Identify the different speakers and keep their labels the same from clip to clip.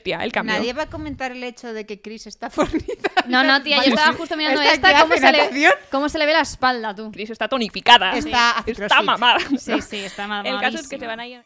Speaker 1: tía, el cambio.
Speaker 2: Nadie va a comentar el hecho de que Chris está fornida.
Speaker 3: No, no, tía, yo estaba justo mirando
Speaker 2: Esta que
Speaker 3: esta, cómo
Speaker 2: hace
Speaker 3: se, le,
Speaker 2: natación.
Speaker 3: cómo se le ve la espalda, tú.
Speaker 1: Cris está tonificada.
Speaker 2: Está hace
Speaker 1: está
Speaker 2: crossfit.
Speaker 1: mamada.
Speaker 3: Sí, sí, está mal.
Speaker 1: El caso es que se van a ir.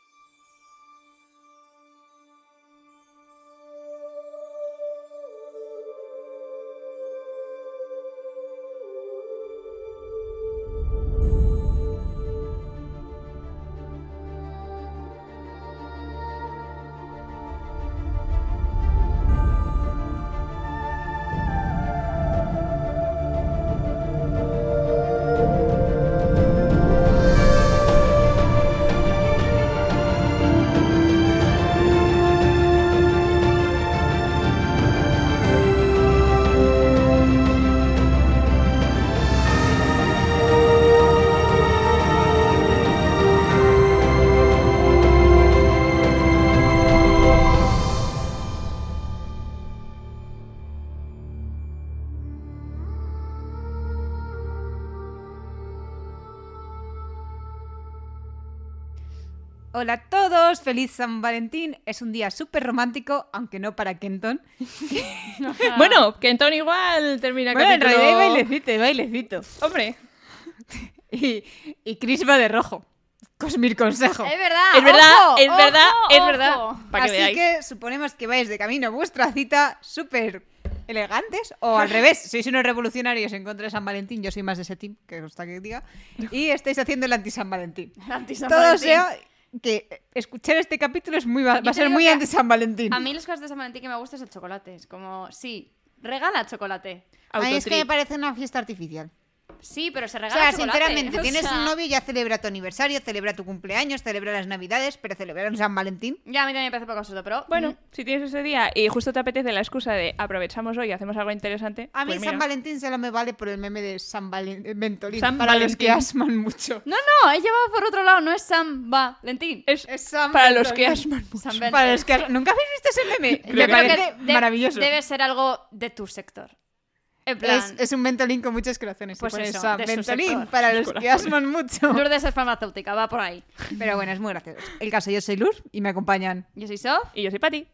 Speaker 2: Hola a todos, feliz San Valentín. Es un día súper romántico, aunque no para Kenton. Ah.
Speaker 1: Bueno, que Kenton igual termina el
Speaker 2: Bueno, en
Speaker 1: capítulo-
Speaker 2: realidad hay bailecito, hay bailecito.
Speaker 1: Hombre,
Speaker 2: Y, y Chris va de rojo. Cosmir consejo.
Speaker 3: Es verdad.
Speaker 1: es verdad,
Speaker 3: ojo,
Speaker 1: es verdad,
Speaker 3: ojo,
Speaker 1: es
Speaker 3: ojo.
Speaker 1: verdad. Para que
Speaker 2: Así
Speaker 1: veáis.
Speaker 2: que suponemos que vais de camino a vuestra cita súper elegantes o al revés, sois unos revolucionarios en contra de San Valentín, yo soy más de ese team, que gusta que diga, y estáis haciendo el anti-San Valentín.
Speaker 3: Anti-San
Speaker 2: Todo
Speaker 3: Valentín.
Speaker 2: sea que escuchar este capítulo es muy va,
Speaker 3: Yo
Speaker 2: va a
Speaker 3: te
Speaker 2: ser
Speaker 3: digo
Speaker 2: muy
Speaker 3: que
Speaker 2: anti-San Valentín.
Speaker 3: A mí las cosas de San Valentín que me gusta es el chocolate. Es como, sí, regala chocolate.
Speaker 1: Autotrip.
Speaker 2: parece una fiesta artificial.
Speaker 3: Sí, pero se
Speaker 2: O
Speaker 3: regala
Speaker 2: sea,
Speaker 3: chocolate.
Speaker 2: sinceramente,
Speaker 3: O
Speaker 2: tienes
Speaker 3: sea,
Speaker 2: un novio, ya celebra tu aniversario, celebra tu cumpleaños, celebra las navidades, pero celebrar un San Valentín.
Speaker 3: Ya, a mí también me parece poco absurdo, pero...
Speaker 1: Bueno,
Speaker 3: mm,
Speaker 1: si tienes ese día y justo te apetece la excusa de aprovechamos hoy y hacemos algo interesante.
Speaker 2: A mí
Speaker 1: pues
Speaker 2: San
Speaker 1: mira.
Speaker 2: Valentín solo me vale por el meme de San Valentín Mentolín
Speaker 1: San
Speaker 2: para los que
Speaker 1: Valentín.
Speaker 2: asman mucho.
Speaker 3: No, no, ella va por otro lado, no es San Valentín.
Speaker 1: Es,
Speaker 2: Es San
Speaker 1: para los que
Speaker 2: Valentín.
Speaker 1: asman mucho.
Speaker 3: San
Speaker 2: Para
Speaker 3: Valentín.
Speaker 2: los que asman- ¿Nunca habéis visto ese meme?
Speaker 1: Creo
Speaker 2: me
Speaker 1: que-
Speaker 2: parece
Speaker 3: de-
Speaker 2: maravilloso.
Speaker 3: Debe ser algo de tu sector. En plan,
Speaker 2: es, es un mentolín con muchos corazones. y
Speaker 3: Pues
Speaker 2: pone
Speaker 3: eso,
Speaker 2: San
Speaker 3: de su
Speaker 2: mentolín
Speaker 3: sector.
Speaker 2: para los que asman mucho.
Speaker 3: Lourdes es farmacéutica, va por ahí.
Speaker 2: Pero bueno, es muy gracioso. El caso, yo soy Lur y me acompañan.
Speaker 3: Yo soy Sof.
Speaker 1: Y yo soy Pati.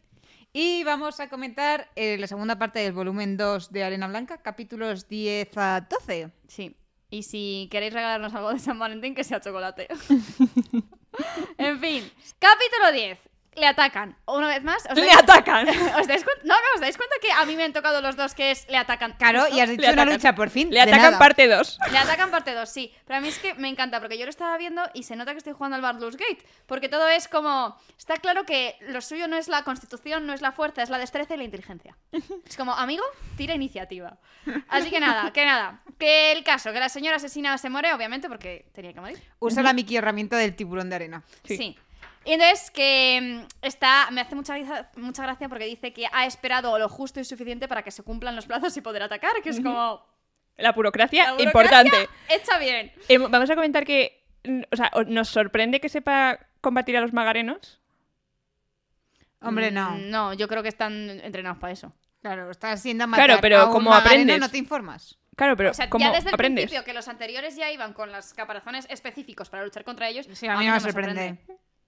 Speaker 2: Y vamos a comentar eh, la segunda parte del volumen 2 de Arena Blanca, capítulos 10 a 12.
Speaker 3: Sí. Y si queréis regalarnos algo de San Valentín, que sea chocolate. en fin. Capítulo 10. Le atacan. Una vez más. ¿os
Speaker 1: Le
Speaker 3: dais-
Speaker 1: atacan.
Speaker 3: ¿Os dais cuenta? No, no, ¿os dais cuenta que a mí me han tocado los dos que es le atacan?
Speaker 2: Claro,
Speaker 3: justo?
Speaker 2: y has dicho
Speaker 1: Le
Speaker 2: una
Speaker 1: atacan.
Speaker 2: lucha por fin.
Speaker 1: Le
Speaker 2: de
Speaker 1: atacan
Speaker 2: nada.
Speaker 1: parte 2.
Speaker 3: Le atacan parte 2, sí. Pero a mí es que me encanta, porque yo lo estaba viendo y se nota que estoy jugando al Baldur's Gate. Porque todo es como. Está claro que lo suyo no es la constitución, no es la fuerza, es la destreza y la inteligencia. Es como, amigo, tira iniciativa. Así que nada, que nada. Que el caso, que la señora asesina se muere, obviamente, porque tenía que morir.
Speaker 2: Usa la Mickey herramienta del tiburón de arena.
Speaker 1: Sí.
Speaker 3: Sí. Y entonces que mm, está, me hace mucha, gracia- mucha gracia porque dice que ha esperado lo justo y suficiente para que se cumplan los plazos y poder atacar, que es como...
Speaker 1: La burocracia,
Speaker 3: la burocracia
Speaker 1: importante.
Speaker 3: Hecha bien.
Speaker 1: Eh, vamos a comentar que mm, o sea, o- nos sorprende que sepa combatir a los magarenos.
Speaker 2: Hombre, no.
Speaker 3: Mm, No, yo creo que están entrenados para eso.
Speaker 2: Claro, estás siendo a matar
Speaker 1: Claro, pero
Speaker 2: a un
Speaker 1: como
Speaker 2: magareno,
Speaker 1: aprendes.
Speaker 2: no te informas.
Speaker 1: Claro, pero
Speaker 3: O sea,
Speaker 1: ¿cómo
Speaker 3: ya desde el
Speaker 1: aprendes?
Speaker 3: principio que los anteriores ya iban con los caparazones específicos para luchar contra ellos.
Speaker 2: Sí, a mí
Speaker 3: no
Speaker 2: me sorprende.
Speaker 1: Vale.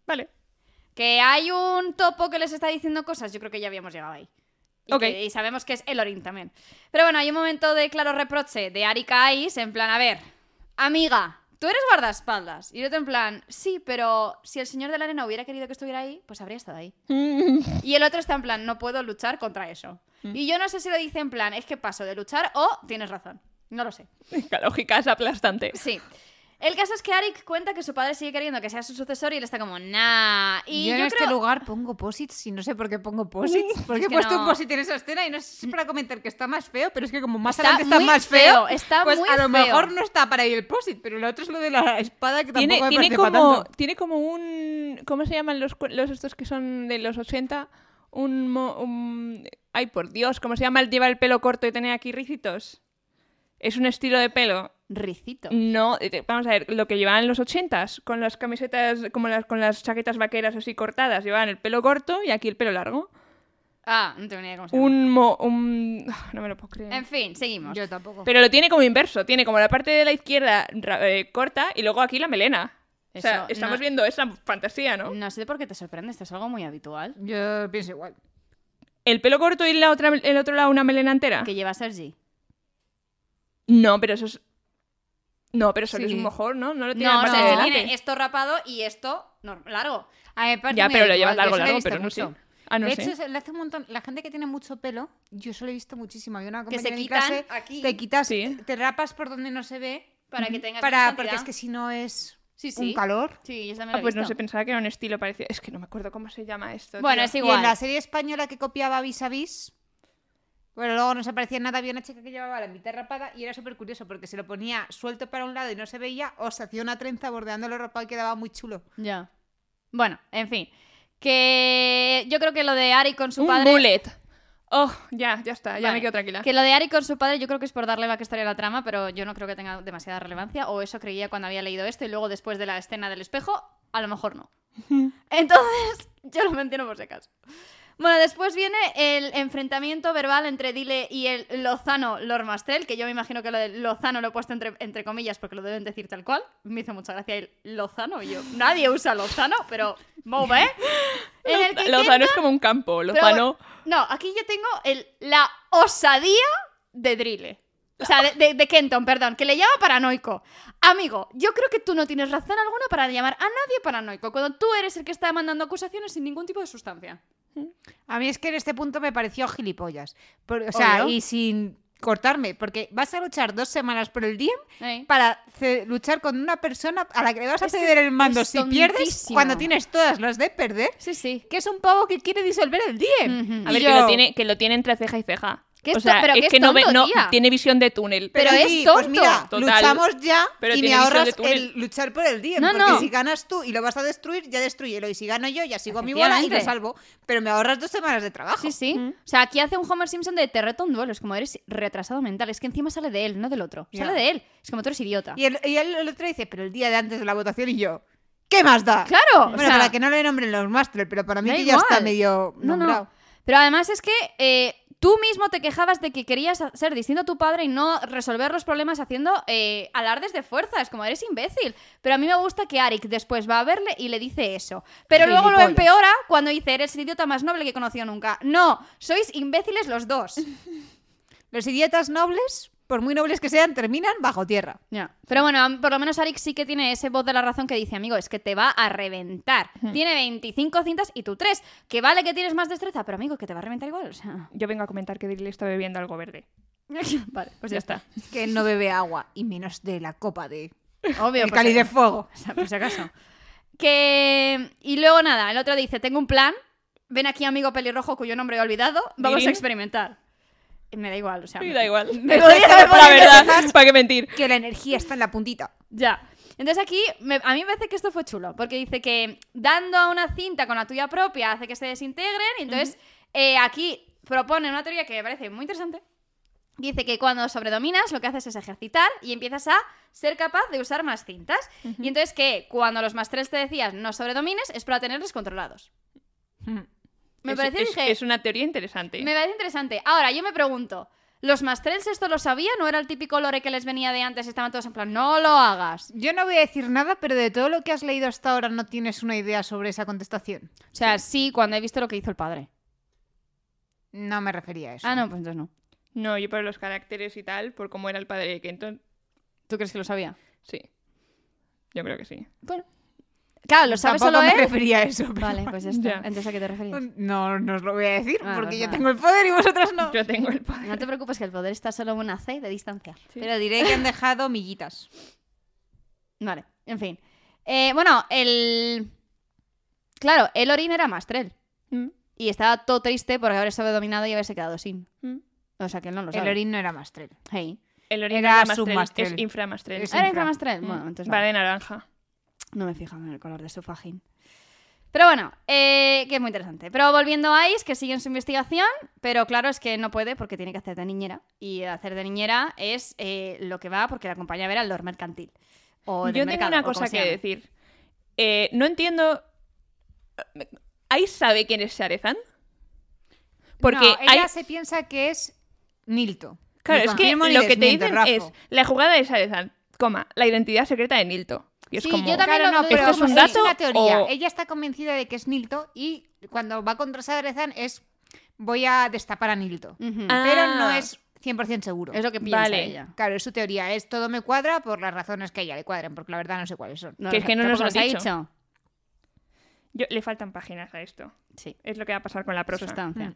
Speaker 3: Que hay un topo que les está diciendo cosas, yo creo que ya habíamos llegado ahí. Y,
Speaker 1: Ok.
Speaker 3: que- y sabemos que es Elorin también. Pero bueno, hay un momento de claro reproche de Arika Ais en plan, a ver, amiga, tú eres guardaespaldas. Y yo en plan, sí, pero si el señor de la arena hubiera querido que estuviera ahí, pues habría estado ahí. Y el otro está en plan, no puedo luchar contra eso.
Speaker 2: Mm.
Speaker 3: Y yo no sé si lo dice en plan, es que paso de luchar o tienes razón. No lo sé.
Speaker 1: La lógica es aplastante.
Speaker 3: Sí. El caso es que Arik cuenta que su padre sigue queriendo que sea su sucesor y él está como, nah. Y
Speaker 2: yo,
Speaker 3: yo,
Speaker 2: en este
Speaker 3: creo-
Speaker 2: lugar pongo posits y no sé por qué pongo posits. Porque
Speaker 3: Es
Speaker 2: he
Speaker 3: que
Speaker 2: puesto un
Speaker 3: no.
Speaker 2: posit en esa escena y no sé si es para comentar que está más feo, pero es que como más
Speaker 3: Está
Speaker 2: adelante está
Speaker 3: muy
Speaker 2: más feo,
Speaker 3: feo, está
Speaker 2: pues
Speaker 3: muy
Speaker 2: a lo
Speaker 3: feo.
Speaker 2: mejor no está para ahí el posit, pero el otro es lo de la espada que
Speaker 1: Tiene,
Speaker 2: tampoco me
Speaker 1: tiene
Speaker 2: parece para
Speaker 1: como,
Speaker 2: tanto.
Speaker 1: tiene como un... ¿Cómo se llaman los, cu- los estos que son de los 80? Un, mo- un- Ay, por Dios, ¿cómo se llama el llevar el pelo corto y tener aquí ricitos? Es un estilo de pelo.
Speaker 3: Ricito.
Speaker 2: Mm.
Speaker 1: No, eh, te- vamos a ver, lo que llevaban los 80s, con las camisetas, como las, con las chaquetas vaqueras así cortadas, llevaban el pelo corto y aquí el pelo largo.
Speaker 3: Ah, no tengo ni idea cómo se llama.
Speaker 1: Un... mo- un... ah, No me lo puedo creer.
Speaker 3: En fin, seguimos.
Speaker 2: Yo tampoco.
Speaker 1: Pero lo tiene como inverso, tiene como la parte de la izquierda ra- eh, corta y luego aquí la melena. O sea,
Speaker 3: Eso,
Speaker 1: estamos
Speaker 3: no- Mm.
Speaker 1: viendo esa fantasía, ¿no?
Speaker 3: No sé por qué te sorprende, esto es algo muy habitual.
Speaker 2: Yo pienso igual.
Speaker 1: el pelo corto y la otra, el otro lado una melena
Speaker 2: Ah.
Speaker 1: entera.
Speaker 3: Que lleva Sergi.
Speaker 1: No, pero eso es. No, pero solo
Speaker 2: Sí.
Speaker 1: es un mojón, ¿no? No lo tiene
Speaker 3: No,
Speaker 1: la
Speaker 3: o
Speaker 1: parte
Speaker 3: sea,
Speaker 1: de
Speaker 3: él
Speaker 1: delante.
Speaker 3: tiene esto rapado y esto nor- largo.
Speaker 2: A ver, parte
Speaker 1: Ya,
Speaker 2: me
Speaker 1: pero
Speaker 2: da
Speaker 1: lo lleva
Speaker 2: igual, yo
Speaker 1: largo,
Speaker 2: eso lo he
Speaker 1: largo,
Speaker 2: visto
Speaker 1: pero no sé.
Speaker 2: mucho.
Speaker 1: Ah, no
Speaker 2: de
Speaker 1: sé.
Speaker 2: hecho, se le hace un montón. La gente que tiene mucho pelo, yo solo he visto muchísimo. Había una
Speaker 3: Que se
Speaker 2: compañera de mi
Speaker 3: quitan
Speaker 2: clase,
Speaker 3: aquí.
Speaker 2: Te quitas,
Speaker 1: Sí.
Speaker 2: te rapas por donde no se ve.
Speaker 3: Para que tengas
Speaker 2: para,
Speaker 3: más
Speaker 2: porque
Speaker 3: cantidad.
Speaker 2: es que si no es
Speaker 3: Sí,
Speaker 2: un
Speaker 3: sí.
Speaker 2: calor.
Speaker 3: Sí, yo también
Speaker 1: Ah,
Speaker 3: lo he
Speaker 1: pues no
Speaker 3: visto.
Speaker 1: sé, pensaba que era un estilo parecido. Es que no me acuerdo cómo se llama esto.
Speaker 3: Bueno,
Speaker 1: tío.
Speaker 3: es
Speaker 2: Y en la
Speaker 3: igual.
Speaker 2: serie española que copiaba Vis a Vis, bueno, luego no se parecía en nada, había una chica que llevaba la mitad rapada y era súper curioso porque se lo ponía suelto para un lado y no se veía, o se hacía una trenza bordeando lo rapado y quedaba muy chulo.
Speaker 3: Ya. Bueno, en fin. Que yo creo que lo de Ari con su
Speaker 1: un
Speaker 3: padre.
Speaker 1: bullet. Oh, ya, ya está, ya
Speaker 3: Vale.
Speaker 1: me quedo tranquila.
Speaker 3: Que lo de Ari con su padre, yo creo que es por darle la que estaría la trama, pero yo no creo que tenga demasiada relevancia. O eso creía cuando había leído esto y luego después de la escena del espejo, a lo mejor no. Entonces, yo lo menciono por si acaso. Bueno, después viene el enfrentamiento verbal entre Dile y el Lozano Lormastel, que yo me imagino que lo de Lozano lo he puesto entre, entre comillas porque lo deben decir tal cual. Me hizo mucha gracia el Lozano. y Yo, nadie usa Lozano, pero muy bien. En el que
Speaker 1: Lozano
Speaker 3: intenta-
Speaker 1: es como un campo.
Speaker 3: pero
Speaker 1: Lozano.
Speaker 3: bueno, no, aquí yo tengo el, la osadía de Drille. O sea, de, de- de Kenton, perdón, que le llama paranoico. Amigo, yo creo que tú no tienes razón alguna para llamar a nadie paranoico cuando tú eres el que está mandando acusaciones sin ningún tipo de sustancia.
Speaker 2: A mí es que en este punto me pareció gilipollas. Por- o sea,
Speaker 3: Obvio.
Speaker 2: y sin cortarme, porque vas a luchar dos semanas por el día
Speaker 3: ¿Eh?
Speaker 2: para ce- luchar con una persona a la que le vas a
Speaker 3: Es que
Speaker 2: ceder el mando
Speaker 3: es
Speaker 2: si pierdes
Speaker 3: tontísimo.
Speaker 2: cuando tienes todas las de perder,
Speaker 3: Sí, sí.
Speaker 2: que es un pavo que quiere disolver el día.
Speaker 3: Ujú.
Speaker 1: A
Speaker 2: Y
Speaker 1: ver,
Speaker 2: yo-
Speaker 1: que, lo tiene, que lo tiene entre ceja y ceja.
Speaker 3: Que
Speaker 1: o
Speaker 3: es
Speaker 1: sea,
Speaker 3: to- pero que
Speaker 1: es
Speaker 3: es
Speaker 1: que no, ve-
Speaker 3: tonto,
Speaker 1: no
Speaker 3: tía.
Speaker 1: tiene visión de túnel.
Speaker 3: Pero es
Speaker 2: sí,
Speaker 3: tonto.
Speaker 2: Pues mira,
Speaker 1: Total.
Speaker 2: luchamos ya
Speaker 1: Pero
Speaker 2: y me
Speaker 1: tiene visión
Speaker 2: ahorras
Speaker 1: de túnel.
Speaker 2: el luchar por el día.
Speaker 3: No,
Speaker 2: porque
Speaker 3: no.
Speaker 2: si ganas tú y lo vas a destruir, ya destruyelo. Y si gano yo, ya sigo a mi bola y lo
Speaker 3: Efectivamente.
Speaker 2: salvo. Pero me ahorras dos semanas de trabajo.
Speaker 3: Sí, sí.
Speaker 1: Mm.
Speaker 3: O sea, aquí hace un Homer Simpson de te reto un duelo. Es como eres retrasado mental. Es que encima sale de él, no del otro.
Speaker 2: Ya.
Speaker 3: Sale de él. Es como tú eres idiota.
Speaker 2: Y, el, y el, el otro dice, pero el día de antes de la votación y yo, ¿qué más da?
Speaker 3: Claro.
Speaker 2: Bueno,
Speaker 3: o sea,
Speaker 2: para que no le nombren los másteres, pero para mí
Speaker 3: da
Speaker 2: que ya está
Speaker 3: igual.
Speaker 2: medio
Speaker 3: No,
Speaker 2: nombrado.
Speaker 3: no. Pero además es que eh, tú mismo te quejabas de que querías ha- ser distinto a tu padre y no resolver los problemas haciendo eh, alardes de fuerza. Es como, eres imbécil. Pero a mí me gusta que Arik después va a verle y le dice eso. Pero luego lo
Speaker 2: Gilipollas.
Speaker 3: empeora cuando dice, eres el idiota más noble que he conocido nunca. No, sois imbéciles los dos.
Speaker 2: Los idiotas nobles, por muy nobles que sean, terminan bajo tierra.
Speaker 3: Ya. Pero bueno, am- por lo menos Arik sí que tiene ese voz de la razón que dice, amigo, es que te va a reventar. Tiene 25 cintas y tú 3. Que vale que tienes más destreza, pero amigo, que te va a reventar igual. O sea...
Speaker 1: Yo vengo a comentar que Dile está bebiendo algo verde.
Speaker 3: vale, pues
Speaker 1: Ya está.
Speaker 2: Que no bebe agua y menos de la copa de...
Speaker 3: Obvio.
Speaker 2: el
Speaker 3: pues,
Speaker 2: cáliz de
Speaker 3: eh,
Speaker 2: fuego.
Speaker 3: O sea, por si acaso. Que... Y luego nada, el otro dice, tengo un plan. Ven aquí, amigo pelirrojo, cuyo nombre he olvidado. Vamos
Speaker 1: Mirin.
Speaker 3: a experimentar. Y me da igual, o sea...
Speaker 1: Y
Speaker 3: me-
Speaker 1: da igual.
Speaker 3: Me podría
Speaker 1: la
Speaker 3: haber podido
Speaker 1: verdad, ¿para qué mentir?
Speaker 2: Que la energía está en la puntita.
Speaker 3: Ya. Entonces aquí, me- a mí me parece que esto fue chulo, porque dice que dando a una cinta con la tuya propia hace que se desintegren, y entonces eh, aquí propone una teoría que me parece muy interesante. Dice que cuando sobredominas lo que haces es ejercitar y empiezas a ser capaz de usar más cintas. Y entonces que cuando los más tres te decías no sobredomines es para tenerlos controlados. Me
Speaker 1: es,
Speaker 3: pareció,
Speaker 1: es-
Speaker 3: dije,
Speaker 1: es una teoría interesante.
Speaker 3: me parece interesante. Ahora, yo me pregunto, ¿los más tres esto lo sabían? ¿No era el típico lore que les venía de antes y estaban todos en plan, no lo hagas?
Speaker 2: Yo no voy a decir nada, pero de todo lo que has leído hasta ahora no tienes una idea sobre esa contestación.
Speaker 3: O sea, sí, cuando he visto lo que hizo el padre.
Speaker 2: No me refería a eso.
Speaker 3: Ah, no, pues entonces no.
Speaker 1: No, yo por los caracteres y tal, por cómo era el padre de Kenton,
Speaker 3: ¿Tú crees que lo sabía?
Speaker 1: sí. Yo creo que sí.
Speaker 3: Bueno. Claro, lo sabe
Speaker 2: Tampoco
Speaker 3: solo
Speaker 2: me Pues
Speaker 3: él.
Speaker 2: refería a eso. pero-
Speaker 3: Vale, pues ya está.
Speaker 1: Ya.
Speaker 3: Entonces, ¿a qué te referías?
Speaker 2: No, no os lo voy a decir
Speaker 3: Ah,
Speaker 2: porque
Speaker 3: pues
Speaker 2: yo
Speaker 3: nada.
Speaker 2: tengo el poder y vosotras no.
Speaker 1: Yo tengo el padre.
Speaker 3: No te preocupes que el poder está solo a una C de distancia.
Speaker 1: Sí.
Speaker 2: Pero diré que han dejado millitas.
Speaker 3: Vale, en fin. Eh, bueno, el... Claro, el Orin era Mastrel.
Speaker 1: Mm,
Speaker 3: Y estaba todo triste por haber sobredominado y haberse quedado sin.
Speaker 1: mm.
Speaker 3: O sea, que él no lo sabe.
Speaker 2: El orín no era Mastrel.
Speaker 3: Hey.
Speaker 1: El origen
Speaker 2: Era
Speaker 1: de Mastrel
Speaker 2: submastrel.
Speaker 1: es inframastrel.
Speaker 2: Es
Speaker 3: Ah, ¿Era
Speaker 2: infra.
Speaker 3: inframastrel?
Speaker 1: Mm.
Speaker 3: Bueno, entonces no.
Speaker 1: Va de naranja.
Speaker 3: No me he fijado en el color de su fajín. Pero bueno, eh, que es muy interesante. Pero volviendo a Ice, que sigue en su investigación, pero claro es que no puede porque tiene que hacer de niñera. Y hacer de niñera es eh, lo que va porque la acompaña a ver al Lord Mercantil. O del
Speaker 1: Yo tengo
Speaker 3: mercado,
Speaker 1: una
Speaker 3: o como
Speaker 1: cosa
Speaker 3: se
Speaker 1: que
Speaker 3: llame.
Speaker 1: decir. Eh, no entiendo. ¿Ahí sabe quién es Sharezan? Porque
Speaker 2: No, ella
Speaker 1: hay-
Speaker 2: se piensa que es Nilto.
Speaker 1: Claro,
Speaker 2: Ni
Speaker 1: es que
Speaker 2: confirmo ni
Speaker 1: lo que te
Speaker 2: desmiento,
Speaker 1: dicen
Speaker 2: Rafa.
Speaker 1: es la jugada de Sharezan, coma, la identidad secreta de Nilto. Y es
Speaker 3: Sí,
Speaker 1: como,
Speaker 3: yo también-
Speaker 2: Claro,
Speaker 3: lo-
Speaker 2: no,
Speaker 3: ¿esto
Speaker 2: pero pues
Speaker 3: es un
Speaker 2: es una
Speaker 1: dato
Speaker 2: teoría.
Speaker 1: o-
Speaker 2: Ella está convencida de que es Nilto y cuando va contra Sadrezan es voy a destapar a Nilto.
Speaker 3: Ujú.
Speaker 1: Ah.
Speaker 2: Pero no es 100% seguro.
Speaker 3: Es lo que piensa
Speaker 1: Vale.
Speaker 3: ella.
Speaker 2: Claro, es su teoría. Es todo me cuadra por las razones que a ella le cuadren, porque la verdad no sé cuáles son.
Speaker 1: Que es que no nos
Speaker 3: tampoco
Speaker 1: lo ha
Speaker 3: ha
Speaker 1: dicho. Yo- le faltan páginas a esto.
Speaker 3: Sí,
Speaker 1: Es lo que va a pasar con la prosa.
Speaker 3: sustancia.
Speaker 2: Mm.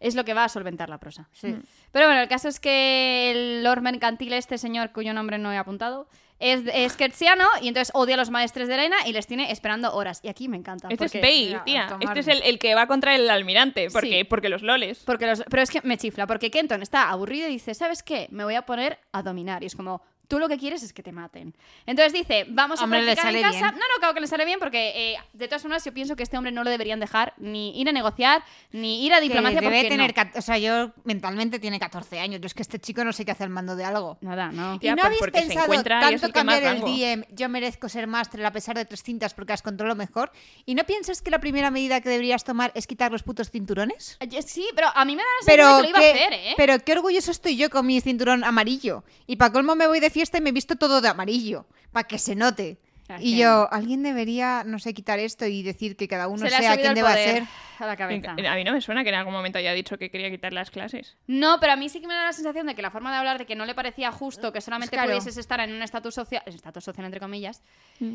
Speaker 3: Es lo que va a solventar la prosa.
Speaker 2: Sí.
Speaker 1: Mm.
Speaker 3: Pero bueno, el caso es que el Lord Mercantil, este señor cuyo nombre no he apuntado, es, es kertsiano y entonces odia a los maestres de arena y les tiene esperando horas. Y aquí me encanta.
Speaker 1: Este es
Speaker 3: porque-
Speaker 1: Bale,
Speaker 2: mira,
Speaker 1: tía.
Speaker 2: tomar-
Speaker 1: Este es el, el que va contra el almirante. ¿Por
Speaker 3: Sí.
Speaker 1: qué? Porque los loles.
Speaker 3: Porque los- pero es que me chifla, porque Kenton está aburrido y dice, ¿sabes qué? Me voy a poner a dominar. Y es como, tú lo que quieres es que te maten. Entonces dice, vamos
Speaker 2: Hombre,
Speaker 3: a
Speaker 2: le
Speaker 3: practicar en
Speaker 2: sale
Speaker 3: casa.
Speaker 2: bien.
Speaker 3: No, no, claro que le sale bien, porque eh, de todas formas yo pienso que este hombre no lo deberían dejar ni ir a negociar, ni ir a
Speaker 2: Que
Speaker 3: diplomacia,
Speaker 2: debe
Speaker 3: porque
Speaker 2: tener,
Speaker 3: no.
Speaker 2: cat- o sea, yo mentalmente tiene 14 años. Yo es que este chico no sé qué hace al mando de algo.
Speaker 3: Nada, no.
Speaker 1: Tía,
Speaker 2: y no
Speaker 1: pues
Speaker 2: habéis
Speaker 1: porque se
Speaker 2: pensado
Speaker 1: encuentra y es
Speaker 2: tanto
Speaker 1: el que más
Speaker 2: cambiar el
Speaker 1: rango.
Speaker 2: DM, yo merezco ser máster a pesar de tres cintas porque las controlo mejor. ¿Y no piensas que la primera medida que deberías tomar es quitar los putos cinturones?
Speaker 3: Ay, Sí, pero a mí me da la sensación
Speaker 2: Pero
Speaker 3: de que lo iba
Speaker 2: qué,
Speaker 3: a hacer, ¿eh?
Speaker 2: pero qué orgulloso estoy yo con mi cinturón amarillo. Y para colmo me voy de fiesta y me he visto todo de amarillo, para que se note.
Speaker 3: Claro,
Speaker 2: Y
Speaker 3: que-
Speaker 2: yo, alguien debería, no sé, quitar esto y decir que cada uno
Speaker 3: Se le ha
Speaker 2: sea
Speaker 3: subido
Speaker 2: quien
Speaker 3: el
Speaker 2: deba
Speaker 3: poder
Speaker 2: ser.
Speaker 3: a la cabeza.
Speaker 1: A mí no me suena que en algún momento haya dicho que quería quitar las clases.
Speaker 3: No, pero a mí sí que me da la sensación de que la forma de hablar de que no le parecía justo que solamente
Speaker 2: Claro.
Speaker 3: pudieses estar en un estatus social, estatus social entre comillas.
Speaker 1: Mm.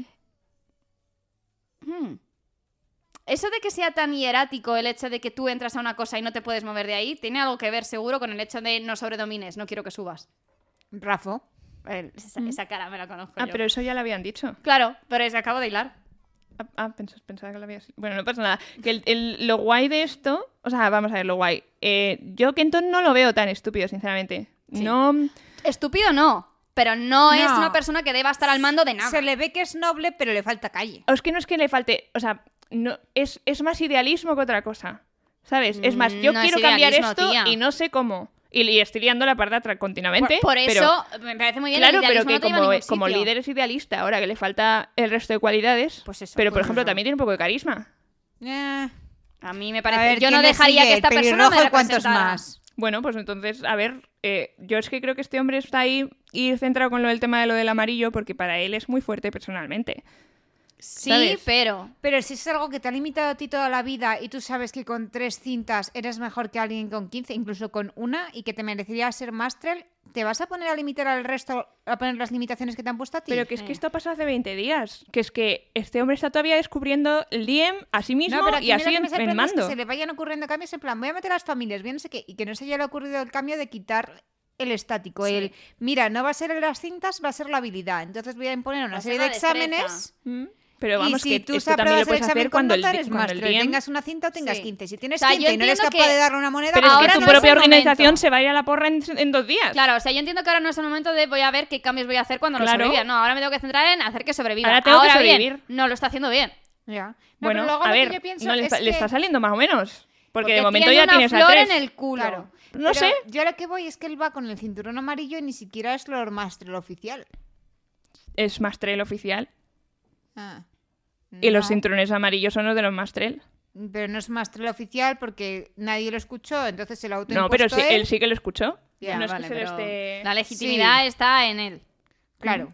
Speaker 3: Hmm. Eso de que sea tan hierático el hecho de que tú entras a una cosa y no te puedes mover de ahí, tiene algo que ver seguro con el hecho de no sobredomines, no quiero que subas.
Speaker 2: Rafo.
Speaker 3: El- Esa,
Speaker 1: Mm.
Speaker 3: esa cara me la conozco
Speaker 1: Ah,
Speaker 3: yo.
Speaker 1: pero eso ya lo habían dicho.
Speaker 3: Claro, pero es, acabo de hilar.
Speaker 1: Ah, ah, pens- pensaba que lo habías... Bueno, no pasa nada. Que el- el- lo guay de esto... O sea, vamos a ver, lo guay. Eh, yo Kenton no lo veo tan estúpido, sinceramente.
Speaker 3: Sí.
Speaker 1: No...
Speaker 3: Estúpido no, pero no, es
Speaker 2: No.
Speaker 3: una persona que deba estar al mando de nada.
Speaker 2: Se le ve que es noble, pero le falta calle.
Speaker 1: O Es que no es que le falte... O sea, no, es, es más idealismo que otra cosa. ¿Sabes? Es más, yo
Speaker 3: Mm, no es
Speaker 1: quiero cambiar
Speaker 3: idealismo,
Speaker 1: esto
Speaker 3: tía.
Speaker 1: y no sé cómo. Y, y estoy liando la parda tra-
Speaker 3: Por,
Speaker 1: continuamente.
Speaker 3: por
Speaker 1: pero-
Speaker 3: eso me parece muy bien
Speaker 1: Claro,
Speaker 3: el
Speaker 1: pero
Speaker 3: idealismo
Speaker 1: que
Speaker 3: no te lleva a
Speaker 1: como, eh,
Speaker 3: ningún
Speaker 1: como
Speaker 3: sitio.
Speaker 1: líder es idealista, ahora que le falta el resto de cualidades.
Speaker 3: Pues eso,
Speaker 1: pero, por
Speaker 3: pues
Speaker 1: ejemplo,
Speaker 3: eso.
Speaker 1: también tiene un poco de carisma.
Speaker 2: Eh,
Speaker 3: A mí me
Speaker 2: a
Speaker 3: parece.
Speaker 2: ver,
Speaker 3: yo no
Speaker 2: ¿quién le
Speaker 3: dejaría
Speaker 2: sigue?
Speaker 3: que esta
Speaker 2: El
Speaker 3: persona me
Speaker 2: pelirrojo, ¿cuántos
Speaker 3: representara.
Speaker 2: más?
Speaker 1: Bueno, pues entonces, a ver, eh, yo es que creo que este hombre está ahí y centrado con lo del tema de lo del amarillo, porque para él es muy fuerte personalmente.
Speaker 3: Sí,
Speaker 1: ¿Sabes?
Speaker 3: pero.
Speaker 2: Pero si es algo que te ha limitado a ti toda la vida y tú sabes que con tres cintas eres mejor que alguien con 15, incluso con una, y que te merecería ser máster, ¿te vas a poner a limitar al resto, a poner las limitaciones que te han puesto a ti?
Speaker 1: Pero que es
Speaker 3: Eh.
Speaker 1: que esto ha pasado hace 20 días. Que es que este hombre está todavía descubriendo el Diem a sí mismo
Speaker 2: no, pero aquí
Speaker 1: y
Speaker 2: a mí
Speaker 1: así
Speaker 2: lo que
Speaker 1: en,
Speaker 2: me
Speaker 1: en
Speaker 2: sorprende es
Speaker 1: mando.
Speaker 2: que se le vayan ocurriendo cambios en plan, voy a meter a las familias, bien no sé qué, y que no se haya ocurrido el cambio de quitar el estático,
Speaker 3: Sí.
Speaker 2: el, mira, no va a ser en las cintas, va a ser la habilidad, entonces voy a imponer una
Speaker 3: Va a ser
Speaker 2: serie de
Speaker 3: la destreza.
Speaker 2: exámenes.
Speaker 1: Mm. Pero
Speaker 2: y
Speaker 1: vamos,
Speaker 2: si
Speaker 1: que
Speaker 2: tú
Speaker 1: esto también
Speaker 2: apruebas
Speaker 1: lo
Speaker 2: el
Speaker 1: puedes
Speaker 2: examen
Speaker 1: hacer
Speaker 2: con
Speaker 1: cuando el,
Speaker 2: nota, eres
Speaker 1: cuando el
Speaker 2: máster.
Speaker 1: Diem-
Speaker 2: tengas una cinta o tengas
Speaker 3: Sí.
Speaker 2: 15. Si tienes
Speaker 3: O sea, yo
Speaker 2: 15 y no eres
Speaker 3: entiendo
Speaker 2: capaz
Speaker 3: que-
Speaker 2: de dar una moneda,
Speaker 1: Pero es que
Speaker 3: Ahora
Speaker 1: tu
Speaker 3: no es el
Speaker 1: propia organización
Speaker 3: momento.
Speaker 1: se va a ir a la porra en, en dos días.
Speaker 3: Claro, o sea, yo entiendo que ahora no es el momento de voy a ver qué cambios voy a hacer cuando
Speaker 1: Claro.
Speaker 3: no sobreviva. No, ahora me tengo que centrar en hacer que sobreviva.
Speaker 1: Ahora tengo que
Speaker 3: bien,
Speaker 1: sobrevivir.
Speaker 3: no lo está haciendo bien.
Speaker 2: Ya. No,
Speaker 1: bueno,
Speaker 2: pero luego
Speaker 1: a
Speaker 2: lo que
Speaker 1: ver,
Speaker 2: yo pienso
Speaker 1: no le,
Speaker 2: es
Speaker 1: está, le
Speaker 2: que-
Speaker 1: está saliendo más o menos. Porque, de
Speaker 3: Porque
Speaker 1: momento
Speaker 3: tiene
Speaker 1: ya
Speaker 3: una
Speaker 1: tienes
Speaker 3: flor
Speaker 1: a tres.
Speaker 3: en el culo.
Speaker 2: Claro.
Speaker 1: No
Speaker 2: Pero
Speaker 1: sé.
Speaker 2: Yo lo que voy es que él va con el cinturón amarillo y ni siquiera es Lord Master el oficial.
Speaker 1: Es Mastrel oficial.
Speaker 2: Ah.
Speaker 1: Y los
Speaker 2: No.
Speaker 1: cinturones amarillos son los de los Mastrel.
Speaker 2: Pero no es Master el oficial porque nadie lo escuchó, entonces se lo
Speaker 1: No,
Speaker 2: autoimpuesto
Speaker 1: pero sí-
Speaker 2: él.
Speaker 1: él sí que lo escuchó.
Speaker 2: Ya,
Speaker 1: No es que
Speaker 3: vale,
Speaker 1: se lo
Speaker 3: pero
Speaker 1: esté-
Speaker 3: La legitimidad
Speaker 2: Sí.
Speaker 3: está en él.
Speaker 2: Claro.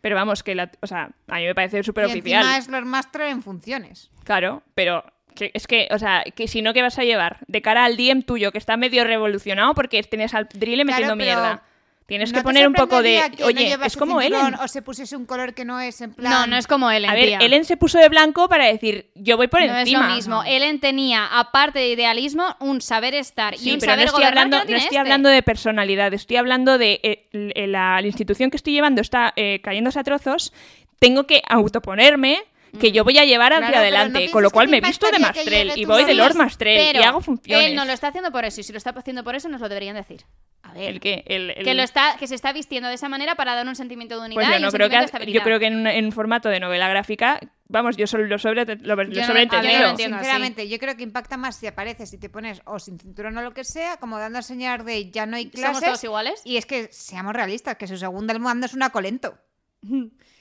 Speaker 1: Pero vamos, que la... O sea, a mí me parece súper
Speaker 2: y encima
Speaker 1: oficial.
Speaker 2: es Lord Master en funciones.
Speaker 1: Claro, pero... que- es que, o sea, que si no, ¿qué vas a llevar? De cara al DM tuyo, que está medio revolucionado porque tienes al Drille
Speaker 2: Claro,
Speaker 1: metiendo
Speaker 2: pero
Speaker 1: mierda. Tienes
Speaker 2: ¿No
Speaker 1: que
Speaker 2: te
Speaker 1: poner un poco de...
Speaker 2: sorprendería que no
Speaker 1: Oye,
Speaker 2: llevase
Speaker 1: es como
Speaker 2: cinturón
Speaker 1: Ellen.
Speaker 2: O se pusiese un color que no es en plan.
Speaker 3: No, no es como él.
Speaker 1: A ver,
Speaker 3: tía.
Speaker 1: Ellen se puso de blanco para decir, yo voy por
Speaker 3: no
Speaker 1: encima.
Speaker 3: es lo mismo. Ellen tenía, aparte de idealismo, un saber estar y
Speaker 1: Sí,
Speaker 3: un
Speaker 1: pero no
Speaker 3: saber
Speaker 1: estoy,
Speaker 3: gobernar que
Speaker 1: hablando,
Speaker 3: no
Speaker 1: no
Speaker 3: tiene
Speaker 1: estoy
Speaker 3: este.
Speaker 1: hablando de personalidad, estoy hablando de eh, el- el- la, la institución que estoy llevando está eh, cayéndose a trozos, tengo que autoponerme que yo voy a llevar hacia
Speaker 2: Claro, pero no
Speaker 1: adelante,
Speaker 2: pienses
Speaker 1: con lo
Speaker 2: que
Speaker 1: cual
Speaker 2: te
Speaker 1: me he visto de
Speaker 2: impactaría que
Speaker 1: Mastrel
Speaker 2: llegue
Speaker 1: y
Speaker 2: tu
Speaker 1: voy de
Speaker 2: novio.
Speaker 1: Lord Mastrel y
Speaker 3: Pero
Speaker 1: hago funciones.
Speaker 3: Él no lo está haciendo por eso y si lo está haciendo por eso nos lo deberían decir.
Speaker 2: A
Speaker 1: El
Speaker 2: ver,
Speaker 1: que el- el-
Speaker 3: Que, lo está, que se está vistiendo de esa manera para dar un sentimiento de unidad
Speaker 1: pues yo
Speaker 3: y
Speaker 1: no
Speaker 3: un
Speaker 1: creo
Speaker 3: sentimiento
Speaker 1: que
Speaker 3: de
Speaker 1: ha-
Speaker 3: estabilidad.
Speaker 1: yo creo que en, un- en un formato de novela gráfica, vamos, yo solo lo sobre lo, lo
Speaker 3: no- a
Speaker 1: sobreentendido.
Speaker 3: ver, yo lo entiendo. así.
Speaker 2: sinceramente, yo creo que impacta más si apareces y te pones o sin cinturón o lo que sea, como dando a señalar de ya no hay
Speaker 3: ¿Somos
Speaker 2: clases.
Speaker 3: todos iguales?
Speaker 2: Y es que seamos realistas, que su segunda al mando es una colento.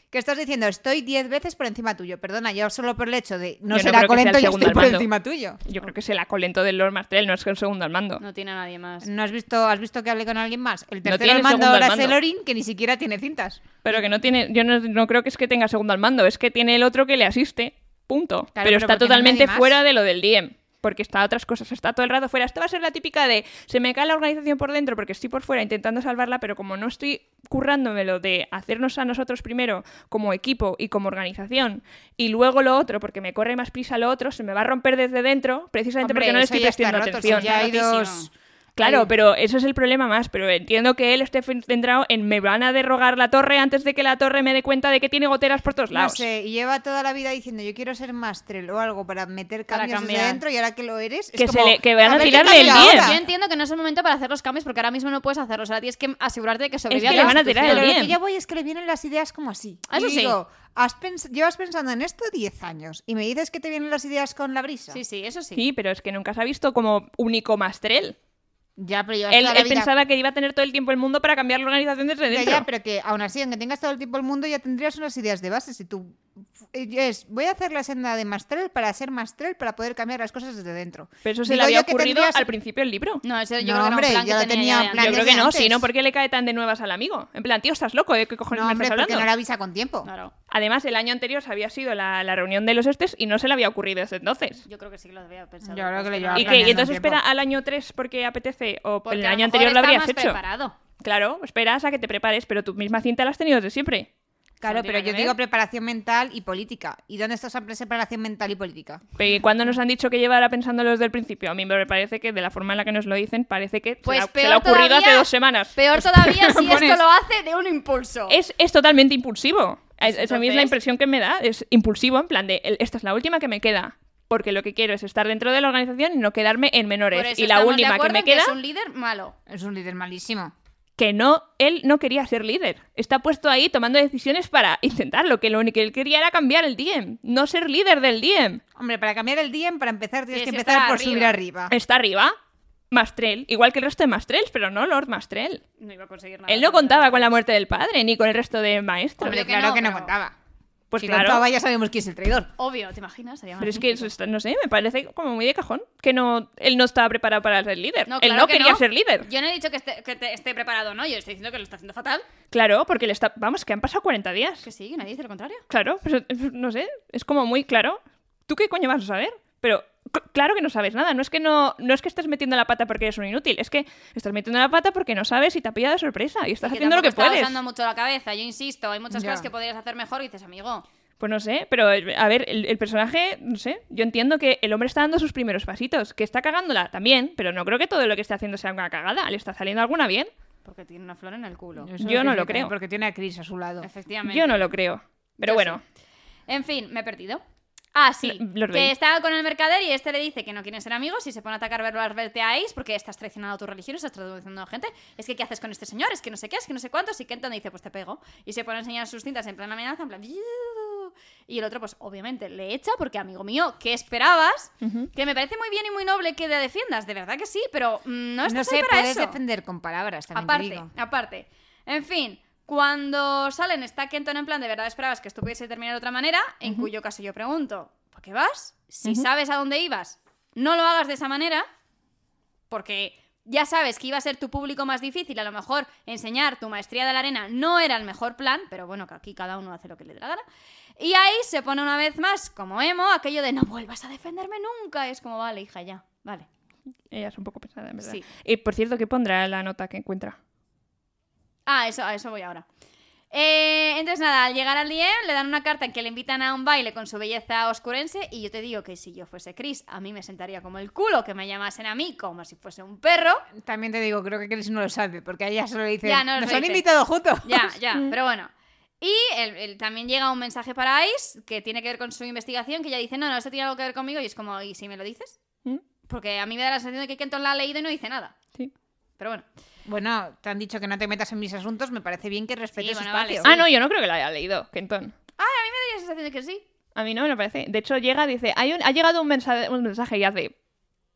Speaker 2: Que estás diciendo, estoy 10 veces por encima tuyo. Perdona, yo solo por el hecho de
Speaker 1: Yo
Speaker 2: no
Speaker 1: no
Speaker 2: ser
Speaker 1: creo que sea
Speaker 2: colento
Speaker 1: el
Speaker 2: y
Speaker 1: segundo
Speaker 2: estoy
Speaker 1: al
Speaker 2: por
Speaker 1: mando.
Speaker 2: encima tuyo.
Speaker 1: Yo creo que es el acolento del Lord Mastrel, no es que el segundo al mando.
Speaker 3: No tiene a nadie más.
Speaker 2: ¿No has visto, has visto que hablé con alguien más? El tercero
Speaker 1: tiene
Speaker 2: al mando
Speaker 1: segundo al
Speaker 2: ahora es
Speaker 1: mando.
Speaker 2: el Orin, que ni siquiera tiene cintas.
Speaker 1: Pero que no tiene, yo no, no creo que es que tenga segundo al mando, es que tiene el otro que le asiste, punto. pero,
Speaker 2: pero
Speaker 1: está
Speaker 2: porque no hay
Speaker 1: totalmente
Speaker 2: nadie más.
Speaker 1: fuera de lo del DM. Porque está a otras cosas, está todo el rato fuera. Esto va a ser la típica de se me cae la organización por dentro porque estoy por fuera intentando salvarla, pero como no estoy currándomelo de hacernos a nosotros primero como equipo y como organización y luego lo otro porque me corre más prisa lo otro, se me va a romper desde dentro precisamente
Speaker 2: Hombre,
Speaker 1: porque no le
Speaker 2: eso
Speaker 1: estoy
Speaker 2: ya está
Speaker 1: prestando
Speaker 2: roto, si
Speaker 1: atención.
Speaker 2: ya hay
Speaker 3: Está rotísimo.
Speaker 2: dos-
Speaker 1: Claro,
Speaker 2: Ahí.
Speaker 1: pero eso es el problema más. Pero entiendo que él esté centrado en me van a derrogar la torre antes de que la torre me dé cuenta de que tiene goteras por todos
Speaker 2: No
Speaker 1: lados.
Speaker 2: sé, y lleva toda la vida diciendo yo quiero ser máster o algo para meter
Speaker 3: Para
Speaker 2: cambios desde
Speaker 3: cambiar.
Speaker 2: dentro y ahora que lo eres, es
Speaker 1: Que se
Speaker 2: como,
Speaker 1: le- que van a
Speaker 2: ver qué
Speaker 1: tirarle el
Speaker 2: cambia
Speaker 1: bien.
Speaker 2: ahora.
Speaker 3: Yo entiendo que no es el momento para hacer los cambios porque ahora mismo no puedes hacerlos. Ahora tienes que asegurarte de que sobreviva
Speaker 1: que
Speaker 3: la
Speaker 1: le van a tirar el
Speaker 3: institución.
Speaker 2: Pero lo que
Speaker 1: bien.
Speaker 2: yo voy es que le vienen las ideas como así.
Speaker 3: Ah,
Speaker 2: Y
Speaker 3: eso sí.
Speaker 2: digo, has pens- llevas pensando en esto 10 años y me dices que te vienen las ideas con la brisa.
Speaker 3: Sí, sí, eso sí.
Speaker 1: Sí, pero es que nunca se ha visto como único mastrel.
Speaker 2: Ya, pero llevas
Speaker 1: Él,
Speaker 2: toda la
Speaker 1: él
Speaker 2: vida-
Speaker 1: pensaba que iba a tener todo el tiempo el mundo para cambiar la organización desde
Speaker 2: Ya,
Speaker 1: dentro.
Speaker 2: ya, pero que aún así, aunque tengas todo el tiempo el mundo, ya tendrías unas ideas de base. Si tú eh, es, voy a hacer la senda de Mastrel para ser Mastrel para poder cambiar las cosas desde dentro.
Speaker 1: Pero eso se
Speaker 2: Digo
Speaker 1: le había
Speaker 2: yo que
Speaker 1: ocurrido
Speaker 2: tendrías-
Speaker 1: al principio del libro.
Speaker 3: No, eso yo
Speaker 2: No,
Speaker 3: creo
Speaker 2: hombre,
Speaker 3: que era un plan que
Speaker 2: ya lo tenía
Speaker 3: tenía, ya de
Speaker 2: plan
Speaker 3: antes.
Speaker 1: Yo creo que
Speaker 2: desde
Speaker 1: no,
Speaker 2: antes.
Speaker 1: si no, ¿por qué le cae tan de nuevas al amigo? En plan, tío, estás loco, ¿de qué cojones
Speaker 2: No,
Speaker 1: me
Speaker 2: hombre,
Speaker 1: estás
Speaker 2: porque no
Speaker 1: hablando?
Speaker 2: la avisa con tiempo.
Speaker 3: Claro.
Speaker 1: Además, el año anterior se había sido la, la reunión de los estes y no se le había ocurrido desde entonces.
Speaker 3: Yo creo que sí que lo había pensado.
Speaker 2: Yo creo que le
Speaker 3: no.
Speaker 2: llevaba
Speaker 1: Y,
Speaker 2: Hablan
Speaker 1: que,
Speaker 2: en
Speaker 1: y
Speaker 2: un
Speaker 1: entonces
Speaker 2: tiempo.
Speaker 1: espera al año 3 porque apetece o
Speaker 3: Porque
Speaker 1: el
Speaker 3: a
Speaker 1: año
Speaker 3: mejor
Speaker 1: anterior lo
Speaker 3: está
Speaker 1: habrías
Speaker 3: más
Speaker 1: hecho.
Speaker 3: preparado.
Speaker 1: Claro, esperas a que te prepares, pero tu misma cinta la has tenido desde siempre.
Speaker 2: Claro,
Speaker 3: No tiene
Speaker 2: pero yo
Speaker 3: que
Speaker 2: digo
Speaker 3: ver.
Speaker 2: preparación mental y política. ¿Y dónde está esa preparación mental y política?
Speaker 1: Pero ¿y cuándo nos han dicho que llevara pensándolo desde el principio? A mí me parece que de la forma en la que nos lo dicen, parece que se
Speaker 3: Pues
Speaker 1: la- se,
Speaker 3: peor
Speaker 1: le ha ocurrido
Speaker 3: todavía-
Speaker 1: hace dos semanas.
Speaker 3: Peor todavía si esto
Speaker 1: Pones-
Speaker 3: lo hace de un impulso.
Speaker 1: Es, es totalmente impulsivo. Es- es- a mí es
Speaker 3: Entonces-
Speaker 1: la impresión que me da. Es impulsivo, en plan de, "El- esta es la última que me queda. Porque lo que quiero es estar dentro de la organización y no quedarme en
Speaker 3: Por
Speaker 1: menores.
Speaker 3: eso
Speaker 1: Y la
Speaker 3: estamos de
Speaker 1: última que
Speaker 3: acuerdo
Speaker 1: me
Speaker 3: en que
Speaker 1: queda...
Speaker 3: Es un líder malo.
Speaker 2: Es un líder malísimo.
Speaker 1: que no, él no quería ser líder. Está puesto ahí tomando decisiones para intentarlo, que lo único que él quería era cambiar el DM, no ser líder del DM.
Speaker 2: Hombre, para cambiar el DM, para empezar, tienes que
Speaker 3: Tienes que
Speaker 2: empezar
Speaker 3: estar
Speaker 2: por
Speaker 3: arriba.
Speaker 2: subir arriba.
Speaker 1: Está arriba, Mastrel, igual que el resto de Mastrels, pero no Lord Mastrel.
Speaker 3: No iba a conseguir nada.
Speaker 1: Él no contaba con la muerte del padre, ni con el resto de maestros.
Speaker 2: Hombre,
Speaker 3: Obvio que
Speaker 2: claro
Speaker 3: no,
Speaker 2: que no
Speaker 3: pero-
Speaker 2: contaba.
Speaker 1: Pues
Speaker 2: si
Speaker 1: claro.
Speaker 2: contaba ya sabemos quién es el traidor.
Speaker 3: Obvio, ¿te imaginas? Sería
Speaker 1: Pero es que eso
Speaker 3: magnífico.
Speaker 1: está- no sé, me parece como muy de cajón. Que no, él no estaba preparado para ser líder. él
Speaker 3: claro
Speaker 1: no
Speaker 3: que
Speaker 1: quería ser líder.
Speaker 3: Yo no he dicho que esté, que te- esté preparado, ¿no? Yo estoy diciendo que lo está haciendo fatal.
Speaker 1: Claro, porque le está. Vamos, que han pasado 40 días.
Speaker 3: Que sí, que nadie dice lo contrario.
Speaker 1: Claro, pero eh, no sé, es como muy claro. ¿Tú qué coño vas a saber? Pero cl- claro que no sabes nada, no es que no no es que estés metiendo la pata porque eres un inútil, es que estás metiendo la pata porque no sabes y te ha pillado de sorpresa y estás
Speaker 3: Y
Speaker 1: haciendo lo que
Speaker 3: tampoco
Speaker 1: puedes.
Speaker 3: Está usando mucho la cabeza, yo insisto. Hay muchas
Speaker 2: Ya.
Speaker 3: cosas que podrías hacer mejor y dices, amigo.
Speaker 1: Pues no sé, pero eh, a ver, el, el personaje, no sé, yo entiendo que el hombre está dando sus primeros pasitos, que está cagándola también, pero no creo que todo lo que esté haciendo sea una cagada, le está saliendo alguna bien.
Speaker 3: Porque tiene una flor en el culo.
Speaker 2: Eso
Speaker 1: Yo no
Speaker 2: tiene
Speaker 1: lo
Speaker 2: que-
Speaker 1: creo.
Speaker 2: Porque tiene a Chris a su lado.
Speaker 3: Efectivamente.
Speaker 1: Yo no lo creo. Pero
Speaker 3: Yo
Speaker 1: bueno,
Speaker 3: En fin, me he perdido. Ah, sí.
Speaker 1: L- Lord
Speaker 3: que
Speaker 1: Vader.
Speaker 3: está con el mercader y este le dice que no quieren ser amigos y se pone a atacar verbalmente porque estás traicionando a tu religión, estás traicionando a gente. Es que, ¿qué haces con este señor? Es que no sé qué, es que no sé cuánto. Y Kenton dice, pues te pego. Y se pone a enseñar sus cintas en plan amenaza, en plan... "Biu". Y el otro, pues obviamente le echa porque, amigo mío, ¿qué esperabas? Que me parece muy bien y muy noble que la defiendas, de verdad que sí, pero mm, no estás ahí
Speaker 2: sé,
Speaker 3: para
Speaker 2: puedes
Speaker 3: eso.
Speaker 2: defender con palabras también. te
Speaker 3: Aparte,
Speaker 2: digo.
Speaker 3: aparte. En fin, cuando salen está Kenton en plan, de verdad esperabas que esto pudiese terminar de otra manera, en cuyo caso yo pregunto, ¿por qué vas? Si sabes a dónde ibas, no lo hagas de esa manera, porque ya sabes que iba a ser tu público más difícil, a lo mejor enseñar tu maestría de la arena no era el mejor plan, pero bueno, que aquí cada uno hace lo que le dé la gana. Y ahí se pone una vez más, como emo, aquello de no vuelvas a defenderme nunca, es como, vale, hija, ya, vale.
Speaker 1: ella es un poco pesada, en verdad.
Speaker 3: Sí.
Speaker 1: Y por cierto, ¿qué pondrá la nota que encuentra?
Speaker 3: Ah, eso, a eso voy ahora. Eh, entonces, nada, al llegar al DM le dan una carta en que le invitan a un baile con su belleza oscurense. Y yo te digo que si yo fuese Chris, a mí me sentaría como el culo que me llamasen a mí como si fuese un perro.
Speaker 2: También te digo, creo que Chris no lo sabe, porque a ella solo le dice,
Speaker 3: Ya, no lo
Speaker 2: nos
Speaker 3: sé,
Speaker 2: han
Speaker 3: dice.
Speaker 2: invitado juntos.
Speaker 3: Ya, ya, pero bueno. Y el- el- también llega un mensaje para Ice que tiene que ver con su investigación. Que ella dice: No, no, esto tiene algo que ver conmigo. Y es como, ¿y si me lo dices?
Speaker 1: ¿Mm?
Speaker 3: Porque a mí me da la sensación de que Kenton la ha leído y no dice nada.
Speaker 1: Sí.
Speaker 3: Pero bueno,
Speaker 2: Bueno, te han dicho que no te metas en mis asuntos, me parece bien que respetes
Speaker 3: Sí,
Speaker 2: su
Speaker 3: bueno, vale,
Speaker 2: espacio.
Speaker 1: Ah, no, yo no creo que la haya leído, Kenton.
Speaker 3: me da la sensación de que sí.
Speaker 1: A mí no me lo parece. De hecho, llega, dice, hay un- ha llegado un mensaje, un mensaje y hace,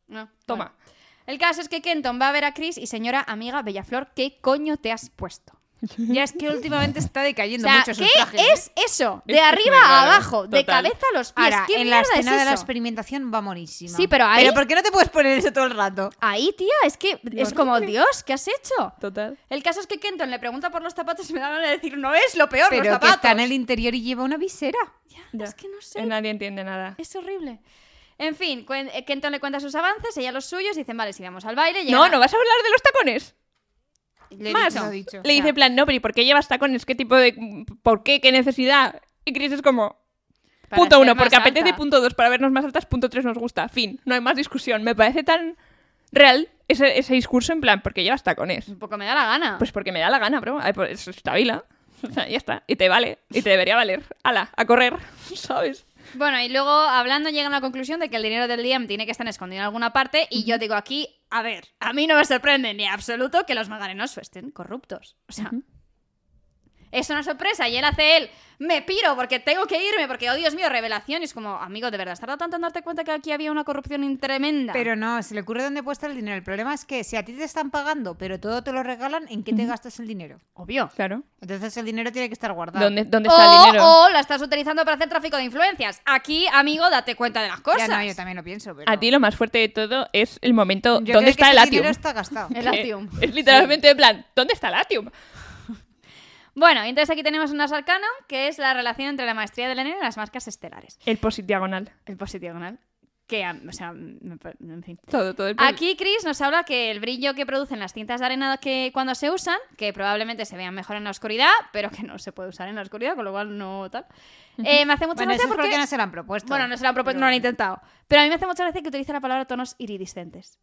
Speaker 3: No,
Speaker 1: toma.
Speaker 3: bueno. El caso es que Kenton va a ver a Chris y señora amiga Bellaflor, ¿qué coño te has puesto?
Speaker 2: Ya es que últimamente está
Speaker 3: O
Speaker 2: decayendo
Speaker 3: sea,
Speaker 2: mucho sus
Speaker 3: ¿qué
Speaker 2: trajes, ¿eh?
Speaker 3: es eso? De
Speaker 1: Esto es
Speaker 3: arriba
Speaker 1: muy
Speaker 3: a
Speaker 1: raro,
Speaker 3: abajo, de
Speaker 1: total.
Speaker 3: cabeza a los pies.
Speaker 2: Ahora,
Speaker 3: ¿Qué
Speaker 2: en la
Speaker 3: mierda es
Speaker 2: escena de la
Speaker 3: eso?
Speaker 2: experimentación va morísima.
Speaker 3: Sí, pero ahí-
Speaker 2: ¿Pero por qué no te puedes poner eso todo el rato?
Speaker 3: Ahí, tía, es que es
Speaker 1: Dios
Speaker 3: como,
Speaker 1: mío.
Speaker 3: Dios, ¿qué has hecho?
Speaker 1: Total.
Speaker 3: El caso es que Kenton le pregunta por los zapatos y me da ganas de decir, no es lo peor,
Speaker 2: Pero que
Speaker 3: los zapatos.
Speaker 2: está en el interior y lleva una visera.
Speaker 3: Ya, Es que no sé,
Speaker 1: Nadie entiende nada.
Speaker 3: es horrible. En fin, cuen- eh, Kenton le cuenta sus avances, ella los suyos, y dicen, vale, si vamos al baile.
Speaker 1: No,
Speaker 3: llegan
Speaker 1: no
Speaker 3: a-
Speaker 1: vas a hablar de los tacones.
Speaker 2: Le he
Speaker 1: Más.
Speaker 2: dicho, lo he dicho.
Speaker 1: Le dice en plan, no, pero ¿y por qué llevas tacones? ¿Qué tipo de... ¿Por qué? ¿Qué necesidad? Y Chris es como,
Speaker 3: para
Speaker 1: punto
Speaker 3: ser
Speaker 1: uno,
Speaker 3: más
Speaker 1: porque apetece,
Speaker 3: alta.
Speaker 1: punto dos, para vernos más altas, punto tres, nos gusta. Fin, no hay más discusión. Me parece tan real ese, ese discurso en plan, porque llevas tacones.
Speaker 3: Un poco me da la gana.
Speaker 1: Pues porque me da la gana, bro. Ay, pues eso está vila. O sea, ya está. Y te vale. Y te debería valer. Ala, a correr, ¿sabes?
Speaker 3: Bueno, y luego hablando llegan a la conclusión de que el dinero del Liam tiene que estar escondido en alguna parte y yo digo aquí, a ver, a mí no me sorprende ni absoluto que los magarenos estén corruptos. O sea, es una sorpresa y él hace él, me piro porque tengo que irme porque, oh Dios mío, revelación. Y es como, amigo, de verdad, has tardado tanto en darte cuenta que aquí había una corrupción in- tremenda.
Speaker 2: Pero no, se le ocurre dónde puede estar el dinero. El problema es que si a ti te están pagando, pero todo te lo regalan, ¿en qué te gastas el dinero?
Speaker 3: obvio.
Speaker 1: Claro.
Speaker 2: Entonces el dinero tiene que estar guardado.
Speaker 1: ¿Dónde, dónde está
Speaker 2: Oh,
Speaker 1: el
Speaker 3: O,
Speaker 1: dinero?
Speaker 3: o la estás utilizando para hacer tráfico de influencias. Aquí, amigo, date cuenta de las
Speaker 2: Ya
Speaker 3: cosas.
Speaker 2: no, yo también lo pienso, pero...
Speaker 1: A ti lo más fuerte de todo es el momento,
Speaker 2: Yo creo
Speaker 1: ¿dónde
Speaker 2: que
Speaker 1: está el
Speaker 2: ese
Speaker 1: atium?
Speaker 2: dinero está gastado.
Speaker 3: El
Speaker 1: Que
Speaker 3: Latium.
Speaker 1: Es literalmente en plan, ¿dónde está el atium?
Speaker 3: Bueno, y entonces aquí tenemos una arcano, que es la relación entre la maestría de Lenin y las marcas estelares.
Speaker 1: El posit diagonal.
Speaker 3: El positivo Que,
Speaker 2: ah,
Speaker 3: am- o sea, me pa- en fin.
Speaker 1: Todo, todo el
Speaker 3: Pues Aquí Chris nos habla que el brillo que producen las cintas de arena que cuando se usan, que probablemente se vean mejor en la oscuridad, pero que no se puede usar en la oscuridad, con lo cual no tal. Eh, me hace mucha
Speaker 2: Bueno, eso
Speaker 3: gracia
Speaker 2: es porque...
Speaker 3: porque...
Speaker 2: no se lo han propuesto.
Speaker 3: Bueno, no se lo han propuesto,
Speaker 2: Pero
Speaker 3: no lo han
Speaker 2: bueno.
Speaker 3: intentado. Pero a mí me hace mucha gracia que utilice la palabra tonos iridiscentes.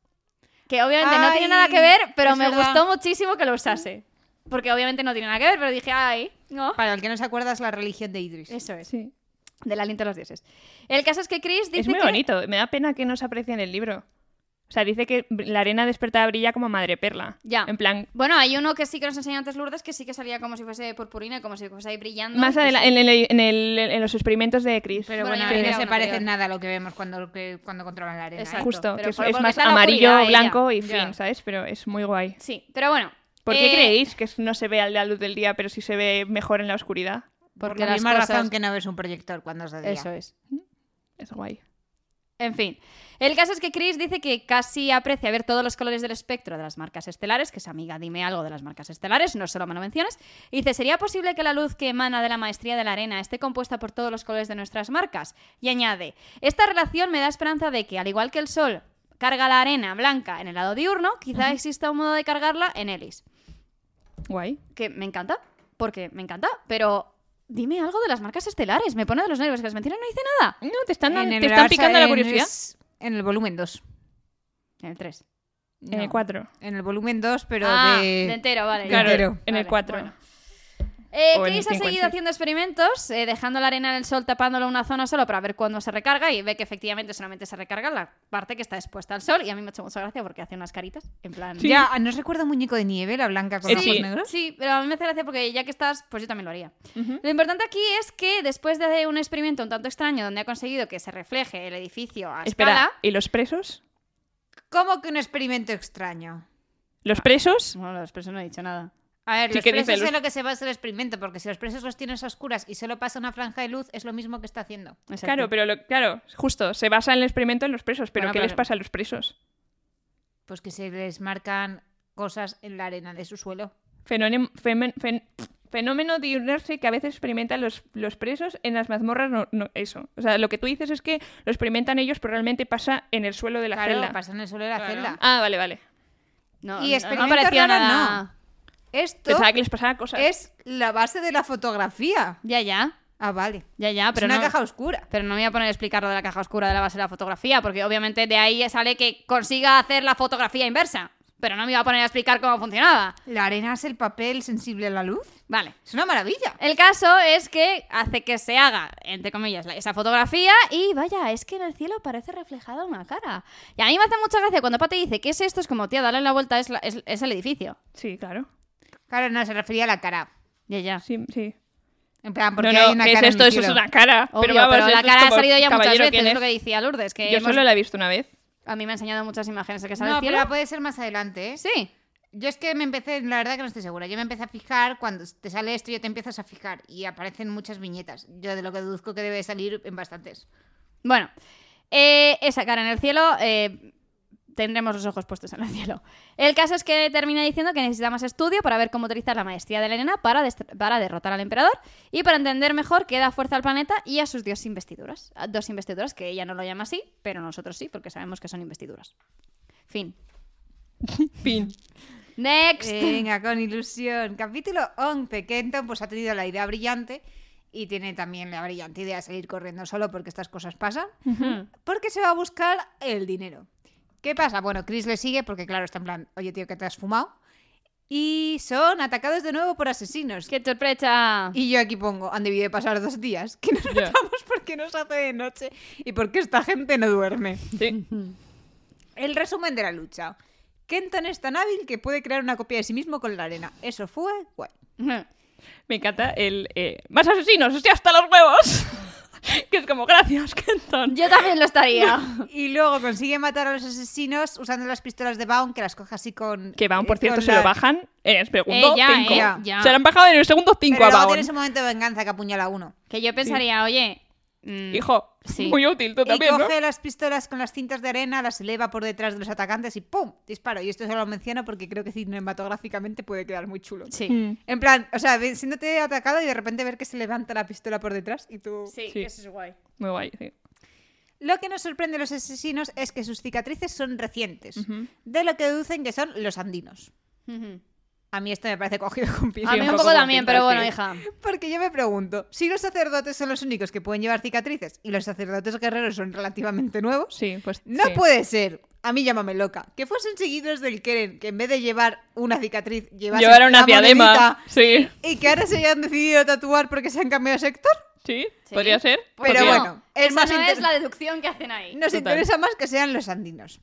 Speaker 3: Que obviamente no tiene
Speaker 2: Ay,
Speaker 3: nada que ver, pero
Speaker 2: es
Speaker 3: me
Speaker 2: verdad.
Speaker 3: gustó muchísimo que lo usase. Porque obviamente no tiene nada que ver, pero dije, ay, no.
Speaker 2: Para el que no se acuerda es la religión de Idris.
Speaker 3: Eso es,
Speaker 1: Sí.
Speaker 3: de la aliento de los dioses. El caso es que Chris dice
Speaker 1: Es muy
Speaker 3: que-
Speaker 1: bonito. Me da pena que no se aprecie en el libro. O sea, dice que la arena despertada brilla como madre perla.
Speaker 3: Ya.
Speaker 1: En plan,
Speaker 3: Bueno, hay uno que sí que nos enseñó antes Lourdes que sí que salía como si fuese purpurina, como si fuese ahí brillando.
Speaker 1: más
Speaker 3: Que
Speaker 1: adela- en, el- en el- en los experimentos de Chris.
Speaker 2: Pero
Speaker 3: Bueno,
Speaker 2: bueno,
Speaker 3: yo me
Speaker 2: no
Speaker 3: creo,
Speaker 2: se
Speaker 3: no
Speaker 2: parece
Speaker 3: creo.
Speaker 2: nada a lo que vemos cuando, que- cuando controlan la arena. ¿eh?
Speaker 3: Exacto.
Speaker 1: Justo,
Speaker 3: pero
Speaker 1: que es,
Speaker 3: por-
Speaker 1: es
Speaker 3: porque
Speaker 1: más
Speaker 3: está en la
Speaker 1: amarillo,
Speaker 3: oscuridad ella.
Speaker 1: blanco y
Speaker 2: Ya.
Speaker 1: fin, ¿sabes? Pero es muy guay.
Speaker 3: Sí, pero bueno.
Speaker 1: ¿Por qué
Speaker 3: eh,
Speaker 1: creéis que no se ve a la luz del día, pero sí se ve mejor en la oscuridad?
Speaker 2: Por
Speaker 3: Porque
Speaker 2: la
Speaker 3: las
Speaker 2: misma
Speaker 3: cosas-
Speaker 2: razón que no ves un proyector cuando es de día.
Speaker 3: Eso es.
Speaker 1: Es guay.
Speaker 3: En fin. El caso es que Chris dice que casi aprecia ver todos los colores del espectro de las marcas estelares, que es amiga, dime algo de las marcas estelares, no solo me lo menciones. Y dice, ¿sería posible que la luz que emana de la maestría de la arena esté compuesta por todos los colores de nuestras marcas? Y añade, esta relación me da esperanza de que, al igual que el sol carga la arena blanca en el lado diurno, quizá exista un modo de cargarla en Elis.
Speaker 1: Guay.
Speaker 3: que me encanta, porque me encanta, pero dime algo de las marcas estelares. Me pone de los nervios que las mencionan, no dice nada.
Speaker 1: No, te están, dan-
Speaker 2: En el
Speaker 1: te están
Speaker 2: Barça-
Speaker 1: picando la
Speaker 2: en
Speaker 1: curiosidad.
Speaker 2: es- En el volumen 2.
Speaker 3: En el 3.
Speaker 1: En el 4.
Speaker 2: En el volumen 2, pero
Speaker 3: ah,
Speaker 2: de...
Speaker 3: entero, vale.
Speaker 1: Claro,
Speaker 3: entero.
Speaker 1: en el
Speaker 3: Vale,
Speaker 1: 4.
Speaker 3: bueno. Eh,
Speaker 1: O en
Speaker 3: Chris
Speaker 1: el
Speaker 3: ha seguido
Speaker 1: 56.
Speaker 3: haciendo experimentos, eh, dejando la arena en el sol, tapándolo una zona solo para ver cuándo se recarga y ve que efectivamente solamente se recarga la parte que está expuesta al sol y a mí me ha hecho mucha gracia porque hace unas caritas, en plan...
Speaker 2: Ya, ah, ¿no os recuerda un muñeco de nieve, la blanca con
Speaker 1: Sí.
Speaker 2: ojos
Speaker 1: Eh, Sí.
Speaker 2: negros?
Speaker 3: Sí, pero a mí me hace gracia porque ya que estás, pues yo también lo haría.
Speaker 1: Ujú.
Speaker 3: Lo importante aquí es que después de un experimento un tanto extraño donde ha conseguido que se refleje el edificio a
Speaker 1: Espera,
Speaker 3: escala...
Speaker 1: ¿y los presos?
Speaker 2: ¿Cómo que un experimento extraño?
Speaker 3: Ah.
Speaker 1: ¿Los presos?
Speaker 3: Bueno, después no he dicho nada.
Speaker 2: A ver,
Speaker 1: Sí,
Speaker 2: los
Speaker 1: que dice
Speaker 2: presos
Speaker 1: luz.
Speaker 2: es lo que se basa el experimento, porque si los presos los tienes a oscuras y solo pasa una franja de luz, es lo mismo que está haciendo.
Speaker 1: Claro, pero lo- claro, justo, se basa en el experimento en los presos, pero
Speaker 3: Bueno,
Speaker 1: ¿qué
Speaker 3: pero-
Speaker 1: les pasa a los presos?
Speaker 2: Pues que se les marcan cosas en la arena de su suelo.
Speaker 1: Fenómeno, femen- fen- fenómeno diurnerse que a veces experimentan los, los presos en las mazmorras, no, no- eso. O sea, lo que tú dices es que lo experimentan ellos, pero realmente pasa en el suelo de la
Speaker 2: claro,
Speaker 1: celda.
Speaker 2: pasa en el suelo de la
Speaker 1: Claro.
Speaker 2: celda.
Speaker 1: Ah, vale, vale.
Speaker 3: No,
Speaker 2: Y
Speaker 3: no- no,
Speaker 2: experimentos
Speaker 3: parecía
Speaker 2: raros,
Speaker 3: nada.
Speaker 2: Esto
Speaker 1: Pensaba que les pasaba cosas.
Speaker 2: es la base de la fotografía.
Speaker 3: Ya, ya.
Speaker 2: Ah, vale.
Speaker 3: Ya, ya, pero
Speaker 2: es una
Speaker 3: no...
Speaker 2: caja oscura.
Speaker 3: Pero no me voy a poner a explicar lo de la caja oscura de la base de la fotografía, porque obviamente de ahí sale que consiga hacer la fotografía inversa. Pero no me iba a poner a explicar cómo funcionaba.
Speaker 2: ¿La arena es el papel sensible a la luz?
Speaker 3: Vale.
Speaker 2: Es una maravilla.
Speaker 3: El caso es que hace que se haga, entre comillas, la- esa fotografía y vaya, es que en el cielo parece reflejada una cara. Y a mí me hace mucha gracia cuando Pate dice, ¿qué es esto? Es como, tía, dale la vuelta, es, la- es- es el edificio.
Speaker 1: Sí, claro.
Speaker 2: Claro, no, se refería a la cara.
Speaker 3: Ya, ya.
Speaker 1: Sí, sí.
Speaker 2: En plan,
Speaker 1: No,
Speaker 2: porque hay
Speaker 1: no,
Speaker 2: una
Speaker 1: ¿qué es
Speaker 2: cara en
Speaker 1: esto?
Speaker 2: mi
Speaker 1: Eso es
Speaker 2: cielo.
Speaker 1: una cara.
Speaker 3: Obvio, pero,
Speaker 1: vamos,
Speaker 3: la
Speaker 1: esto es
Speaker 3: cara ha
Speaker 1: como,
Speaker 3: salido ya muchas
Speaker 1: caballero,
Speaker 3: veces,
Speaker 1: ¿quién
Speaker 3: es
Speaker 1: es?
Speaker 3: lo que decía Lourdes, que
Speaker 1: Yo
Speaker 3: hemos-
Speaker 1: solo la he visto una vez.
Speaker 3: a mí me ha enseñado muchas imágenes de que sale
Speaker 2: No,
Speaker 3: el
Speaker 2: pero
Speaker 3: cielo.
Speaker 2: la puede ser más adelante, ¿eh?
Speaker 3: Sí.
Speaker 2: Yo es que me empecé, la verdad que no estoy segura, yo me empecé a fijar, cuando te sale esto yo te empiezas a fijar y aparecen muchas viñetas. Yo de lo que deduzco que debe salir en bastantes.
Speaker 3: Bueno, eh, esa cara en el cielo eh, tendremos los ojos puestos en el cielo. El caso es que termina diciendo que necesita más estudio para ver cómo utilizar la maestría de la nena para, dest- para derrotar al emperador y para entender mejor qué da fuerza al planeta y a sus dos investiduras. A Dos investiduras que ella no lo llama así, pero nosotros sí, porque sabemos que son investiduras. Fin.
Speaker 1: Fin.
Speaker 3: Next.
Speaker 1: Eh,
Speaker 2: Venga, con ilusión. Capítulo 11. Kenton pues ha tenido la idea brillante y tiene también la brillante idea de salir corriendo solo porque estas cosas pasan. Porque se va a buscar el dinero. ¿Qué pasa? Bueno, Chris le sigue porque claro, está en plan, oye tío, que te has fumado. Y son atacados de nuevo por asesinos.
Speaker 3: ¡Qué sorpresa!
Speaker 2: Y yo aquí pongo, han debido de pasar dos días que no
Speaker 1: Ya.
Speaker 2: notamos porque nos hace de noche y porque esta gente no duerme.
Speaker 1: Sí.
Speaker 2: El resumen de la lucha. Kenton es tan hábil que puede crear una copia de sí mismo con la arena. Eso fue guay.
Speaker 1: Me encanta el... eh, ¡Más asesinos! ¡Estoy hasta los huevos! que es como, gracias, Kenton.
Speaker 3: Yo también lo estaría.
Speaker 2: Y luego consigue matar a los asesinos usando las pistolas de Baum, que las coge así con...
Speaker 1: Que Baon, por
Speaker 2: eh,
Speaker 1: cierto,
Speaker 2: con
Speaker 1: se lo
Speaker 2: la-
Speaker 1: bajan en el segundo
Speaker 3: Eh, ya,
Speaker 1: 5.
Speaker 2: eh,
Speaker 3: ya.
Speaker 1: Se lo han bajado en el segundo 5 a
Speaker 2: Pero luego
Speaker 1: Baon.
Speaker 2: tiene ese momento de venganza que apuñala a uno.
Speaker 3: Que yo pensaría, oye. mm,
Speaker 1: Hijo,
Speaker 3: Sí.
Speaker 1: muy útil tú también,
Speaker 2: y
Speaker 1: ¿no?
Speaker 2: coge las pistolas con las cintas de arena, las eleva por detrás de los atacantes y ¡pum! Disparo. Y esto se lo menciono porque creo que cinematográficamente puede quedar muy chulo.
Speaker 3: Sí.
Speaker 1: Mm.
Speaker 2: En plan, o sea, ve- siéndote atacado y de repente ver que se levanta la pistola por detrás y tú...
Speaker 1: Sí.
Speaker 3: eso es guay.
Speaker 1: Muy guay, sí.
Speaker 2: Lo que nos sorprende a los asesinos es que sus cicatrices son recientes, de lo que deducen que son los andinos. A mí esto me parece cogido con
Speaker 3: A
Speaker 2: pinzas.
Speaker 1: Sí,
Speaker 3: mí
Speaker 1: un
Speaker 3: un
Speaker 1: poco
Speaker 3: poco también,
Speaker 1: pinta,
Speaker 3: pero bueno,
Speaker 1: sí.
Speaker 3: hija.
Speaker 2: Ah, Porque yo me pregunto, si los sacerdotes son los únicos que pueden llevar cicatrices y los sacerdotes guerreros son relativamente nuevos,
Speaker 1: Sí, pues
Speaker 2: no
Speaker 1: sí.
Speaker 2: puede ser, a mí llámame loca, que fuesen seguidos del Keren, que en vez de llevar una cicatriz llevasen
Speaker 1: Llevar una
Speaker 2: la
Speaker 1: diadema.
Speaker 2: monedita,
Speaker 1: Sí,
Speaker 2: y que ahora se hayan decidido tatuar porque se han cambiado de sector.
Speaker 1: sí,
Speaker 3: Sí.
Speaker 1: podría ser.
Speaker 2: Pero
Speaker 1: podría.
Speaker 2: bueno, es
Speaker 3: esa
Speaker 2: más
Speaker 3: no
Speaker 2: inter-
Speaker 3: es la deducción que hacen ahí.
Speaker 2: Nos
Speaker 1: Total.
Speaker 2: interesa más que sean los andinos.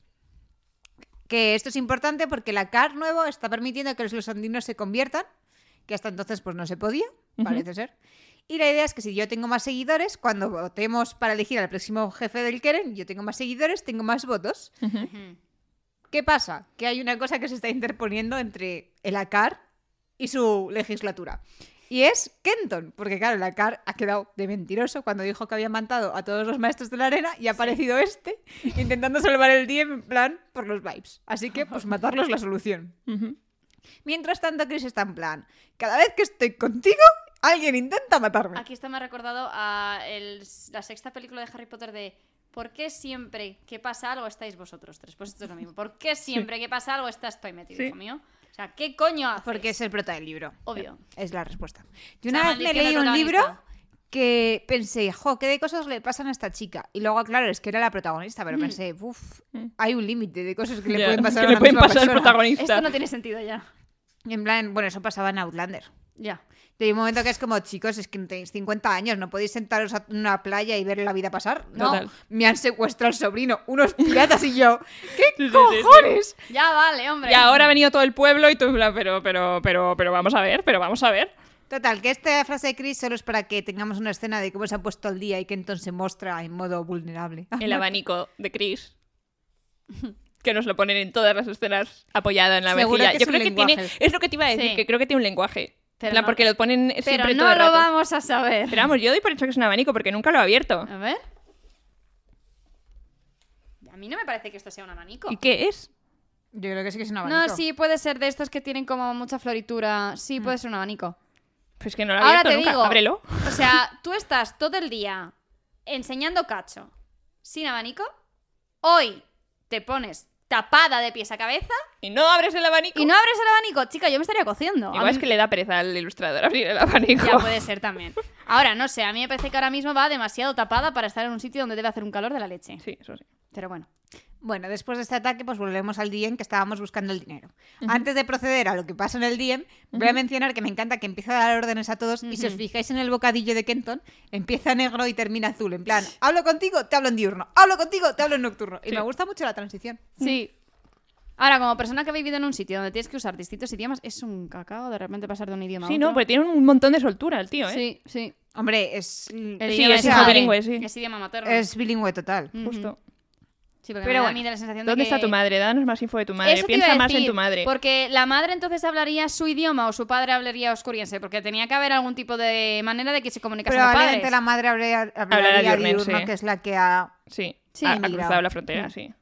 Speaker 2: Que esto es importante porque la CAR nuevo está permitiendo que los andinos se conviertan, que hasta entonces pues no se podía, parece ser. Y la idea es que si yo tengo más seguidores, cuando votemos para elegir al próximo jefe del Keren, yo tengo más seguidores, tengo más votos.
Speaker 1: Ujú.
Speaker 3: Ujú.
Speaker 2: ¿Qué pasa? Que hay una cosa que se está interponiendo entre el ACAR y su legislatura. Y es Kenton, porque claro, el ACAR ha quedado de mentiroso cuando dijo que había matado a todos los maestros de la arena y ha aparecido este intentando salvar el día en plan por los vibes. Así que pues matarlos es la solución.
Speaker 1: Ujú.
Speaker 2: Mientras tanto, Chris está en plan, cada vez que estoy contigo, alguien intenta matarme.
Speaker 3: Aquí esto me ha recordado a el- la sexta película de Harry Potter de ¿Por qué siempre que pasa algo estáis vosotros tres? Pues esto es lo mismo. ¿Por qué siempre que pasa algo estás estoy metido,
Speaker 1: Sí.
Speaker 3: hijo mío? O sea, ¿qué coño haces?
Speaker 2: Porque es el prota del libro.
Speaker 3: Obvio.
Speaker 2: Es la respuesta. Yo
Speaker 3: O
Speaker 2: una
Speaker 3: sea,
Speaker 2: vez me
Speaker 3: maldición
Speaker 2: leí
Speaker 3: al
Speaker 2: un libro
Speaker 3: protagonista.
Speaker 2: que pensé, jo, qué de cosas le pasan a esta chica. Y luego, claro, es que era la protagonista, pero pensé, uff, hay un límite de cosas que le
Speaker 1: Mm. Ya,
Speaker 2: pueden pasar
Speaker 1: que le
Speaker 2: a una
Speaker 1: pueden
Speaker 2: misma
Speaker 1: pasar al
Speaker 2: persona.
Speaker 1: protagonista.
Speaker 3: Esto no tiene sentido ya.
Speaker 2: Y en plan, bueno, eso pasaba en Outlander.
Speaker 3: Ya.
Speaker 2: Y hay un momento que es como, chicos, es que no tenéis 50 años, no podéis sentaros a una playa y ver la vida pasar. No,
Speaker 1: Total.
Speaker 2: me han secuestrado al sobrino, unos piratas y yo. ¿Qué
Speaker 1: Sí, sí, sí, sí.
Speaker 2: cojones?
Speaker 3: Ya vale, hombre.
Speaker 1: Y ahora ha venido todo el pueblo y tú, en plan, pero, pero, pero, pero vamos a ver, pero vamos a ver.
Speaker 2: Total, que esta frase de Chris solo es para que tengamos una escena de cómo se ha puesto el día y que entonces se muestra en modo vulnerable.
Speaker 1: El abanico de Chris. Que nos lo ponen en todas las escenas apoyado en la
Speaker 2: Seguro
Speaker 1: mejilla.
Speaker 2: que es
Speaker 1: Yo
Speaker 2: un
Speaker 1: creo que
Speaker 2: lenguaje.
Speaker 1: tiene. Es lo que te iba a decir,
Speaker 3: Sí.
Speaker 1: que creo que tiene un lenguaje.
Speaker 3: Pero
Speaker 1: En plan,
Speaker 3: no-
Speaker 1: porque lo ponen
Speaker 3: Pero
Speaker 1: siempre todo
Speaker 3: no
Speaker 1: el
Speaker 3: lo
Speaker 1: rato.
Speaker 3: vamos a saber.
Speaker 1: Pero vamos, yo doy por hecho que es un abanico porque nunca lo he abierto.
Speaker 3: A ver. A mí no me parece que esto sea un abanico.
Speaker 1: ¿Y qué es?
Speaker 2: Yo creo que sí que es una
Speaker 3: No, sí, puede ser de estos que tienen como mucha floritura.
Speaker 1: Mm.
Speaker 3: Sí, puede ser un abanico.
Speaker 1: Pues que no lo he
Speaker 3: Ahora
Speaker 1: abierto
Speaker 3: te
Speaker 1: nunca.
Speaker 3: digo.
Speaker 1: Ábrelo.
Speaker 3: O sea, tú estás todo el día enseñando cacho sin abanico. Hoy te pones tapada de pies a cabeza
Speaker 1: Y no abres el abanico.
Speaker 3: y no abres el abanico. Chica, yo me estaría cociendo. A
Speaker 1: Igual
Speaker 3: mí-
Speaker 1: es que le da pereza al ilustrador abrir el abanico.
Speaker 3: Ya puede ser también. Ahora, no sé, a mí me parece que ahora mismo va demasiado tapada para estar en un sitio donde debe hacer un calor de la leche.
Speaker 1: Sí, eso sí.
Speaker 3: Pero bueno.
Speaker 2: Bueno, después de este ataque, pues volvemos al día en que estábamos buscando el dinero. Antes de proceder a lo que pasa en el DM, voy a mencionar que me encanta que empieza a dar órdenes a todos y si os fijáis en el bocadillo de Kenton, empieza negro y termina azul. En plan, hablo contigo, te hablo en diurno, hablo contigo, te hablo en nocturno. Y
Speaker 1: Sí.
Speaker 2: me gusta mucho la transición.
Speaker 3: Sí. Ahora, como persona que ha vivido en un sitio donde tienes que usar distintos idiomas, es un cacao de repente pasar de un idioma a
Speaker 1: Sí,
Speaker 3: otro.
Speaker 1: no, porque tiene un montón de soltura el tío, ¿eh?
Speaker 3: Sí, sí.
Speaker 2: Hombre, es,
Speaker 3: El
Speaker 1: Sí,
Speaker 3: idioma
Speaker 1: es
Speaker 3: de
Speaker 1: hijo
Speaker 3: madre.
Speaker 1: bilingüe, sí.
Speaker 3: Es idioma materno.
Speaker 2: es bilingüe total.
Speaker 3: Ujú.
Speaker 1: Justo.
Speaker 3: Sí, porque
Speaker 2: Pero
Speaker 3: me da a
Speaker 2: bueno,
Speaker 3: mí la sensación de
Speaker 1: ¿Dónde
Speaker 3: que-
Speaker 1: está tu madre? Danos más info de tu madre.
Speaker 3: Eso te iba
Speaker 1: Piensa
Speaker 3: a
Speaker 1: más en
Speaker 3: decir,
Speaker 1: tu madre.
Speaker 3: Porque la madre entonces hablaría su idioma o su padre hablaría oscuriense, porque tenía que haber algún tipo de manera de que se comunicase los
Speaker 2: Probablemente
Speaker 3: padres.
Speaker 2: la madre habría- hablaría,
Speaker 1: Hablará diurno,
Speaker 2: diurno,
Speaker 1: sí.
Speaker 2: que es la que ha
Speaker 1: Sí,
Speaker 3: Sí, Mm.
Speaker 1: ha, ha
Speaker 2: emigrado.
Speaker 1: cruzado la frontera, sí.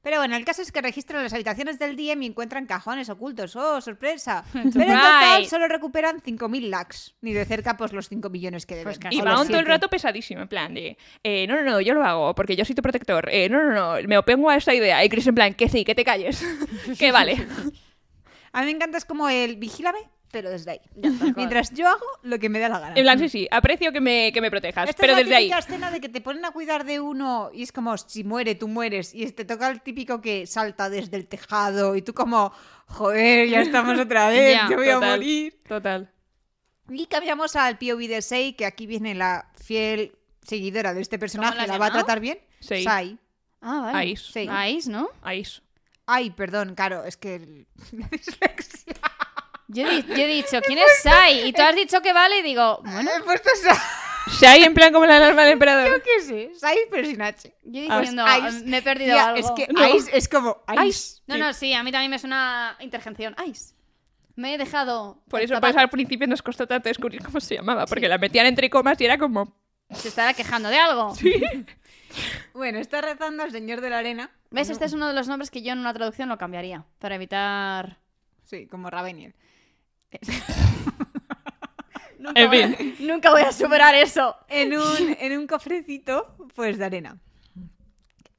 Speaker 2: Pero bueno, el caso es que registran las habitaciones del DM y encuentran cajones ocultos. ¡Oh, sorpresa! Pero en
Speaker 3: Right.
Speaker 2: total solo recuperan 5.000 lakhs. Ni de cerca, pues, los 5 millones que deben.
Speaker 3: Pues casi.
Speaker 1: Y
Speaker 2: Ah, O
Speaker 1: va
Speaker 2: los
Speaker 1: un todo el
Speaker 2: siete.
Speaker 1: rato pesadísimo, en plan de, eh, no, no, no, yo lo hago, porque yo soy tu protector, eh, no, no, no, me opongo a esta idea. Y Chris en plan, que sí, que te calles, que vale.
Speaker 2: A mí me encanta, es como el vigílame, pero desde ahí.
Speaker 3: tal cual.
Speaker 2: Mientras yo hago lo que me da la gana.
Speaker 1: En plan, sí, sí, aprecio que me, que me protejas,
Speaker 2: Esta
Speaker 1: pero
Speaker 2: es la
Speaker 1: desde ahí.
Speaker 2: típica escena de que te ponen a cuidar de uno y es como si muere, tú mueres. Y te toca el típico que salta desde el tejado y tú como, joder, ya estamos otra vez,
Speaker 3: Ya,
Speaker 2: yo voy a morir.
Speaker 1: Total.
Speaker 2: Y cambiamos al POV de Sei, que aquí viene la fiel seguidora de este personaje.
Speaker 3: la has
Speaker 2: ¿La va a
Speaker 3: llamado?
Speaker 2: tratar bien?
Speaker 1: Sei.
Speaker 2: Sai.
Speaker 3: Ah, vale.
Speaker 1: Ais.
Speaker 2: Sí.
Speaker 3: Ais, ¿no?
Speaker 1: Ais.
Speaker 2: Ay, perdón, claro, es que... el- la dislexia.
Speaker 3: Yo he, di- yo he dicho, ¿quién es Sai? Y tú has dicho que vale y digo, bueno,
Speaker 2: He puesto Sai,
Speaker 1: Sai en plan como la alarma del emperador.
Speaker 2: Pues, ¿qué sé? Sai, pero sin H.
Speaker 3: yo
Speaker 1: Ah,
Speaker 3: diciendo,
Speaker 2: Ais.
Speaker 3: me he perdido
Speaker 2: Tía,
Speaker 3: algo.
Speaker 2: Es que
Speaker 1: No.
Speaker 2: Ice es como Ice.
Speaker 3: No, no, sí, a mí también me suena interjunción. Ais. Me he dejado...
Speaker 1: Por eso
Speaker 3: los
Speaker 1: pues, al
Speaker 3: zapatos.
Speaker 1: principio nos costó tanto descubrir cómo se llamaba, porque la metían entre comas y era como...
Speaker 3: Se estará quejando de algo.
Speaker 2: Bueno, está rezando al señor de la arena.
Speaker 3: ¿Ves? Este es uno de los nombres que yo en una traducción lo cambiaría para evitar...
Speaker 2: Sí, como Raveniel.
Speaker 3: Nunca
Speaker 1: En
Speaker 3: voy a-
Speaker 1: fin.
Speaker 3: Nunca voy a superar eso.
Speaker 2: en un, en un cofrecito, pues de arena.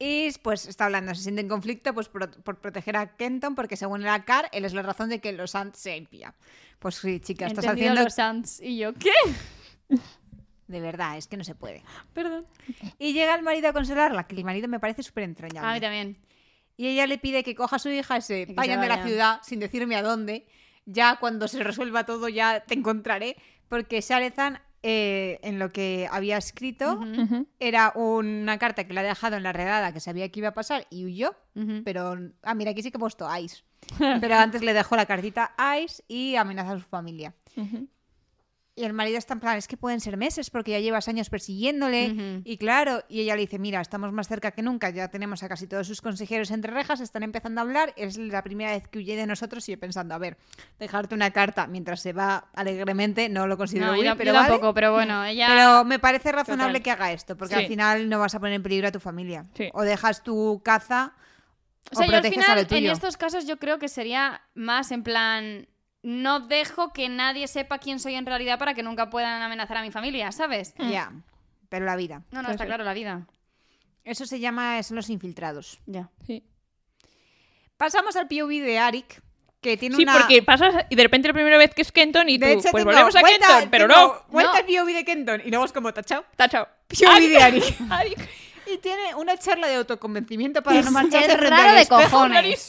Speaker 2: Y pues está hablando, se siente en conflicto pues, por, por proteger a Kenton, porque según la CAR, él es la razón de que los Ants se impía. Pues sí, chica,
Speaker 3: He
Speaker 2: estás
Speaker 3: entendido
Speaker 2: haciendo.
Speaker 3: los ants y yo, ¿qué?
Speaker 2: De verdad, es que no se puede.
Speaker 3: Perdón.
Speaker 2: Y llega el marido a consolarla, que el marido me parece súper
Speaker 3: A mí
Speaker 2: entrañable.
Speaker 3: también.
Speaker 2: y ella le pide que coja a su hija y se
Speaker 3: Ah, que se
Speaker 2: vayan de la
Speaker 3: vayan.
Speaker 2: ciudad sin decirme a dónde. Ya cuando se resuelva todo, ya te encontraré. Porque Sharezan, eh, en lo que había escrito,
Speaker 3: Ujú,
Speaker 2: Era una carta que la ha dejado en la redada que sabía que iba a pasar y huyó.
Speaker 3: ujú.
Speaker 2: Pero, ah, mira, aquí sí que he puesto Ice. Pero antes le dejó la cartita a Ice y amenaza a su familia. Y el marido está en plan, es que pueden ser meses porque ya llevas años persiguiéndole.
Speaker 3: Ujú.
Speaker 2: Y claro, y ella le dice, mira, estamos más cerca que nunca, ya tenemos a casi todos sus consejeros entre rejas, están empezando a hablar, es la primera vez que huye de nosotros y yo pensando, a ver, dejarte una carta mientras se va alegremente, no lo considero
Speaker 3: No, yo,
Speaker 2: huir,
Speaker 3: yo
Speaker 2: pero vale.
Speaker 3: tampoco, pero bueno, ella...
Speaker 2: Pero me parece razonable
Speaker 3: Total.
Speaker 2: que haga esto, porque
Speaker 1: Sí.
Speaker 2: al final no vas a poner en peligro a tu familia.
Speaker 1: Sí.
Speaker 2: O dejas tu caza
Speaker 3: O sea,
Speaker 2: o
Speaker 3: yo al
Speaker 2: proteges a
Speaker 3: final,
Speaker 2: lo tuyo.
Speaker 3: en estos casos, yo creo que sería más en plan. No dejo que nadie sepa quién soy en realidad para que nunca puedan amenazar a mi familia, ¿sabes?
Speaker 2: Ya. Pero la vida.
Speaker 3: No, no,
Speaker 1: Pues
Speaker 3: está
Speaker 1: sí.
Speaker 3: claro la vida.
Speaker 2: Eso se llama son los infiltrados.
Speaker 3: Ya.
Speaker 1: Sí,
Speaker 2: Pasamos al POV de Arik, que tiene
Speaker 1: Sí,
Speaker 2: una.
Speaker 1: porque pasas y de repente la primera vez que es Kenton y tú,
Speaker 2: De hecho,
Speaker 1: pues
Speaker 2: tengo
Speaker 1: volvemos a
Speaker 2: vuelta-
Speaker 1: Kenton, pero
Speaker 2: tengo
Speaker 1: no.
Speaker 2: Vuelta
Speaker 3: No.
Speaker 2: al POV de Kenton y luego es como tachao.
Speaker 1: Tachao.
Speaker 2: POV de Arik.
Speaker 1: Arik.
Speaker 2: Y tiene una charla de autoconvencimiento para no
Speaker 3: Es-
Speaker 2: marcharse
Speaker 3: es
Speaker 2: frente
Speaker 3: raro
Speaker 2: al
Speaker 3: de
Speaker 2: espejo.
Speaker 3: cojones.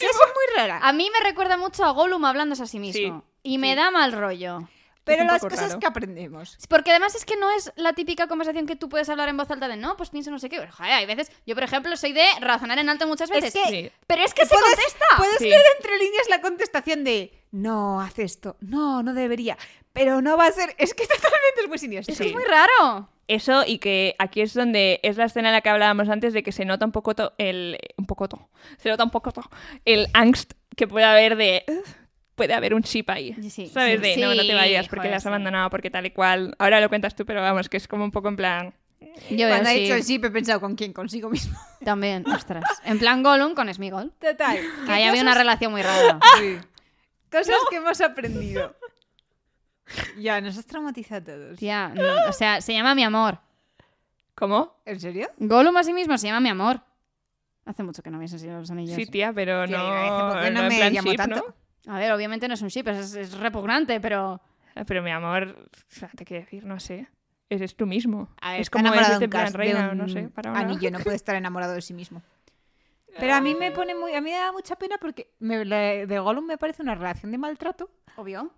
Speaker 2: Es muy rara.
Speaker 3: A mí me recuerda mucho a Gollum hablándose a sí mismo. y me da mal rollo.
Speaker 2: Pero
Speaker 1: un
Speaker 2: las
Speaker 1: poco
Speaker 2: cosas
Speaker 1: raro.
Speaker 2: que aprendemos.
Speaker 3: Porque además es que no es la típica conversación que tú puedes hablar en voz alta de no, pues pienso no sé qué. Joder, hay veces. Yo, por ejemplo, soy de razonar en alto muchas veces.
Speaker 2: que-
Speaker 1: Sí.
Speaker 3: Pero es que se
Speaker 2: puedes-
Speaker 3: contesta.
Speaker 2: Puedes
Speaker 1: Sí.
Speaker 2: leer entre líneas la contestación de no, haz esto, no, no debería, pero no va a ser. Es que totalmente es muy siniestro.
Speaker 3: Es que es
Speaker 1: Sí.
Speaker 3: muy raro.
Speaker 1: Eso y que aquí es donde es la escena en la que hablábamos antes de que se nota un poco to- el un poco to- se nota un poco to- el angst que puede haber de "Ugh, puede haber un chip ahí.
Speaker 3: Sí,
Speaker 1: ¿Sabes?
Speaker 3: sí.
Speaker 1: de no, no
Speaker 3: Sí,
Speaker 1: te vayas porque
Speaker 3: joder,
Speaker 1: la has
Speaker 3: sí.
Speaker 1: abandonado porque tal y cual. Ahora lo cuentas tú, pero vamos, que es como un poco en plan
Speaker 3: Yo
Speaker 2: Cuando he hecho el zip he pensado con quién, consigo mismo.
Speaker 3: También, ostras. En plan Gollum con Smigol.
Speaker 2: Total. que
Speaker 3: Ahí había una
Speaker 2: cosas-
Speaker 3: relación muy rara.
Speaker 2: Sí. Cosas que hemos aprendido. ya, nos has traumatizado a todos.
Speaker 3: Tía, no, o sea, se llama mi amor.
Speaker 1: ¿Cómo?
Speaker 2: ¿En serio?
Speaker 3: Gollum a sí mismo se llama mi amor. Hace mucho que no habéis enseñado los anillos.
Speaker 1: Sí, tía, pero
Speaker 2: Tía,
Speaker 1: no,
Speaker 2: yo hace poco no
Speaker 1: en
Speaker 2: me
Speaker 1: plan
Speaker 2: llamo
Speaker 1: chip,
Speaker 2: tanto.
Speaker 1: ¿no?
Speaker 3: A ver, obviamente no es un ship, es, es repugnante, pero.
Speaker 1: Ah, Pero mi amor, o sea, te quiero decir, no sé. Eres tú mismo.
Speaker 2: A ver,
Speaker 1: es
Speaker 2: está
Speaker 1: como
Speaker 2: enamorado
Speaker 1: eres
Speaker 2: de
Speaker 1: de
Speaker 2: un
Speaker 1: plan
Speaker 2: cas- de
Speaker 1: reina,
Speaker 2: un
Speaker 1: no sé. Para ahora.
Speaker 2: anillo, no puede estar enamorado de sí mismo. Pero a mí me pone muy, a mí me da mucha pena porque me- la de Gollum me parece una relación de maltrato
Speaker 3: Obvio.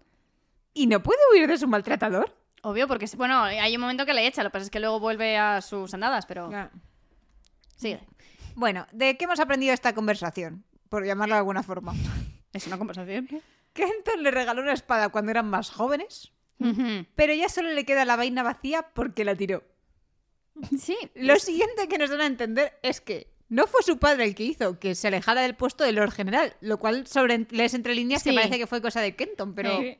Speaker 2: y no puede huir de su maltratador.
Speaker 3: Obvio, porque. se- Bueno, hay un momento que le echa, lo que pasa es que luego vuelve a sus andadas, pero. Sí,
Speaker 2: Bueno, ¿de qué hemos aprendido esta conversación? Por llamarla de alguna forma.
Speaker 3: es una conversación.
Speaker 2: Kenton le regaló una espada cuando eran más jóvenes,
Speaker 3: Ujú.
Speaker 2: pero ya solo le queda la vaina vacía porque la tiró.
Speaker 3: Sí.
Speaker 2: Lo siguiente que nos dan a entender es que no fue su padre el que hizo que se alejara del puesto del Lord General, lo cual sobre, lees entre líneas que
Speaker 3: Sí.
Speaker 2: parece que fue cosa de Kenton, pero...
Speaker 1: Sí.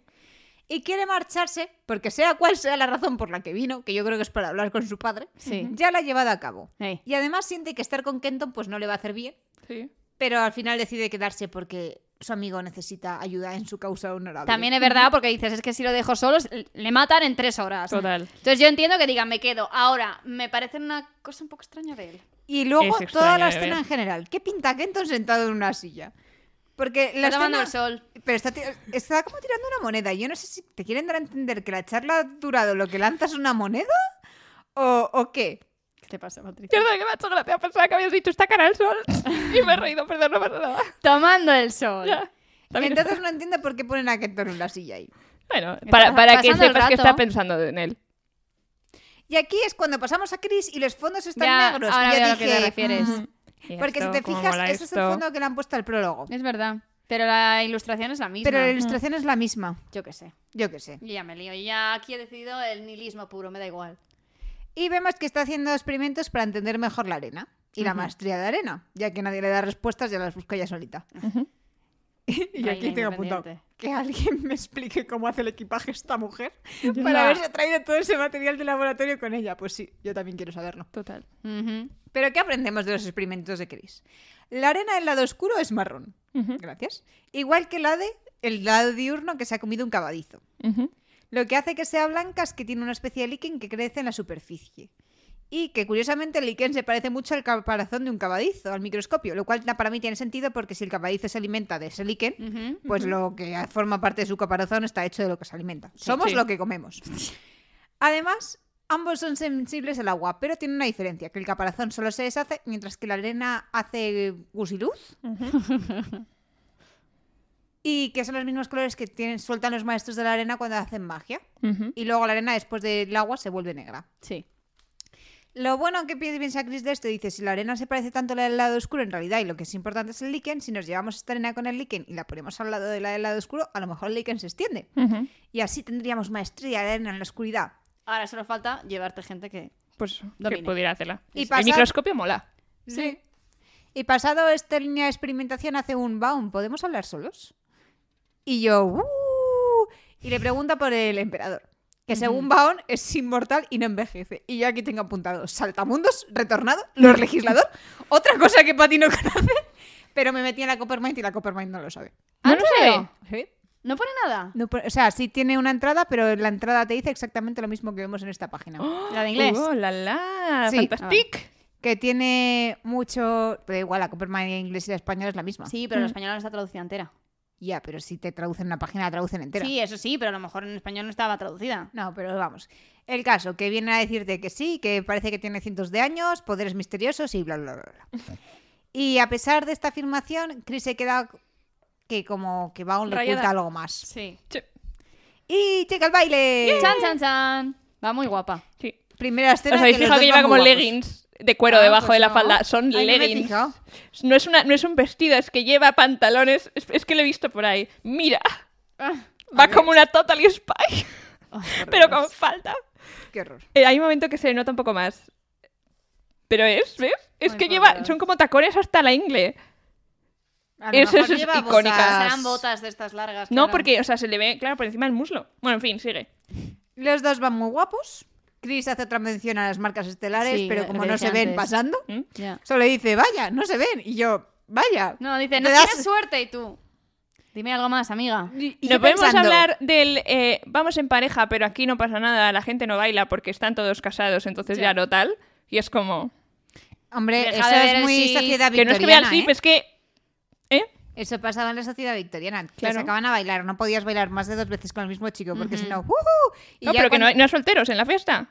Speaker 2: Y quiere marcharse, porque sea cual sea la razón por la que vino, que yo creo que es para hablar con su padre,
Speaker 3: Sí.
Speaker 2: ya la ha llevado a cabo.
Speaker 3: Ey.
Speaker 2: Y además siente que estar con Kenton pues no le va a hacer bien,
Speaker 1: Sí.
Speaker 2: Pero al final decide quedarse porque su amigo necesita ayuda en su causa honorable.
Speaker 3: También es verdad, porque dices, es que si lo dejo solo, s- le matan en tres horas.
Speaker 1: Total.
Speaker 3: Entonces yo entiendo que digan, me quedo. Ahora, me parece una cosa un poco extraña de él.
Speaker 2: Y luego
Speaker 1: Es
Speaker 2: toda la
Speaker 3: ¿eh?
Speaker 1: extraño de
Speaker 2: escena
Speaker 1: ver.
Speaker 2: en general. ¿Qué pinta Kenton sentado en una silla? Porque la
Speaker 3: Está tomando
Speaker 2: escena...
Speaker 3: el sol.
Speaker 2: Pero está, ti- está como tirando una moneda. Yo no sé si te quieren dar a entender que la charla ha durado lo que lanzas una moneda o, o qué.
Speaker 3: ¿Qué te pasa, Patricia?
Speaker 1: Perdón, que me ha hecho gracia. Pensaba que habías dicho está cara al sol. Y me he reído, perdón, no pasa nada.
Speaker 3: Tomando el sol.
Speaker 1: Ya. También
Speaker 2: Entonces no entiendo por qué ponen a Kenton en la silla ahí.
Speaker 1: Bueno,
Speaker 3: Está
Speaker 1: para,
Speaker 3: pas-
Speaker 1: para que
Speaker 3: pasando el
Speaker 1: sepas que
Speaker 3: rato.
Speaker 1: está pensando en él.
Speaker 2: Y aquí es cuando pasamos a Chris y los fondos están
Speaker 3: Ya,
Speaker 2: negros.
Speaker 3: ahora
Speaker 2: y yo
Speaker 3: veo a lo
Speaker 2: dije,
Speaker 3: que te refieres.
Speaker 2: "Mm". porque si te fijas, ese es el fondo que le han puesto al prólogo.
Speaker 3: Es verdad. Pero la ilustración es la misma.
Speaker 2: Pero la ilustración es la misma.
Speaker 3: Yo qué sé.
Speaker 2: Yo qué sé.
Speaker 3: Yo ya me lío. Yo Ya aquí he decidido el nihilismo puro, me da igual.
Speaker 2: Y vemos que está haciendo experimentos para entender mejor la arena y la
Speaker 3: Ujú.
Speaker 2: maestría de arena, ya que nadie le da respuestas, ya las busca ella solita. Y yo
Speaker 3: Reina
Speaker 2: aquí tengo apuntado
Speaker 3: independiente.
Speaker 2: que alguien me explique cómo hace el equipaje esta mujer
Speaker 3: Ya.
Speaker 2: para haberse traído todo ese material de laboratorio con ella. Pues sí, yo también quiero saberlo.
Speaker 1: Total.
Speaker 3: Ujú.
Speaker 2: Pero ¿qué aprendemos de los experimentos de Chris? La arena del lado oscuro es marrón. Gracias. Igual que la de el lado diurno que se ha comido un cabadizo. Lo que hace que sea blanca es que tiene una especie de líquen que crece en la superficie. Y que curiosamente el líquen se parece mucho al caparazón de un cabadizo, al microscopio, lo cual na- para mí tiene sentido porque si el cabadizo se alimenta de ese líquen,
Speaker 3: Ujú.
Speaker 2: pues lo que a- forma parte de su caparazón está hecho de lo que se alimenta. Somos
Speaker 1: Sí.
Speaker 2: lo que comemos. Además, ambos son sensibles al agua, pero tienen una diferencia, que el caparazón solo se deshace mientras que la arena hace gusiluz. Y que son los mismos colores que tienen, sueltan los maestros de la arena cuando hacen magia y luego la arena después del agua se vuelve negra.
Speaker 1: Sí.
Speaker 2: Lo bueno que pi- piensa Chris de esto dice, si la arena se parece tanto a la del lado oscuro en realidad y lo que es importante es el líquen, si nos llevamos esta arena con el líquen y la ponemos al lado de la del lado oscuro, a lo mejor el líquen se extiende. Y así tendríamos maestría de arena en la oscuridad.
Speaker 3: Ahora solo falta llevarte gente que.
Speaker 1: Pues que
Speaker 3: Domine.
Speaker 1: pudiera hacerla.
Speaker 2: Y
Speaker 1: El
Speaker 2: pasar-
Speaker 1: microscopio mola.
Speaker 2: Sí. Y pasado esta línea de experimentación hace un baum, ¿podemos hablar solos? Y yo, "Uh". y le pregunta por el emperador, que según Baum es inmortal y no envejece. Y yo aquí tengo apuntado, saltamundos, retornado, los legislador, otra cosa que Patty no conoce, pero me metí en la Coppermine y la Coppermine no lo sabe.
Speaker 3: ¿Ah,
Speaker 1: No
Speaker 3: en
Speaker 1: lo
Speaker 3: serio?
Speaker 1: sé.
Speaker 3: No pone nada.
Speaker 2: No, pero- o sea, sí tiene una entrada, pero la entrada te dice exactamente lo mismo que vemos en esta página.
Speaker 3: La de inglés.
Speaker 1: Oh, la la.
Speaker 2: Sí. Ah,
Speaker 1: Fantastic.
Speaker 2: Que tiene mucho... Pero igual, la Coppermine en inglés y la española es la misma.
Speaker 3: Sí, pero en español no está traducida entera.
Speaker 2: Ya, pero si te traducen una página, la traducen entera.
Speaker 3: Sí, eso sí, pero a lo mejor en español no estaba traducida.
Speaker 2: No, pero vamos. El caso, que viene a decirte que sí, que parece que tiene cientos de años, poderes misteriosos y bla, bla, bla. bla. Y a pesar de esta afirmación, Chris se queda que como que va a un le
Speaker 1: Rayada.
Speaker 2: oculta algo más.
Speaker 3: Sí.
Speaker 1: Sí.
Speaker 2: Y checa el baile.
Speaker 3: Chan, chan, chan. Va muy guapa.
Speaker 1: Sí.
Speaker 2: Primera escena.
Speaker 1: ¿Os habéis
Speaker 2: los
Speaker 1: fijado
Speaker 2: dos
Speaker 1: que
Speaker 2: van
Speaker 1: lleva como
Speaker 2: muy guapos.
Speaker 1: leggings de cuero
Speaker 3: Ah,
Speaker 1: debajo
Speaker 3: pues
Speaker 1: de la
Speaker 3: no.
Speaker 1: falda? Son
Speaker 2: Ay, no me he
Speaker 1: leggings.
Speaker 2: fijado.
Speaker 1: No es, una, no es un vestido, es que lleva pantalones. Es, es que lo he visto por ahí. Mira,
Speaker 3: Ah,
Speaker 1: va como una Total Spy, pero con falda.
Speaker 2: Qué horror.
Speaker 1: Eh, hay un momento que se le nota un poco más. Pero es, ¿ves? Es
Speaker 3: Ay,
Speaker 1: que
Speaker 3: por
Speaker 1: lleva,
Speaker 3: Dios.
Speaker 1: son como tacones hasta la ingle.
Speaker 2: A lo
Speaker 1: Eso-
Speaker 2: mejor
Speaker 1: eso es
Speaker 2: lleva
Speaker 1: icónica.
Speaker 2: bozas.
Speaker 3: Serán botas de estas largas.
Speaker 1: No,
Speaker 3: claro.
Speaker 1: porque, o sea, se le ve, claro, por encima del muslo. Bueno, en fin, sigue.
Speaker 2: Los dos van muy guapos. Chris hace otra mención a las marcas estelares,
Speaker 3: Sí,
Speaker 2: pero
Speaker 3: lo
Speaker 2: como
Speaker 3: que
Speaker 2: no
Speaker 3: dije
Speaker 2: se ven
Speaker 3: antes.
Speaker 2: pasando,
Speaker 3: Ya.
Speaker 2: solo dice, vaya, no se ven. Y yo, vaya.
Speaker 3: No, dice,
Speaker 2: Te
Speaker 3: no
Speaker 2: das-
Speaker 3: tienes suerte y tú. Dime algo más, amiga.
Speaker 2: Y- y
Speaker 1: No
Speaker 2: yo
Speaker 1: podemos
Speaker 2: pensando,
Speaker 1: hablar del eh, vamos en pareja, pero aquí no pasa nada, la gente no baila porque están todos casados, entonces
Speaker 3: Ya.
Speaker 1: ya no tal. Y es como.
Speaker 2: Hombre,
Speaker 3: Deja
Speaker 2: eso
Speaker 3: de ver
Speaker 2: es
Speaker 3: el
Speaker 2: muy
Speaker 3: sí,
Speaker 2: sociedad
Speaker 1: Que no es
Speaker 2: victoriana.
Speaker 1: que vea el zip,
Speaker 2: ¿eh?
Speaker 1: es que. ¿Eh?
Speaker 2: Eso pasaba en la sociedad victoriana. Te
Speaker 1: Claro.
Speaker 2: sacaban a bailar. No podías bailar más de dos veces con el mismo chico porque si no. uh, ¡ujú! Y
Speaker 1: No,
Speaker 2: ya
Speaker 1: pero que no
Speaker 2: cuando-
Speaker 1: hay, no hay solteros en la fiesta.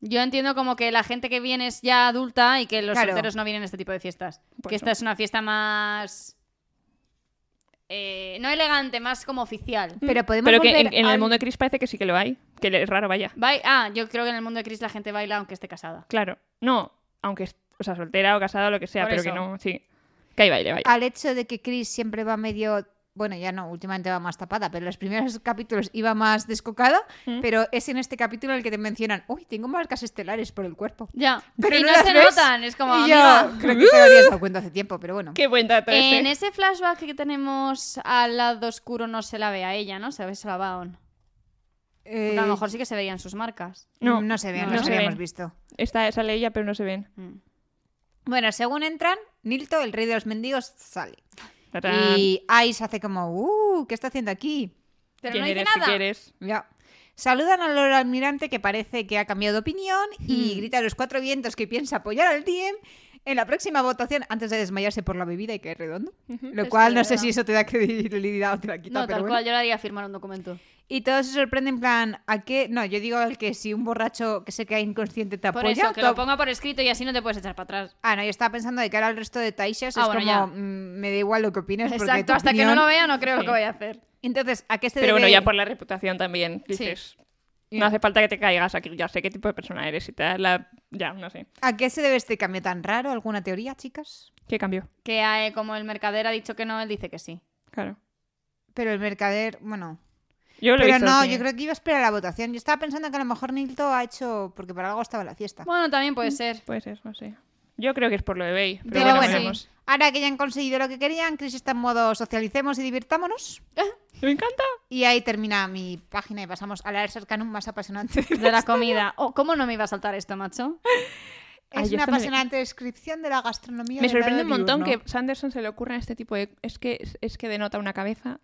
Speaker 3: Yo entiendo como que la gente que viene es ya adulta y que los
Speaker 2: Claro.
Speaker 3: solteros no vienen a este tipo de fiestas.
Speaker 1: Pues
Speaker 3: que
Speaker 1: no.
Speaker 3: esta es una fiesta más... eh, no elegante, más como oficial.
Speaker 2: Pero podemos
Speaker 1: Pero que en,
Speaker 2: volver
Speaker 1: en el
Speaker 2: al-
Speaker 1: mundo de Chris parece que sí que lo hay. Que es raro, vaya.
Speaker 3: Vai- Ah, yo creo que en el mundo de Chris la gente baila aunque esté casada.
Speaker 1: Claro. No, aunque. es- O sea, soltera o casada o lo que sea,
Speaker 3: Por
Speaker 1: pero
Speaker 3: eso.
Speaker 1: que no, sí. Que hay baile, vaya.
Speaker 2: al hecho de que Chris siempre va medio. Bueno, ya no, últimamente va más tapada, pero en los primeros capítulos iba más descocada.
Speaker 1: Mm.
Speaker 2: Pero es en este capítulo en el que te mencionan: Uy, tengo marcas estelares por el cuerpo.
Speaker 3: Ya.
Speaker 2: Pero
Speaker 3: y
Speaker 2: no
Speaker 3: no,
Speaker 2: las
Speaker 3: se
Speaker 2: ves.
Speaker 3: notan, es como...
Speaker 2: y yo
Speaker 3: "Amiga".
Speaker 2: creo que te lo habías dado cuenta hace tiempo, pero bueno.
Speaker 1: Qué buen dato ese.
Speaker 3: En ese flashback que tenemos al lado oscuro no se la ve a ella, ¿no? Se ve solo a Baon.
Speaker 2: Eh,
Speaker 3: Pero A lo mejor sí que se veían sus marcas.
Speaker 2: no,
Speaker 1: No,
Speaker 2: no se ve,
Speaker 3: no
Speaker 2: no,
Speaker 3: se
Speaker 2: habíamos
Speaker 1: ven.
Speaker 2: visto.
Speaker 1: Está, sale ella, pero no se ven.
Speaker 3: Mm.
Speaker 2: Bueno, según entran, Nilto, el rey de los mendigos, sale.
Speaker 1: Tarán.
Speaker 2: Y Ice hace como, uh, ¿qué está haciendo aquí?
Speaker 3: Pero
Speaker 1: ¿Quién
Speaker 3: no dice
Speaker 1: eres,
Speaker 3: nada.
Speaker 1: Si quieres?
Speaker 2: Ya. Saludan al Lord Almirante que parece que ha cambiado de opinión
Speaker 3: Hmm.
Speaker 2: y grita a los cuatro vientos que piensa apoyar al DM en la próxima votación antes de desmayarse por la bebida y caer redondo. Lo
Speaker 3: Es
Speaker 2: cual
Speaker 3: que
Speaker 2: no
Speaker 3: es
Speaker 2: sé
Speaker 3: verdad.
Speaker 2: si eso te da credibilidad o te la quita.
Speaker 3: no,
Speaker 2: pero
Speaker 3: tal
Speaker 2: bueno.
Speaker 3: cual, yo le haría firmar un documento.
Speaker 2: Y todos se sorprenden en plan, ¿a qué? No, yo digo al que si un borracho que se cae inconsciente te
Speaker 3: Por
Speaker 2: apoya.
Speaker 3: eso, que
Speaker 2: tú
Speaker 3: lo
Speaker 2: ap-
Speaker 3: ponga por escrito y así no te puedes echar para atrás.
Speaker 2: Ah, no, yo estaba pensando de cara al resto de Taishas,
Speaker 3: Ah,
Speaker 2: es
Speaker 3: bueno,
Speaker 2: como,
Speaker 3: ya.
Speaker 2: mm, me da igual lo que opinas. porque
Speaker 3: Exacto,
Speaker 2: tu
Speaker 3: hasta que no
Speaker 2: opinión-
Speaker 3: lo vea no creo
Speaker 1: Sí.
Speaker 3: lo que voy a hacer.
Speaker 2: Entonces, ¿a qué se
Speaker 1: Pero
Speaker 2: debe?
Speaker 1: bueno, ya por la reputación también.
Speaker 3: Sí.
Speaker 1: Dices, no hace falta que te caigas aquí. Ya sé qué tipo de persona eres y te das la... Ya, no sé.
Speaker 2: ¿A qué se debe este cambio tan raro? ¿Alguna teoría, chicas?
Speaker 1: ¿Qué cambió?
Speaker 3: Que eh, como el mercader ha dicho que no, él dice que sí.
Speaker 1: Claro.
Speaker 2: Pero el mercader, bueno...
Speaker 1: Yo lo he
Speaker 2: Pero
Speaker 1: visto,
Speaker 2: no,
Speaker 1: sí.
Speaker 2: yo creo que iba a esperar la votación. Yo estaba pensando que a lo mejor Nilto ha hecho... Porque para algo estaba en la fiesta.
Speaker 3: Bueno, también puede ser.
Speaker 1: Puede ser, no sé. Yo creo que es por lo de Bey. Pero,
Speaker 2: Pero
Speaker 1: bueno,
Speaker 2: bueno.
Speaker 1: veremos.
Speaker 2: Ahora que ya han conseguido lo que querían, Chris está en modo socialicemos y divirtámonos.
Speaker 1: Me encanta.
Speaker 2: Y ahí termina mi página y pasamos a la Arcanum más apasionante. de
Speaker 3: De la comida. Oh, ¿cómo no me iba a saltar esto, macho?
Speaker 1: Ay,
Speaker 2: Es
Speaker 1: yo
Speaker 2: una
Speaker 1: esto me-
Speaker 2: apasionante descripción de la gastronomía.
Speaker 1: Me
Speaker 2: del
Speaker 1: sorprende un
Speaker 2: lado
Speaker 1: montón que
Speaker 2: diurno.
Speaker 1: Sanderson se le ocurra este tipo de... Es que, es que denota una cabeza.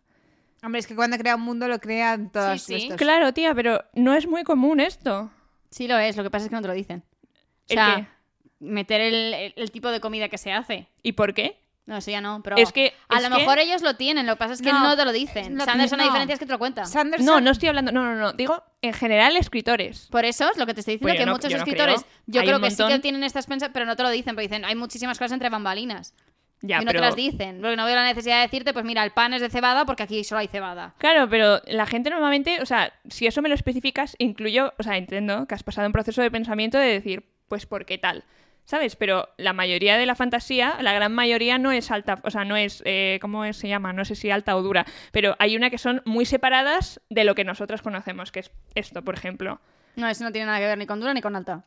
Speaker 2: Hombre, es que cuando crea un mundo lo crean todas
Speaker 3: Sí, sí.
Speaker 2: estos.
Speaker 1: Claro, tía, pero no es muy común esto.
Speaker 3: Sí lo es, lo que pasa es que no te lo dicen. O
Speaker 1: ¿El
Speaker 3: sea, meter el, el- el tipo de comida que se hace.
Speaker 1: ¿Y por qué?
Speaker 3: No, eso ya no, pero...
Speaker 1: Es que-
Speaker 3: A
Speaker 1: es
Speaker 3: lo
Speaker 1: que-
Speaker 3: mejor ellos lo tienen, lo que pasa es que
Speaker 2: No,
Speaker 3: no, te lo dicen.
Speaker 2: no,
Speaker 3: Sanderson,
Speaker 2: no.
Speaker 3: la diferencia es que te lo cuenta.
Speaker 2: Sanderson,
Speaker 1: No, no estoy hablando... No, no, no. Digo, en general, escritores.
Speaker 3: Por eso es lo que te estoy diciendo,
Speaker 1: Pues yo
Speaker 3: que
Speaker 1: no-
Speaker 3: muchos
Speaker 1: yo no
Speaker 3: escritores,
Speaker 1: creo.
Speaker 3: yo
Speaker 1: Hay
Speaker 3: creo
Speaker 1: un
Speaker 3: que sí que
Speaker 1: montón.
Speaker 3: tienen estas pensas, pero no te lo dicen, pero dicen, hay muchísimas cosas entre bambalinas.
Speaker 1: Ya,
Speaker 3: y no
Speaker 1: pero...
Speaker 3: te las dicen, porque no veo la necesidad de decirte, pues mira, el pan es de cebada porque aquí solo hay cebada.
Speaker 1: Claro, pero la gente normalmente, o sea, si eso me lo especificas, incluyo, o sea, entiendo que has pasado un proceso de pensamiento de decir, pues ¿por qué tal? ¿Sabes? Pero la mayoría de la fantasía, la gran mayoría no es alta, o sea, no es, eh, ¿cómo es- se llama? No sé si alta o dura, pero hay una que son muy separadas de lo que nosotros conocemos, que es esto, por ejemplo.
Speaker 3: No, eso no tiene nada que ver ni con dura ni con alta.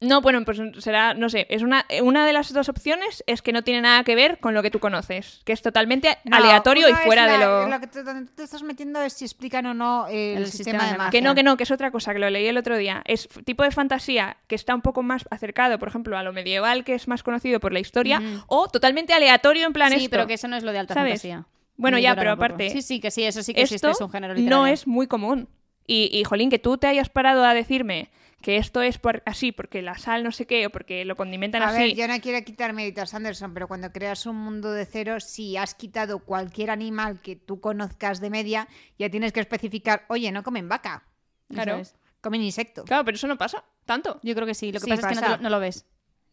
Speaker 1: No, bueno, pues será, no sé, es una, eh, una de las dos opciones es que no tiene nada que ver con lo que tú conoces, que es totalmente
Speaker 2: No,
Speaker 1: aleatorio y
Speaker 2: una es
Speaker 1: fuera de
Speaker 2: la-
Speaker 1: lo...
Speaker 2: que te, donde te estás metiendo es si explican o no el,
Speaker 3: El
Speaker 2: sistema,
Speaker 3: sistema
Speaker 2: de
Speaker 3: de
Speaker 2: magia.
Speaker 1: Que no, que no, que es otra cosa, que lo leí el otro día. Es f- tipo de fantasía que está un poco más acercado, por ejemplo, a lo medieval, que es más conocido por la historia, o totalmente aleatorio en plan
Speaker 3: Sí,
Speaker 1: esto.
Speaker 3: pero que eso no es lo de alta
Speaker 1: ¿Sabes?
Speaker 3: fantasía.
Speaker 1: Bueno,
Speaker 3: Ni
Speaker 1: ya,
Speaker 3: dura
Speaker 1: pero
Speaker 3: tampoco.
Speaker 1: aparte-
Speaker 3: Sí, sí, que sí, eso sí que existe,
Speaker 1: esto
Speaker 3: es un género
Speaker 1: no
Speaker 3: literario.
Speaker 1: es muy común. Y, y, jolín, que tú te hayas parado a decirme que esto es por- así porque la sal no sé qué o porque lo condimentan
Speaker 2: A ver,
Speaker 1: así.
Speaker 2: yo no quiero quitar mérito a Sanderson, pero cuando creas un mundo de cero, si has quitado cualquier animal que tú conozcas de media, ya tienes que especificar, oye, no comen vaca,
Speaker 3: Eso
Speaker 1: Claro.
Speaker 3: es.
Speaker 2: comen insecto.
Speaker 1: Claro, pero eso no pasa tanto.
Speaker 3: Yo creo que sí, lo que
Speaker 2: Sí,
Speaker 3: pasa, es que no,
Speaker 2: pasa.
Speaker 3: te lo, no lo ves.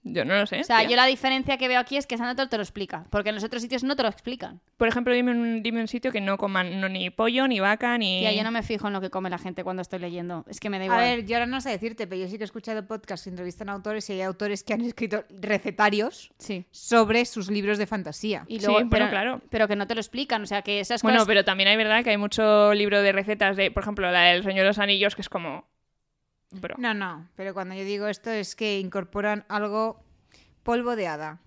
Speaker 1: Yo no lo sé.
Speaker 3: O sea,
Speaker 1: tía.
Speaker 3: yo la diferencia que veo aquí es que Sanderson te lo explica, porque en los otros sitios no te lo explican.
Speaker 1: Por ejemplo, dime un, dime un sitio que no coman no, ni pollo, ni vaca, ni...
Speaker 3: Tía, yo no me fijo en lo que come la gente cuando estoy leyendo. Es que me da
Speaker 2: A
Speaker 3: igual.
Speaker 2: ver, yo ahora no sé decirte, pero yo sí que he escuchado podcasts que entrevistan a autores y hay autores que han escrito recetarios
Speaker 3: sí.
Speaker 2: sobre sus libros de fantasía.
Speaker 3: Y
Speaker 1: Sí,
Speaker 3: luego,
Speaker 1: bueno,
Speaker 3: pero,
Speaker 1: claro.
Speaker 3: Pero que no te lo explican, o sea, que esas
Speaker 1: Bueno,
Speaker 3: cosas...
Speaker 1: pero también hay verdad que hay mucho libro de recetas de, por ejemplo, la del Señor de los Anillos, que es como. Bro.
Speaker 2: No, no, pero cuando yo digo esto es que incorporan algo polvo de hada.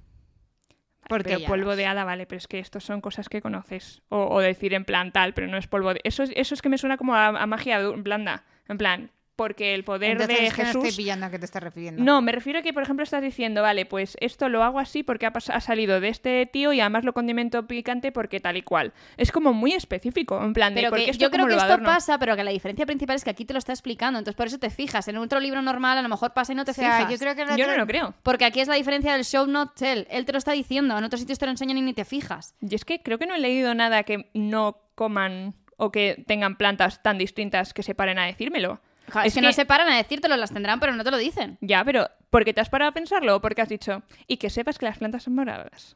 Speaker 2: Porque
Speaker 1: pero
Speaker 2: ya
Speaker 1: polvo
Speaker 2: las-
Speaker 1: de hada, vale, pero es que estos son cosas que conoces. O, o decir en plan tal, pero no es polvo de. Eso, es- eso es que me suena como a, a magia du- blanda. En plan, porque el poder
Speaker 2: Entonces,
Speaker 1: de
Speaker 2: es que no estoy
Speaker 1: Jesús.
Speaker 2: pillando a qué te estás refiriendo.
Speaker 1: No, me refiero a que, por ejemplo, estás diciendo, vale, pues esto lo hago así porque ha, pas- ha salido de este tío y además lo condimento picante porque tal y cual. Es como muy específico, en plan, de,
Speaker 3: Pero
Speaker 1: ¿por
Speaker 3: que
Speaker 1: qué esto
Speaker 3: yo creo
Speaker 1: cómo
Speaker 3: que
Speaker 1: lo
Speaker 3: esto
Speaker 1: adorno?
Speaker 3: pasa, pero que la diferencia principal es que aquí te lo está explicando, entonces por eso te fijas. En otro libro normal a lo mejor pasa y no te
Speaker 2: O sea,
Speaker 3: fijas.
Speaker 2: yo creo que
Speaker 1: Yo no
Speaker 2: otro-
Speaker 1: lo creo.
Speaker 3: Porque aquí es la diferencia del show not tell. Él te lo está diciendo, en otros sitios te lo enseñan y ni te fijas.
Speaker 1: Y es que creo que no he leído nada que no coman o que tengan plantas tan distintas que se paren a decírmelo.
Speaker 3: Ja, es, que, no se paran a decírtelo, las tendrán, pero no te lo dicen.
Speaker 1: Ya, pero ¿por qué te has parado a pensarlo? ¿O porque has dicho? Y que sepas que las plantas son moradas.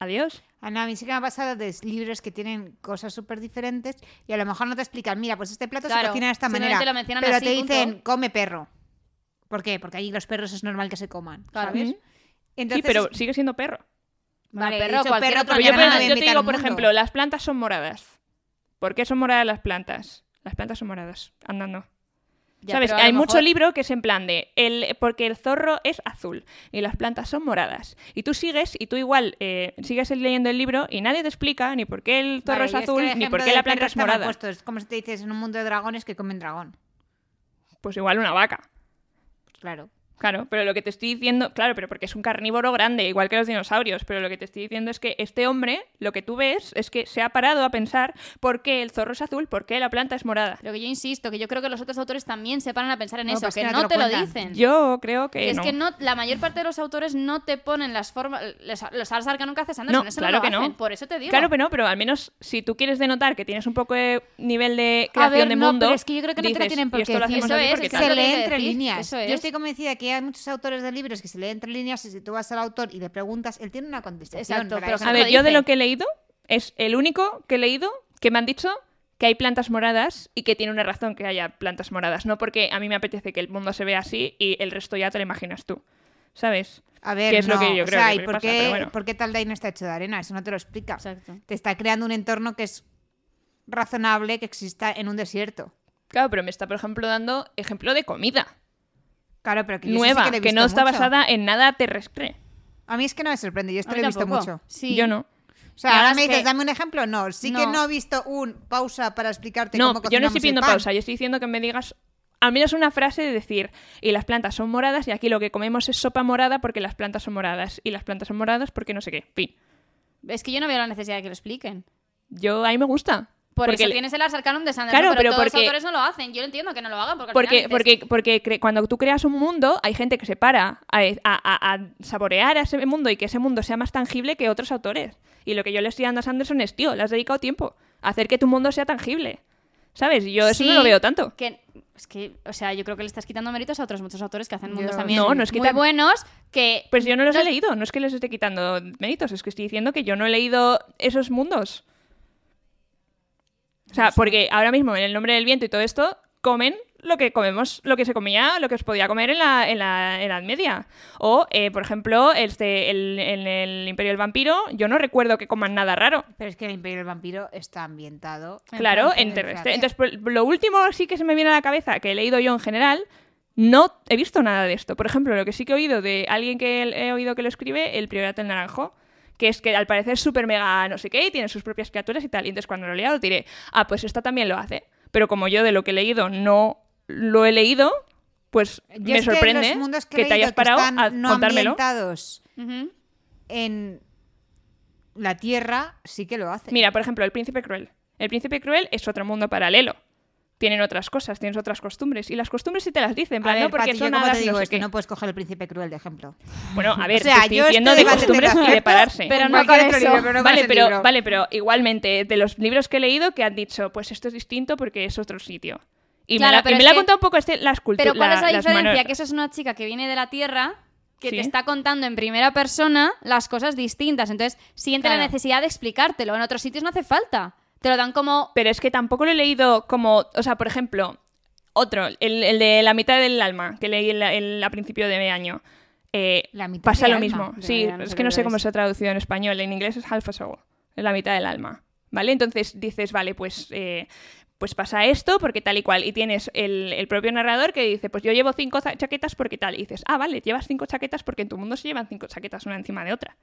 Speaker 1: Adiós.
Speaker 2: Ah, no, a mí sí que me ha pasado de libros que tienen cosas súper diferentes y a lo mejor no te explican, mira, pues este plato se
Speaker 3: Claro,
Speaker 2: cocina de esta
Speaker 3: simplemente
Speaker 2: manera.
Speaker 3: lo mencionan
Speaker 2: pero
Speaker 3: así,
Speaker 2: te
Speaker 3: punto.
Speaker 2: dicen, come perro. ¿Por qué? Porque allí los perros es normal que se coman,
Speaker 3: Claro.
Speaker 2: ¿sabes?
Speaker 1: Ujú. sí,
Speaker 2: Entonces,
Speaker 1: pero sigue siendo perro.
Speaker 3: Bueno,
Speaker 2: Vale,
Speaker 3: perro,
Speaker 2: dicho
Speaker 3: cualquier
Speaker 2: perro,
Speaker 3: otro
Speaker 1: Pero yo,
Speaker 2: mañana
Speaker 1: pero
Speaker 2: me
Speaker 3: animal.
Speaker 2: voy
Speaker 1: yo
Speaker 2: a
Speaker 1: te
Speaker 2: invitar
Speaker 1: digo,
Speaker 2: al
Speaker 1: por
Speaker 2: mundo.
Speaker 1: ejemplo, las plantas son moradas. ¿Por qué son moradas las plantas? Las plantas son moradas, andando.
Speaker 3: Ya,
Speaker 1: ¿Sabes?
Speaker 3: pero a lo
Speaker 1: Hay mucho
Speaker 3: mejor-
Speaker 1: libro que es en plan de el, porque el zorro es azul y las plantas son moradas. Y tú sigues y tú igual eh, sigues leyendo el libro y nadie te explica ni por qué el zorro
Speaker 2: Vale,
Speaker 1: es
Speaker 2: yo que
Speaker 1: azul
Speaker 2: el
Speaker 1: ni por
Speaker 2: ejemplo
Speaker 1: qué la
Speaker 2: del perro
Speaker 1: planta es
Speaker 2: está mal
Speaker 1: morada.
Speaker 2: puesto, Es como si te dices en un mundo de dragones que comen dragón.
Speaker 1: Pues igual una vaca.
Speaker 2: Pues claro.
Speaker 1: Claro, pero lo que te estoy diciendo, claro, pero porque es un carnívoro grande, igual que los dinosaurios, pero lo que te estoy diciendo es que este hombre, lo que tú ves, es que se ha parado a pensar por qué el zorro es azul, por qué la planta es morada.
Speaker 3: Pero que yo insisto, que yo creo que los otros autores también se paran a pensar en
Speaker 2: No,
Speaker 3: eso,
Speaker 2: pues
Speaker 3: que
Speaker 2: que no
Speaker 3: no
Speaker 2: te
Speaker 3: te
Speaker 2: lo
Speaker 3: lo
Speaker 2: cuentan.
Speaker 3: dicen.
Speaker 1: Yo creo que
Speaker 3: Que es
Speaker 1: no.
Speaker 3: que no, la mayor parte de los autores no te ponen las formas, los ars nunca haces Anderson,
Speaker 1: No,
Speaker 3: eso
Speaker 1: claro
Speaker 3: no
Speaker 1: que
Speaker 3: lo
Speaker 1: no.
Speaker 3: hacen, por eso te digo.
Speaker 1: Claro, pero no, pero al menos si tú quieres denotar que tienes un poco de nivel de
Speaker 2: A ver,
Speaker 1: creación de
Speaker 2: no,
Speaker 1: mundo,
Speaker 2: pero es que yo creo que no te lo
Speaker 1: dices,
Speaker 2: tienen por
Speaker 1: "Y esto
Speaker 2: qué
Speaker 1: lo
Speaker 2: decir".
Speaker 1: hacemos
Speaker 3: Eso
Speaker 1: así
Speaker 3: es,
Speaker 1: porque
Speaker 3: es que
Speaker 1: tal.
Speaker 2: se
Speaker 3: lo
Speaker 2: lee
Speaker 3: quería
Speaker 2: entre
Speaker 3: decir,
Speaker 2: líneas.
Speaker 3: eso
Speaker 2: Yo
Speaker 3: es.
Speaker 2: estoy convencida que hay muchos autores de libros que se leen entre líneas y si tú vas al autor y le preguntas, él tiene una contestación.
Speaker 3: Exacto,
Speaker 2: para
Speaker 3: pero
Speaker 2: eso.
Speaker 1: A
Speaker 3: no
Speaker 1: ver,
Speaker 3: lo
Speaker 1: yo de
Speaker 3: dice.
Speaker 1: lo que he leído es el único que he leído que me han dicho que hay plantas moradas y que tiene una razón que haya plantas moradas, no porque a mí me apetece que el mundo se vea así y el resto ya te lo imaginas tú, ¿sabes?
Speaker 2: A ver,
Speaker 1: que es lo
Speaker 2: no,
Speaker 1: que yo
Speaker 2: o
Speaker 1: creo
Speaker 2: sea,
Speaker 1: que
Speaker 2: ¿y
Speaker 1: le
Speaker 2: por,
Speaker 1: pasa,
Speaker 2: qué,
Speaker 1: pero bueno.
Speaker 2: por qué Taldain está hecho de arena? Eso no te lo explica.
Speaker 3: Exacto.
Speaker 2: Te está creando un entorno que es razonable que exista en un desierto.
Speaker 1: Claro, pero me está, por ejemplo, dando ejemplo de comida
Speaker 2: Claro, pero que yo eso sí
Speaker 1: nueva,
Speaker 2: que, le he
Speaker 1: que,
Speaker 2: visto
Speaker 1: no está
Speaker 2: mucho.
Speaker 1: basada en nada terrestre.
Speaker 2: A mí es que no me sorprende, yo esto
Speaker 3: A
Speaker 2: lo
Speaker 3: mí
Speaker 2: he visto
Speaker 3: tampoco.
Speaker 2: mucho.
Speaker 3: Sí.
Speaker 1: Yo no.
Speaker 2: O sea,
Speaker 3: Y
Speaker 2: ahora
Speaker 3: ahora
Speaker 2: me
Speaker 3: es
Speaker 2: dices,
Speaker 3: que-
Speaker 2: dame un ejemplo. No, sí que
Speaker 3: No.
Speaker 2: no he visto un pausa para explicarte
Speaker 1: No,
Speaker 2: cómo
Speaker 1: yo no
Speaker 2: cocinamos
Speaker 1: estoy
Speaker 2: el
Speaker 1: pidiendo
Speaker 2: pan.
Speaker 1: pausa, yo estoy diciendo que me digas al menos una frase de decir, y las plantas son moradas y aquí lo que comemos es sopa morada porque las plantas son moradas y las plantas son moradas porque no sé qué. Fin.
Speaker 3: Es que yo no veo la necesidad de que lo expliquen.
Speaker 1: Yo a mí me gusta.
Speaker 3: Por
Speaker 1: porque
Speaker 3: eso
Speaker 1: le-
Speaker 3: tienes el Ars Arcanum de Sanderson,
Speaker 1: Claro,
Speaker 3: pero,
Speaker 1: pero
Speaker 3: todos los
Speaker 1: porque-
Speaker 3: autores no lo hacen. Yo lo entiendo que no lo hagan porque al
Speaker 1: Porque,
Speaker 3: final dices,
Speaker 1: porque, porque cre- cuando tú creas un mundo, hay gente que se para a, e-, a- a- a saborear a ese mundo y que ese mundo sea más tangible que otros autores. Y lo que yo le estoy dando a Sanderson es, tío, le has dedicado tiempo a hacer que tu mundo sea tangible. ¿Sabes? Y Yo eso
Speaker 3: sí,
Speaker 1: no lo veo tanto.
Speaker 3: Que, es que, o sea, yo creo que le estás quitando méritos a otros muchos autores que hacen mundos
Speaker 2: Yo-
Speaker 3: también
Speaker 1: No, no es
Speaker 3: muy
Speaker 1: quitar-
Speaker 3: buenos que
Speaker 1: Pues yo no los
Speaker 3: No-
Speaker 1: he leído, no es que les esté quitando méritos, es que estoy diciendo que yo no he leído esos mundos. O sea, porque ahora mismo en el nombre del viento y todo esto, comen lo que comemos, lo que se comía, lo que os podía comer en la, en la Edad Media. O, eh, por ejemplo, este, el- en el Imperio del Vampiro, yo no recuerdo que coman nada raro.
Speaker 2: Pero es que el Imperio del Vampiro está ambientado.
Speaker 3: En
Speaker 1: Claro,
Speaker 3: Francia,
Speaker 1: en
Speaker 2: en
Speaker 1: terrestre.
Speaker 2: Francia.
Speaker 1: Entonces, por- lo último sí que se me viene a la cabeza, que he leído yo en general, no he visto nada de esto. Por ejemplo, lo que sí que he oído de alguien que he oído que lo escribe, el Priorato del Naranjo, que es que al parecer es súper mega no sé qué y tiene sus propias criaturas y tal. Y entonces cuando lo he leído diré, ah, pues esto también lo hace. Pero como yo de lo que he leído no lo he leído, pues
Speaker 2: Yo
Speaker 1: me
Speaker 2: es que
Speaker 1: sorprende
Speaker 2: los mundos que, he
Speaker 1: que, te
Speaker 2: leído
Speaker 1: hayas
Speaker 2: que
Speaker 1: parado
Speaker 2: están
Speaker 1: a
Speaker 2: no
Speaker 1: contármelo.
Speaker 2: ambientados
Speaker 3: Ujú.
Speaker 2: en la Tierra sí que lo hacen.
Speaker 1: Mira, por ejemplo, el príncipe cruel. El príncipe cruel es otro mundo paralelo. Tienen otras cosas, tienes otras costumbres. Y las costumbres sí te las dicen, en
Speaker 2: a
Speaker 1: plan,
Speaker 2: ver,
Speaker 1: no porque
Speaker 2: Pati, yo
Speaker 1: son
Speaker 2: cómo
Speaker 1: hadas
Speaker 2: te
Speaker 1: y
Speaker 2: digo
Speaker 1: no sé
Speaker 2: esto,
Speaker 1: qué.
Speaker 2: no puedes coger el príncipe cruel de ejemplo.
Speaker 1: Bueno, a ver,
Speaker 2: sea,
Speaker 1: te estoy
Speaker 2: yo este
Speaker 1: diciendo de
Speaker 2: debate te lo
Speaker 1: costumbres y de
Speaker 2: acepto,
Speaker 1: pararse.
Speaker 3: pero
Speaker 2: En
Speaker 3: no con
Speaker 2: cualquier otro
Speaker 3: eso.
Speaker 2: libro, pero no con
Speaker 1: vale,
Speaker 2: ese
Speaker 1: pero,
Speaker 2: libro.
Speaker 1: vale, pero igualmente, de los libros que he leído que han dicho, pues esto es distinto porque es otro sitio. Y
Speaker 3: Claro,
Speaker 1: me, la, y
Speaker 3: pero
Speaker 1: me
Speaker 3: es
Speaker 1: la ha
Speaker 3: que-
Speaker 1: contado un poco este, las culturas.
Speaker 3: Pero ¿cuál es la diferencia? Que eso es una chica que viene de la Tierra que
Speaker 1: Sí.
Speaker 3: te está contando en primera persona las cosas distintas. Entonces, siente la
Speaker 1: Claro.
Speaker 3: necesidad de explicártelo. En otros sitios no hace falta. Te lo dan como...
Speaker 1: Pero es que tampoco lo he leído como, o sea, por ejemplo, otro, el, el de la mitad del alma, que leí el- el- a principio de año. Eh,
Speaker 2: La mitad
Speaker 1: pasa
Speaker 2: del
Speaker 1: lo
Speaker 2: alma.
Speaker 1: mismo.
Speaker 3: Ya,
Speaker 1: Sí,
Speaker 3: ya, no
Speaker 1: es
Speaker 3: sé
Speaker 1: que
Speaker 3: qué
Speaker 1: no sé
Speaker 3: es.
Speaker 1: cómo se ha traducido en español. En inglés es half a soul, es la mitad del alma. ¿Vale? Entonces dices, vale, pues, eh, pues pasa esto porque tal y cual. Y tienes el, el propio narrador que dice, pues yo llevo cinco za- chaquetas porque tal. Y dices, ah, vale, llevas cinco chaquetas porque en tu mundo se llevan cinco chaquetas una encima de otra.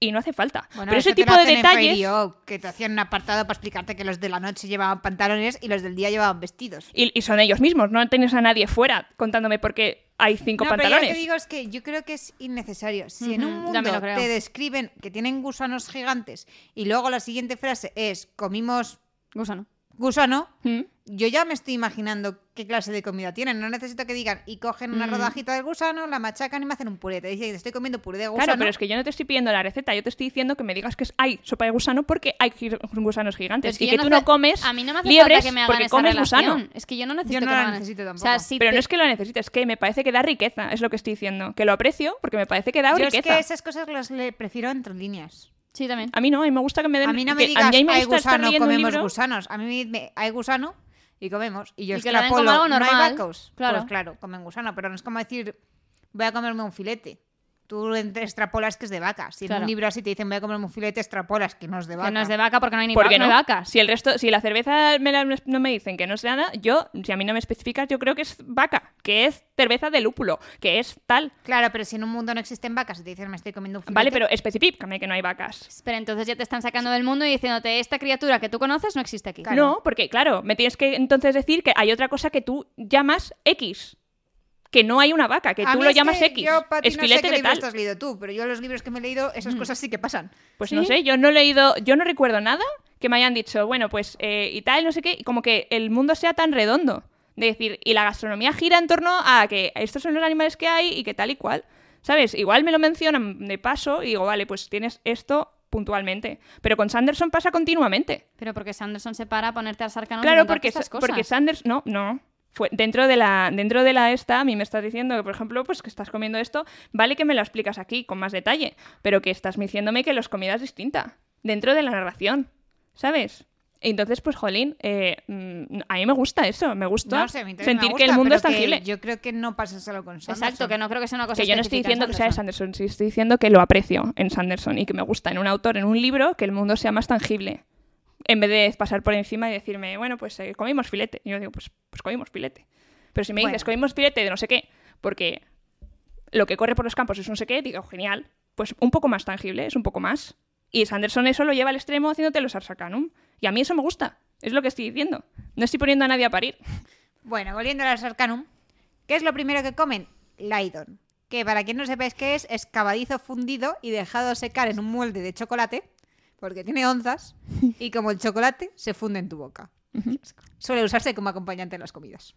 Speaker 1: Y no hace falta.
Speaker 2: Bueno,
Speaker 1: Pero
Speaker 2: eso
Speaker 1: ese
Speaker 2: te lo
Speaker 1: tipo de
Speaker 2: hacen en Fairy
Speaker 1: detalles...
Speaker 2: Oak, que te hacían un apartado para explicarte que los de la noche llevaban pantalones y los del día llevaban vestidos.
Speaker 1: Y, y son ellos mismos, no tienes a nadie fuera contándome por qué hay cinco
Speaker 2: no, pero yo lo
Speaker 1: pantalones.
Speaker 2: que digo es que yo creo que es innecesario. Si en
Speaker 3: Ujú,
Speaker 2: un
Speaker 3: yo también
Speaker 2: mundo
Speaker 3: lo creo.
Speaker 2: te describen que tienen gusanos gigantes y luego la siguiente frase es comimos
Speaker 3: Gusano.
Speaker 2: gusano,
Speaker 1: ¿Mm?
Speaker 2: yo ya me estoy imaginando qué clase de comida tienen. No necesito que digan y cogen una
Speaker 3: Mm.
Speaker 2: rodajita de gusano, la machacan y me hacen un puré. Te dicen, estoy comiendo puré de gusano.
Speaker 1: Claro, pero es que yo no te estoy pidiendo la receta, yo te estoy diciendo que me digas que es, hay sopa de gusano porque hay gi- gusanos gigantes
Speaker 3: Pero es
Speaker 1: y
Speaker 3: yo
Speaker 1: que tú no
Speaker 3: hace-
Speaker 1: comes
Speaker 3: A mí no me hace
Speaker 1: liebres
Speaker 3: falta que me hagan
Speaker 1: porque
Speaker 3: esa
Speaker 1: comes
Speaker 3: relación.
Speaker 1: gusano.
Speaker 3: Es que yo no necesito
Speaker 2: Yo no
Speaker 3: que
Speaker 2: la
Speaker 3: me hagan-
Speaker 2: necesito
Speaker 3: O sea,
Speaker 2: tampoco.
Speaker 3: si
Speaker 1: Pero
Speaker 3: te-
Speaker 1: no es que lo necesites, es que me parece que da riqueza, es lo que estoy diciendo. Que lo aprecio porque me parece que da
Speaker 2: Yo es
Speaker 1: riqueza.
Speaker 2: que esas cosas las le prefiero entre líneas.
Speaker 3: Sí,
Speaker 2: Ah,
Speaker 3: también.
Speaker 1: A mí no, a mí me gusta que me den...
Speaker 2: A mí no
Speaker 1: que-
Speaker 2: me digas,
Speaker 1: a mí me
Speaker 2: hay
Speaker 1: gusta estar
Speaker 2: gusano,
Speaker 1: leyendo un
Speaker 2: comemos
Speaker 1: libro-
Speaker 2: gusanos. A mí me- hay gusano y comemos. Y yo
Speaker 3: Y que lo den como
Speaker 2: extrapolo,
Speaker 3: algo
Speaker 2: ¿no hay
Speaker 3: normal".
Speaker 2: vacos?
Speaker 3: Claro.
Speaker 2: Pues claro, comen gusano. Pero no es como decir, voy a comerme un filete. Tú en- extrapolas que es de vaca. Si en
Speaker 3: Claro.
Speaker 2: un libro así te dicen, voy a comerme un filete, extrapolas que no es de vaca.
Speaker 3: Que no es de vaca porque no hay ni
Speaker 1: ¿Por qué
Speaker 3: va-
Speaker 1: no?
Speaker 3: hay vacas.
Speaker 1: Si el resto, si la cerveza me la- no me dicen que no es nada, yo, si a mí no me especificas, yo creo que es vaca, que es cerveza de lúpulo, que es tal.
Speaker 2: Claro, pero si en un mundo no existen vacas y te dicen, me estoy comiendo un filete.
Speaker 1: Vale, pero específicame que no hay vacas.
Speaker 3: Pero entonces ya te están sacando del mundo y diciéndote, esta criatura que tú conoces no existe aquí.
Speaker 2: Claro.
Speaker 1: No, porque claro, me tienes que entonces decir que hay otra cosa que tú llamas X. que no hay una vaca, que
Speaker 2: A
Speaker 1: tú
Speaker 2: mí
Speaker 1: lo
Speaker 2: es que
Speaker 1: llamas X.
Speaker 2: Yo, Pati,
Speaker 1: Es
Speaker 2: no sé
Speaker 1: filete
Speaker 2: qué
Speaker 1: de
Speaker 2: libros
Speaker 1: tal.
Speaker 2: te has leído tú, pero yo los libros que me he leído, esas cosas sí que pasan.
Speaker 1: Pues
Speaker 3: ¿Sí?
Speaker 1: no sé, yo no he leído, yo no recuerdo nada que me hayan dicho, bueno, pues eh, y tal, no sé qué, y como que el mundo sea tan redondo. De decir, y la gastronomía gira en torno a que estos son los animales que hay y que tal y cual. ¿Sabes? Igual me lo mencionan de paso y digo, vale, pues tienes esto puntualmente. Pero con Sanderson pasa continuamente.
Speaker 3: Pero porque Sanderson se para a ponerte al sarcano
Speaker 1: Claro, porque,
Speaker 3: estas
Speaker 1: Sa-
Speaker 3: cosas.
Speaker 1: porque Sanders. No, no. Fue dentro de la dentro de la esta, a mí me estás diciendo que, por ejemplo, pues que estás comiendo esto, vale que me lo explicas aquí con más detalle, pero que estás diciéndome que los comidas distinta dentro de la narración, ¿sabes? Entonces, pues, jolín, eh, mm, a mí me gusta eso, me gusta
Speaker 2: No sé, a mí también me
Speaker 1: sentir que el
Speaker 2: gusta,
Speaker 1: mundo
Speaker 2: pero
Speaker 1: es tangible.
Speaker 2: Que yo creo que no pasa solo con Sanderson.
Speaker 3: Exacto, que no creo que sea una cosa
Speaker 1: Que yo no estoy
Speaker 3: específica en
Speaker 1: diciendo que sea de
Speaker 3: Sanderson.
Speaker 1: Sanderson, sí estoy diciendo que lo aprecio en Sanderson y que me gusta en un autor, en un libro, que el mundo sea más tangible. En vez de pasar por encima y decirme, bueno, pues eh, comimos filete. Y yo digo, pues, pues comimos filete. Pero si me dices,
Speaker 2: Bueno.
Speaker 1: comimos filete de no sé qué, porque lo que corre por los campos es no sé qué, digo, genial. Pues un poco más tangible, es un poco más. Y Sanderson eso lo lleva al extremo haciéndote los arsacanum. Y a mí eso me gusta. Es lo que estoy diciendo. No estoy poniendo a nadie a parir.
Speaker 2: Bueno, volviendo al Arcanum, ¿qué es lo primero que comen? Laidon, que para quien no sepáis qué es, es cabadizo fundido y dejado secar en un molde de chocolate, porque tiene onzas, y como el chocolate se funde en tu boca. Suele usarse como acompañante en las comidas.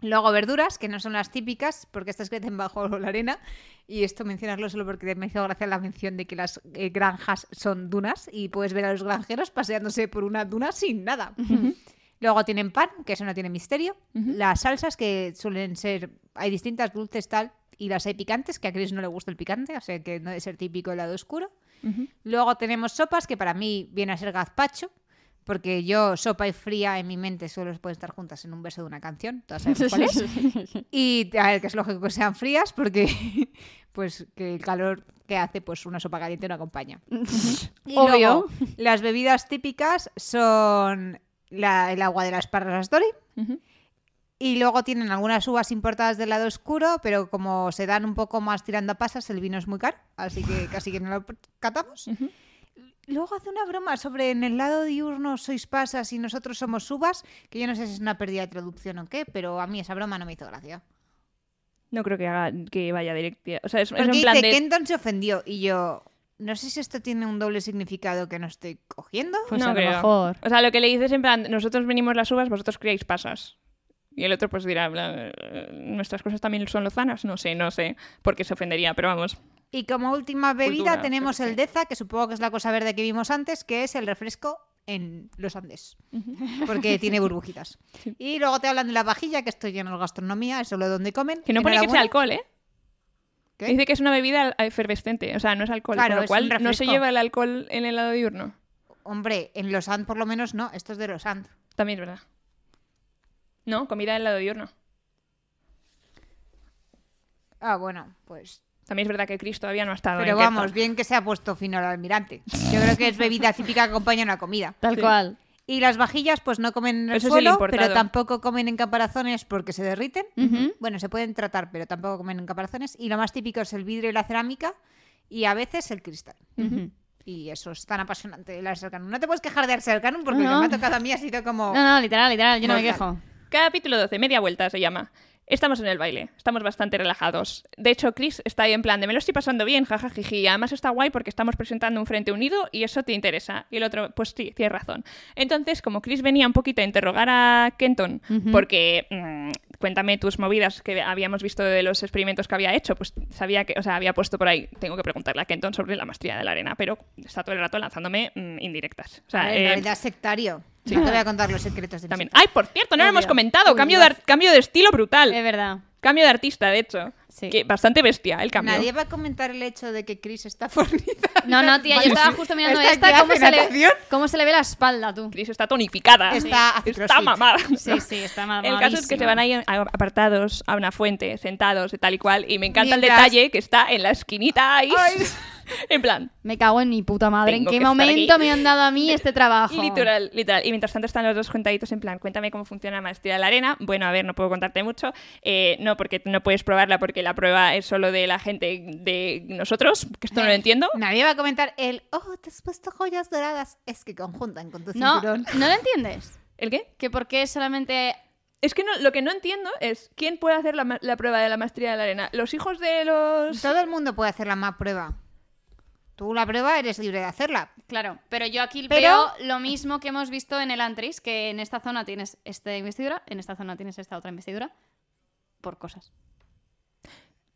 Speaker 2: Luego verduras, que no son las típicas, porque estas crecen bajo la arena. Y esto mencionarlo solo porque me hizo gracia la mención de que las eh, granjas son dunas y puedes ver a los granjeros paseándose por una duna sin nada. Luego tienen pan, que eso no tiene misterio. Las salsas, que suelen ser. Hay distintas dulces, tal. Y las hay picantes, que a Chris no le gusta el picante, o sea que no debe ser típico el lado oscuro. Luego tenemos sopas, que para mí viene a ser gazpacho, porque yo sopa y fría en mi mente solo pueden estar juntas en un verso de una canción, todas sabemos cuál es. Y a ver, que es lógico que sean frías, porque pues que el calor que hace, pues una sopa caliente no acompaña. Y
Speaker 3: Obvio.
Speaker 2: luego, las bebidas típicas son la- el agua de las parras Dory.
Speaker 1: Ujú.
Speaker 2: Y luego tienen algunas uvas importadas del lado oscuro, pero como se dan un poco más tirando a pasas, el vino es muy caro, así que casi que no lo catamos.
Speaker 1: Ujú.
Speaker 2: Luego hace una broma sobre en el lado diurno sois pasas y nosotros somos uvas, que yo no sé si es una pérdida de traducción o qué, pero a mí esa broma no me hizo gracia.
Speaker 1: No creo que, haga, que vaya directa. O sea, es, es
Speaker 2: Porque
Speaker 1: en plan
Speaker 2: dice,
Speaker 1: de...
Speaker 2: Kenton se ofendió y yo, no sé si esto tiene un doble significado que no estoy cogiendo.
Speaker 3: Pues
Speaker 1: No
Speaker 3: a lo
Speaker 1: creo.
Speaker 3: mejor.
Speaker 1: O sea, lo que le dices en plan, nosotros venimos las uvas, vosotros criáis pasas. Y el otro pues dirá, "Bla, eh, nuestras cosas también son lozanas. No sé, no sé, porque se ofendería, pero vamos.
Speaker 2: Y como última bebida
Speaker 1: Cultura,
Speaker 2: tenemos
Speaker 1: yo qué
Speaker 2: el
Speaker 1: sé.
Speaker 2: Deza, que supongo que es la cosa verde que vimos antes, que es el refresco en los Andes, porque tiene burbujitas. Y luego te hablan de la vajilla, que esto ya no es gastronomía, es solo donde comen.
Speaker 1: Que no pone que sea
Speaker 2: Enhorabuena.
Speaker 1: alcohol, ¿eh?
Speaker 2: ¿Qué?
Speaker 1: Dice que es una bebida eh, efervescente, o sea, no es alcohol,
Speaker 2: Claro,
Speaker 1: con lo
Speaker 2: es
Speaker 1: cual
Speaker 2: un
Speaker 1: no se
Speaker 2: refresco.
Speaker 1: lleva el alcohol en el lado diurno.
Speaker 2: Hombre, en los Andes por lo menos no, esto es de los Andes.
Speaker 1: También es verdad. No, comida en el lado diurno.
Speaker 2: Ah, bueno, pues...
Speaker 1: También es verdad que Chris todavía no ha estado
Speaker 2: Pero
Speaker 1: en
Speaker 2: vamos,
Speaker 1: Kertha.
Speaker 2: bien que se ha puesto fino al almirante. Yo creo que es bebida típica que acompaña una comida.
Speaker 3: Tal
Speaker 1: Sí.
Speaker 3: cual.
Speaker 2: Y las vajillas pues no comen en
Speaker 1: Eso
Speaker 2: el
Speaker 1: es el
Speaker 2: suelo,
Speaker 1: importado.
Speaker 2: pero tampoco comen en caparazones porque se derriten.
Speaker 3: Ujú.
Speaker 2: Bueno, se pueden tratar, pero tampoco comen en caparazones. Y lo más típico es el vidrio y la cerámica y a veces el cristal.
Speaker 3: Ujú.
Speaker 2: Y eso es tan apasionante, el Arsercanum. No te puedes quejar de Arsercanum porque
Speaker 3: No,
Speaker 2: lo que
Speaker 3: no.
Speaker 2: me ha tocado a mí ha sido como...
Speaker 3: No, no, literal, literal. Yo no me
Speaker 2: Mortal.
Speaker 3: quejo.
Speaker 1: Capítulo 12, media vuelta se llama. Estamos en el baile, estamos bastante relajados. De hecho, Chris está ahí en plan de me lo estoy pasando bien, jajajiji. Y Además está guay porque estamos presentando un frente unido y eso te interesa. Y el otro, pues sí, tienes razón. Entonces, como Chris venía un poquito a interrogar a Kenton,
Speaker 3: Ujú.
Speaker 1: porque mm, cuéntame tus movidas que habíamos visto de los experimentos que había hecho, pues sabía que, o sea, había puesto por ahí, tengo que preguntarle a Kenton sobre la maestría de la arena, pero está todo el rato lanzándome mm, indirectas. O sea,
Speaker 2: A ver, en
Speaker 1: eh,
Speaker 2: realidad es sectario. No te voy a contar los secretos de
Speaker 1: también.
Speaker 2: mis-
Speaker 1: Ay, por cierto, no lo
Speaker 3: Obvio.
Speaker 1: hemos comentado.
Speaker 3: Uy,
Speaker 1: Cambio de, ar- cambio de estilo brutal.
Speaker 3: Es verdad.
Speaker 1: Cambio de artista, de hecho.
Speaker 3: Sí.
Speaker 1: Que bastante bestia el cambio.
Speaker 2: Nadie va a comentar el hecho de que Chris está fornida.
Speaker 3: No, no, tía, yo
Speaker 2: Vale.
Speaker 3: estaba justo mirando
Speaker 2: Esta
Speaker 3: esta,
Speaker 2: que
Speaker 3: cómo,
Speaker 2: hace
Speaker 3: se le,
Speaker 2: natación.
Speaker 3: cómo se le ve la espalda, tú.
Speaker 1: Chris está tonificada.
Speaker 2: Está hace
Speaker 1: está
Speaker 2: crossfit.
Speaker 1: mamada.
Speaker 3: Sí, sí, está mal.
Speaker 1: El caso es que se van ahí a- apartados a una fuente, sentados y tal y cual. Y me encanta
Speaker 2: Mientras-
Speaker 1: el detalle que está en la esquinita ahí.
Speaker 2: Ay.
Speaker 1: en plan,
Speaker 3: Me cago en mi puta madre. ¿En
Speaker 1: Tengo
Speaker 3: qué
Speaker 1: que estar
Speaker 3: momento
Speaker 1: aquí.
Speaker 3: me han dado a mí este trabajo?
Speaker 1: literal, literal. Y mientras tanto están los dos juntaditos en plan, cuéntame cómo funciona la maestría de la arena. Bueno, a ver, no puedo contarte mucho. Eh, no, porque no puedes probarla porque la prueba es solo de la gente de nosotros, que esto no lo entiendo.
Speaker 2: Nadie va a comentar el, oh, te has puesto joyas doradas. Es que conjuntan con tu
Speaker 3: No,
Speaker 2: cinturón.
Speaker 3: ¿no lo entiendes?
Speaker 1: ¿El qué?
Speaker 3: Que por qué solamente
Speaker 1: Es que no, lo que no entiendo es quién puede hacer la, ma- la prueba de la maestría de la arena. ¿Los hijos de los...?
Speaker 2: Todo el mundo puede hacer la más prueba. Tú la prueba eres libre de hacerla.
Speaker 3: Claro, pero yo aquí
Speaker 2: Pero-
Speaker 3: veo lo mismo que hemos visto en el Antris, que en esta zona tienes esta investidura, en esta zona tienes esta otra investidura, por cosas.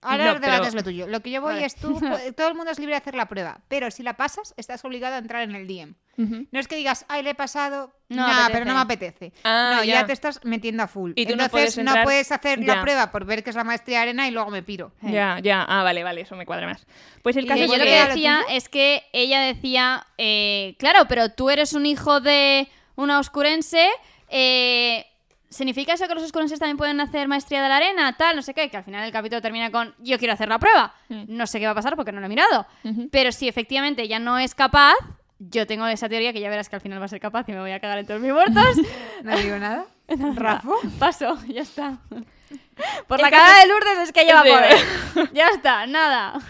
Speaker 2: Ahora
Speaker 1: No,
Speaker 2: debates
Speaker 1: pero-
Speaker 2: lo tuyo. Lo que yo voy
Speaker 1: Vale.
Speaker 2: es tú, pues, todo el mundo es libre de hacer la prueba, pero si la pasas, estás obligado a entrar en el DM.
Speaker 1: Ujú.
Speaker 2: No es que digas, ay, le he pasado,
Speaker 3: No
Speaker 2: no,
Speaker 3: me apetece.
Speaker 2: pero no me apetece.
Speaker 1: Ah,
Speaker 2: no, ya.
Speaker 1: ya.
Speaker 2: te estás metiendo a full.
Speaker 1: Y tú no
Speaker 2: Entonces
Speaker 1: puedes entrar-
Speaker 2: puedes hacer
Speaker 1: Ya.
Speaker 2: la prueba por ver que es la maestría de arena y luego me piro.
Speaker 3: Eh.
Speaker 1: Ya, ya. Ah, vale, vale, eso me cuadra más. Pues el
Speaker 2: Y
Speaker 1: caso
Speaker 3: Que
Speaker 1: es
Speaker 3: yo lo
Speaker 1: que-
Speaker 3: que
Speaker 2: ¿Era lo
Speaker 3: decía
Speaker 2: tuyo?
Speaker 3: es que ella decía, eh, claro, pero tú eres un hijo de una oscurense, eh, ¿significa eso que los oscurenses también pueden hacer maestría de la arena, tal, no sé qué? Que al final el capítulo termina con, yo quiero hacer la prueba,
Speaker 1: Mm.
Speaker 3: no sé qué va a pasar porque no lo he mirado,
Speaker 1: Ujú.
Speaker 3: pero si efectivamente ella no es capaz, yo tengo esa teoría que ya verás que al final va a ser capaz y me voy a cagar en todos mis muertos,
Speaker 2: No digo nada. Rafa.
Speaker 3: paso, ya está. Por
Speaker 1: El
Speaker 3: la
Speaker 1: caso
Speaker 3: cara de Lourdes es que lleva
Speaker 1: Sí.
Speaker 3: poder. Ya está, nada.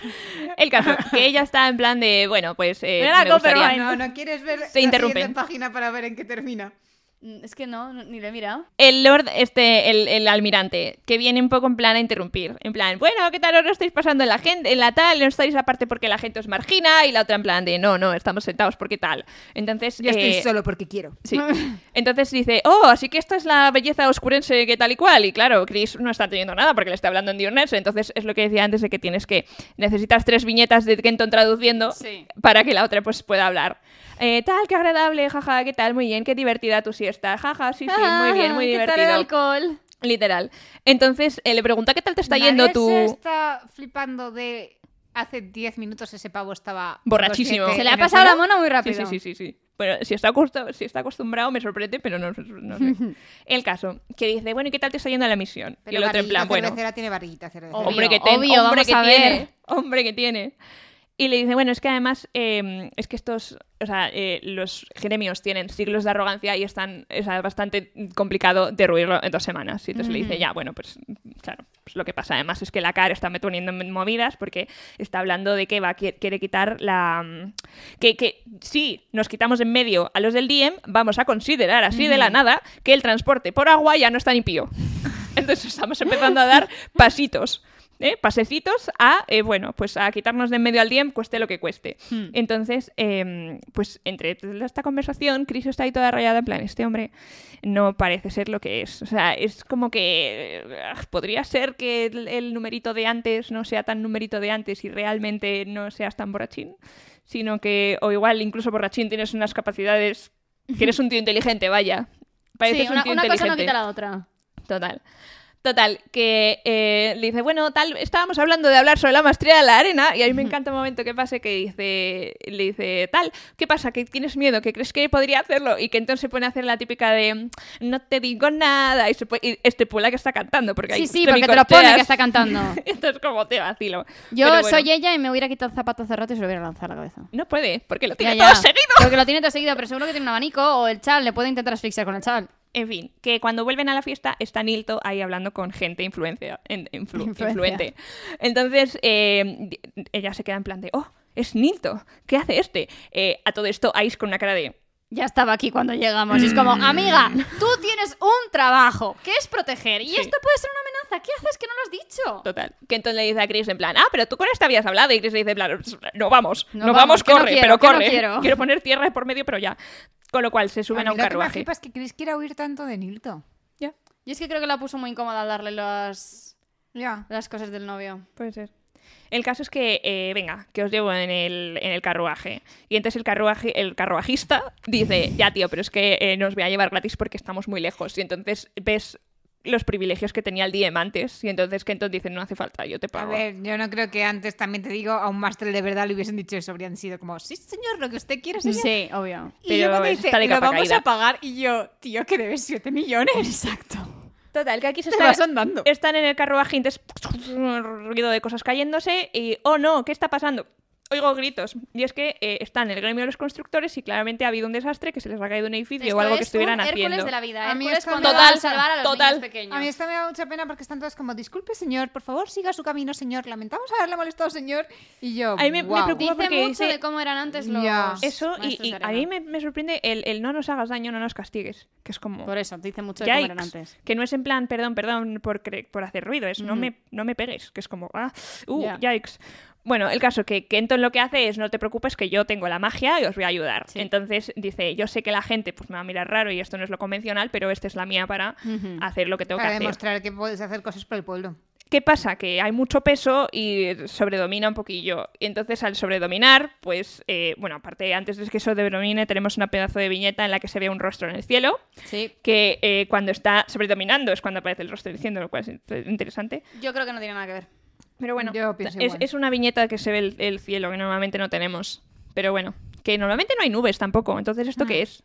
Speaker 1: El caso, que ella está en plan de, bueno, pues eh,
Speaker 3: Era
Speaker 1: me
Speaker 3: Coppermine.
Speaker 1: gustaría.
Speaker 2: No, no quieres ver
Speaker 1: Se
Speaker 2: la
Speaker 1: interrumpen.
Speaker 2: siguiente página para ver en qué termina.
Speaker 3: Mm, Es que no, no- ni lo he mirado.
Speaker 1: El Lord, este, el, el almirante, que viene un poco en plan a interrumpir. En plan, bueno, ¿qué tal os lo estáis pasando en la gente, en la tal? No estáis aparte porque la gente os margina, y la otra en plan de no, no, estamos sentados porque tal. Entonces,
Speaker 2: Yo estoy
Speaker 1: eh,
Speaker 2: solo porque quiero.
Speaker 1: sí. Entonces dice, oh, así que esta es la belleza oscurense que tal y cual. Y claro, Chris no está teniendo nada porque le está hablando en diurnense. Entonces es lo que decía antes de que tienes que necesitas tres viñetas de Kenton traduciendo
Speaker 3: Sí.
Speaker 1: para que la otra pues pueda hablar. Eh, tal, qué agradable, jaja, qué tal, muy bien, qué divertida tu siesta, jaja, sí, sí, muy bien, muy
Speaker 3: Ah, ¿qué
Speaker 1: divertido.
Speaker 3: tal el alcohol?
Speaker 1: Literal. Entonces eh, le pregunta qué tal te está yendo
Speaker 2: Nadie
Speaker 1: tú.
Speaker 2: se está flipando de hace 10 minutos ese pavo estaba
Speaker 1: Borrachísimo.
Speaker 2: inconsciente
Speaker 3: Se le ha
Speaker 2: en el
Speaker 3: pasado la
Speaker 2: suelo.
Speaker 3: mona muy
Speaker 1: Sí,
Speaker 3: rápido.
Speaker 1: sí, sí, sí, sí. Bueno, si está, acostu- si está acostumbrado me sorprende, pero no, no sé. El caso, que dice, bueno, ¿y qué tal te está yendo la misión?
Speaker 2: Pero
Speaker 1: y el otro en
Speaker 2: barriguita
Speaker 1: plan, bueno,
Speaker 2: cervecera tiene barriguita cervecera.
Speaker 3: Obvio,
Speaker 1: hombre que, ten- hombre
Speaker 3: obvio, vamos
Speaker 1: que
Speaker 3: a ver.
Speaker 1: tiene, hombre que tiene. Y le dice, bueno, es que además, eh, es que estos, o sea, eh, los gremios tienen siglos de arrogancia y están, o sea, es bastante complicado derruirlo en dos semanas. Y entonces le dice, ya, bueno, pues, claro, pues lo que pasa además es que la cara está metiendo en movidas porque está hablando de que va, qui- quiere quitar la... mm, Que, que si nos quitamos de en medio a los del DM, vamos a considerar así de la nada que el transporte por agua ya no está ni pío. Entonces estamos empezando a dar pasitos. ¿eh? Pasecitos a, eh, bueno, pues a quitarnos de en medio al DM, cueste lo que cueste.
Speaker 3: Hmm.
Speaker 1: Entonces, eh, pues entre toda esta conversación, Cris está ahí toda rayada en plan, este hombre no parece ser lo que es. O sea, es como que eh, podría ser que el, el numerito de antes no sea tan numerito de antes y realmente no seas tan borrachín, sino que, o igual incluso borrachín tienes unas capacidades, que eres un tío inteligente, vaya. Pareces
Speaker 3: Sí, una,
Speaker 1: un tío
Speaker 3: una cosa no
Speaker 1: inteligente.
Speaker 3: quita la otra.
Speaker 1: Total. Total, que eh, le dice, bueno, tal, estábamos hablando de hablar sobre la maestría de la arena, y a mí me encanta un momento que pase que dice, le dice, tal, ¿qué pasa? ¿Que tienes miedo? ¿Que crees que podría hacerlo? Y que entonces se pone a hacer la típica de, no te digo nada, y, se pone- y este pula que está cantando, porque
Speaker 3: Sí,
Speaker 1: ahí
Speaker 3: sí, porque te lo pone que está cantando.
Speaker 1: Entonces, como te vacilo.
Speaker 3: Yo
Speaker 1: Pero bueno,
Speaker 3: soy ella y me hubiera quitado el zapato hace rato y se lo hubiera lanzado a la cabeza.
Speaker 1: No puede, porque lo
Speaker 3: Ya,
Speaker 1: tiene
Speaker 3: ya.
Speaker 1: todo seguido.
Speaker 3: Porque lo tiene todo seguido, pero seguro que tiene un abanico o el chal, le puede intentar asfixiar con el chal.
Speaker 1: En fin, que cuando vuelven a la fiesta está Nilto ahí hablando con gente influencia, en- influ-
Speaker 3: Influencia.
Speaker 1: influente. Entonces eh, di- ella se queda en plan de, oh, es Nilto, ¿qué hace este? Eh, a todo esto Ice con una cara de,
Speaker 3: Ya estaba aquí cuando llegamos. Y es
Speaker 1: Mm.
Speaker 3: como, amiga, tú tienes un trabajo, que es proteger. Y
Speaker 1: Sí.
Speaker 3: esto puede ser una amenaza. ¿Qué haces que no lo has dicho?
Speaker 1: total. Que entonces le dice a Chris en plan, ah, pero tú con esta habías hablado. Y Chris le dice en plan, no vamos, no,
Speaker 3: No
Speaker 1: vamos,
Speaker 3: vamos, que no
Speaker 1: corre,
Speaker 3: quiero,
Speaker 1: pero
Speaker 3: que no
Speaker 1: corre.
Speaker 3: quiero".
Speaker 1: poner tierra de por medio, pero ya. Con lo cual se suben a,
Speaker 2: mí
Speaker 1: un
Speaker 2: lo que me
Speaker 1: carruaje.
Speaker 2: flipa es que Chris quiera huir tanto de Nilto.
Speaker 1: Ya,
Speaker 3: Y es que creo que la puso muy incómoda al darle las,
Speaker 2: Ya.
Speaker 3: las cosas del novio.
Speaker 1: puede ser. El caso es que, eh, venga, que os llevo en el, en el carruaje. Y entonces el, carruaje, el carruajista dice, ya tío, pero es que eh, nos voy a llevar gratis porque estamos muy lejos. Y entonces ves los privilegios que tenía el DM antes. Y entonces Kenton dice, no hace falta, yo te
Speaker 2: A
Speaker 1: pago.
Speaker 2: ver, yo no creo que antes también te digo, a un máster de verdad le hubiesen dicho eso. Habrían sido como, sí, señor, lo que usted quiere, señor.
Speaker 3: Sí, obvio.
Speaker 2: y
Speaker 1: pero
Speaker 2: yo cuando
Speaker 1: está
Speaker 2: dice,
Speaker 1: de
Speaker 2: lo
Speaker 1: capa
Speaker 2: vamos
Speaker 1: caída".
Speaker 2: a pagar. Y yo, tío, que debes 7 millones.
Speaker 3: Exacto.
Speaker 1: Total, que aquí se
Speaker 2: Te vas andando.
Speaker 1: están en el carruaje y entonces ruido de cosas cayéndose y, oh no, ¿qué está pasando? oigo gritos. Y es que eh, están el gremio de los constructores y claramente ha habido un desastre que se les ha caído un edificio
Speaker 3: Esto
Speaker 1: o algo
Speaker 3: es
Speaker 1: que estuvieran
Speaker 3: un
Speaker 1: haciendo.
Speaker 3: Hércules de la vida.
Speaker 2: A mí
Speaker 3: Hércules
Speaker 2: esto
Speaker 3: cuando
Speaker 1: me
Speaker 3: va a
Speaker 1: da-
Speaker 3: salvar a los
Speaker 1: total.
Speaker 3: niños pequeños.
Speaker 2: A mí esto me da mucha pena porque están todos como, disculpe señor, por favor siga su camino señor, lamentamos haberle molestado señor. Y yo,
Speaker 1: A mí me- me
Speaker 2: "Guau".
Speaker 1: preocupa-
Speaker 3: Dice
Speaker 1: porque
Speaker 3: mucho
Speaker 1: dice-
Speaker 3: de cómo eran antes los
Speaker 2: Ya.
Speaker 1: Eso, y,
Speaker 3: maestros
Speaker 1: y
Speaker 3: de
Speaker 1: a
Speaker 3: arena.
Speaker 1: mí me, me sorprende el, el no nos hagas daño, no nos castigues. Que es como.
Speaker 3: Por e-, eso, dice mucho de cómo eran
Speaker 1: "Yikes",
Speaker 3: antes.
Speaker 1: Que no es en plan, perdón, perdón por, cre- por hacer ruido, es no,
Speaker 3: Ujú.
Speaker 1: me, no me pegues, que es como, ah, uh,
Speaker 3: Ya.
Speaker 1: yikes. Bueno, el caso que Kenton lo que hace es, no te preocupes que yo tengo la magia y os voy a ayudar.
Speaker 3: Sí.
Speaker 1: Entonces dice, yo sé que la gente pues me va a mirar raro y esto no es lo convencional, pero esta es la mía para
Speaker 3: Ujú.
Speaker 1: hacer lo que tengo
Speaker 2: Para
Speaker 1: que hacer.
Speaker 2: demostrar que puedes hacer cosas por el pueblo.
Speaker 1: ¿Qué pasa? Que hay mucho peso y sobredomina un poquillo. Y entonces al sobredominar, pues, eh, bueno, aparte, antes de que sobredomine, tenemos una pedazo de viñeta en la que se ve un rostro en el cielo,
Speaker 3: Sí.
Speaker 1: que eh, cuando está sobredominando es cuando aparece el rostro diciendo, lo cual es inter- interesante.
Speaker 3: Yo creo que no tiene nada que ver.
Speaker 1: Pero bueno,
Speaker 2: Yo pienso
Speaker 1: es,
Speaker 2: igual.
Speaker 1: es una viñeta que se ve el, el cielo, que normalmente no tenemos. Pero bueno, que normalmente no hay nubes tampoco. Entonces, ¿esto
Speaker 2: Ah.
Speaker 1: qué es?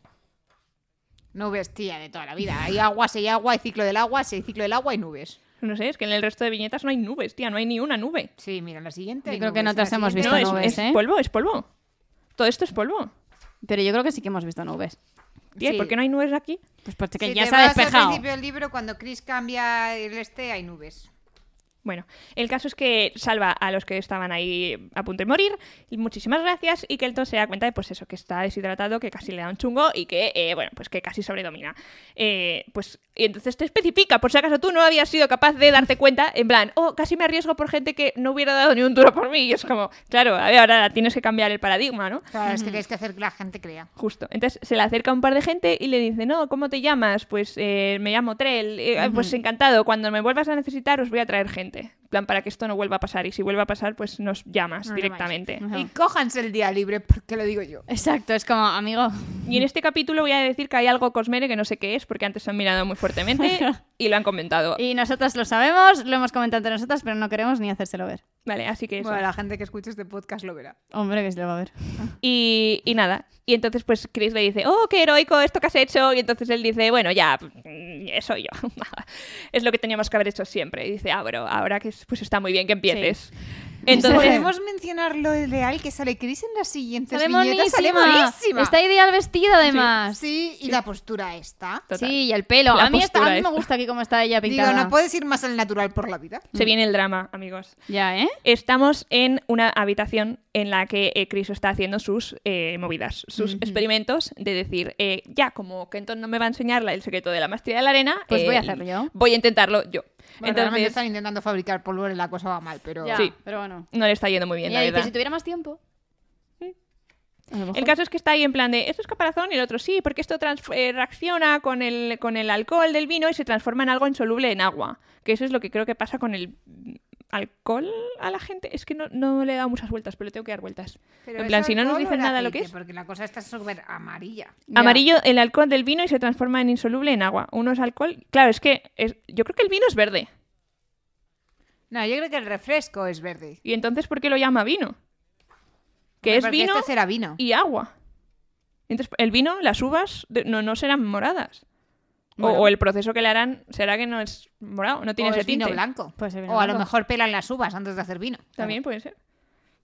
Speaker 2: Nubes, tía, de toda la vida. Hay agua, si hay agua, hay ciclo del agua, si hay ciclo del agua, hay nubes.
Speaker 1: No sé, es que en el resto de viñetas no hay nubes, tía, no hay ni una nube.
Speaker 2: Sí, mira, la siguiente.
Speaker 3: Yo
Speaker 2: hay
Speaker 3: creo que
Speaker 2: nubes,
Speaker 3: no te
Speaker 2: la
Speaker 3: las hemos
Speaker 2: siguiente-
Speaker 3: visto
Speaker 1: No, es,
Speaker 3: nubes,
Speaker 1: es
Speaker 3: ¿eh?
Speaker 1: polvo, es polvo. Todo esto es polvo.
Speaker 3: Pero yo creo que sí que hemos visto nubes.
Speaker 1: Tía, ¿y
Speaker 2: Sí.
Speaker 1: ¿por qué no hay nubes aquí?
Speaker 3: Pues porque
Speaker 2: Si
Speaker 3: ya
Speaker 2: te
Speaker 3: se ha
Speaker 2: vas Al
Speaker 3: despejado.
Speaker 2: principio del libro, cuando Chris cambia el este, hay nubes.
Speaker 1: Bueno, el caso es que salva a los que estaban ahí a punto de morir. y Muchísimas gracias. Y Kelton se da cuenta de pues eso, que está deshidratado, que casi le da un chungo y que, eh, bueno, pues que casi sobredomina. Eh, pues y entonces te especifica, por si acaso tú no habías sido capaz de darte cuenta, en plan, oh, casi me arriesgo por gente que no hubiera dado ni un duro por mí. Y es como, claro, a ver, ahora tienes que cambiar el paradigma, ¿no?
Speaker 2: Claro, es que
Speaker 3: Mm.
Speaker 2: tienes que hacer que la gente crea.
Speaker 1: Justo. Entonces se le acerca un par de gente y le dice, no, ¿cómo te llamas? Pues eh, me llamo Trell. Eh, ah, Pues encantado, cuando me vuelvas a necesitar os voy a traer gente. En plan, para que esto no vuelva a pasar. Y si vuelve a pasar, pues nos llamas
Speaker 2: Nos
Speaker 1: directamente.
Speaker 3: llamáis. Ajá.
Speaker 2: Y cójanse el día libre, porque lo digo yo.
Speaker 3: Exacto, es como, amigo.
Speaker 1: Y en este capítulo voy a decir que hay algo cosmere que no sé qué es, porque antes se han mirado muy fuertemente y lo han comentado.
Speaker 3: Y nosotras lo sabemos, lo hemos comentado entre nosotras, pero no queremos ni hacérselo ver.
Speaker 1: Vale, así que eso.
Speaker 2: Bueno, la gente que escuche este podcast lo verá.
Speaker 3: Hombre, que se lo va a ver.
Speaker 1: Y, y nada. Y entonces, pues Chris le dice, oh, qué heroico esto que has hecho. Y entonces él dice, bueno, ya, mm, soy yo. es lo que teníamos que haber hecho siempre. Y dice, ah, bueno, ahora que es- pues está muy bien que empieces. Entonces,
Speaker 2: Podemos mencionar lo real que sale Chris en las siguientes
Speaker 3: ¡Sale
Speaker 2: viñetas. Sale
Speaker 3: monísima!
Speaker 2: monísima.
Speaker 3: Está ideal vestido, además. Sí,
Speaker 2: Sí, y la postura está.
Speaker 1: total.
Speaker 3: y el pelo.
Speaker 1: La
Speaker 3: a mí, está-
Speaker 1: postura
Speaker 3: a mí me
Speaker 1: esta.
Speaker 3: gusta aquí cómo está ella
Speaker 2: Digo,
Speaker 3: pintada.
Speaker 2: no puedes ir más al natural por la vida.
Speaker 1: se viene el drama, amigos.
Speaker 3: Ya, ¿eh?
Speaker 1: Estamos en una habitación en la que eh, Chris está haciendo sus eh, movidas, sus experimentos de decir, eh, ya, como Kenton no me va a enseñar la- el secreto de la maestría de la arena,
Speaker 3: Pues voy a
Speaker 1: eh,
Speaker 3: hacerlo yo.
Speaker 1: Voy a intentarlo yo.
Speaker 2: Bueno, realmente
Speaker 1: Entonces,
Speaker 2: están intentando fabricar polvo y la cosa va mal, pero...
Speaker 3: Ya,
Speaker 1: Sí.
Speaker 3: pero bueno.
Speaker 1: no le está yendo muy bien,
Speaker 3: Ella
Speaker 1: la
Speaker 3: dice,
Speaker 1: verdad.
Speaker 3: si tuviera más tiempo. A lo
Speaker 1: El
Speaker 3: mejor.
Speaker 1: caso es que está ahí en plan de esto es caparazón y el otro sí, porque esto trans- eh, reacciona con el, con el alcohol del vino y se transforma en algo insoluble en agua. Que eso es lo que creo que pasa con el mm, alcohol a la gente. Es que no, no le he dado muchas vueltas, pero le tengo que dar vueltas.
Speaker 2: Pero
Speaker 1: en
Speaker 2: ¿es
Speaker 1: plan, si no nos
Speaker 2: alcohol o
Speaker 1: dicen
Speaker 2: era
Speaker 1: nada lo que
Speaker 2: aceite?
Speaker 1: es.
Speaker 2: Porque la cosa está súper amarilla.
Speaker 3: Ya.
Speaker 1: Amarillo, el alcohol del vino y se transforma en insoluble en agua. Uno es alcohol. Claro, es que es- yo creo que el vino es verde.
Speaker 2: No, yo creo que el refresco es verde.
Speaker 1: ¿Y entonces por qué lo llama vino? Que
Speaker 2: Hombre,
Speaker 1: es
Speaker 2: porque
Speaker 1: vino
Speaker 2: Este será vino.
Speaker 1: y agua. Entonces, el vino, las uvas, de- no, no serán moradas. O-
Speaker 3: Bueno.
Speaker 1: O, el proceso que le harán será que no es morado, no tiene
Speaker 2: o
Speaker 1: ese
Speaker 2: es vino
Speaker 1: tinte.
Speaker 2: blanco.
Speaker 3: Puede ser vino
Speaker 2: o a lo
Speaker 3: Pues blanco.
Speaker 2: mejor pelan las uvas antes de hacer vino.
Speaker 1: También puede ser.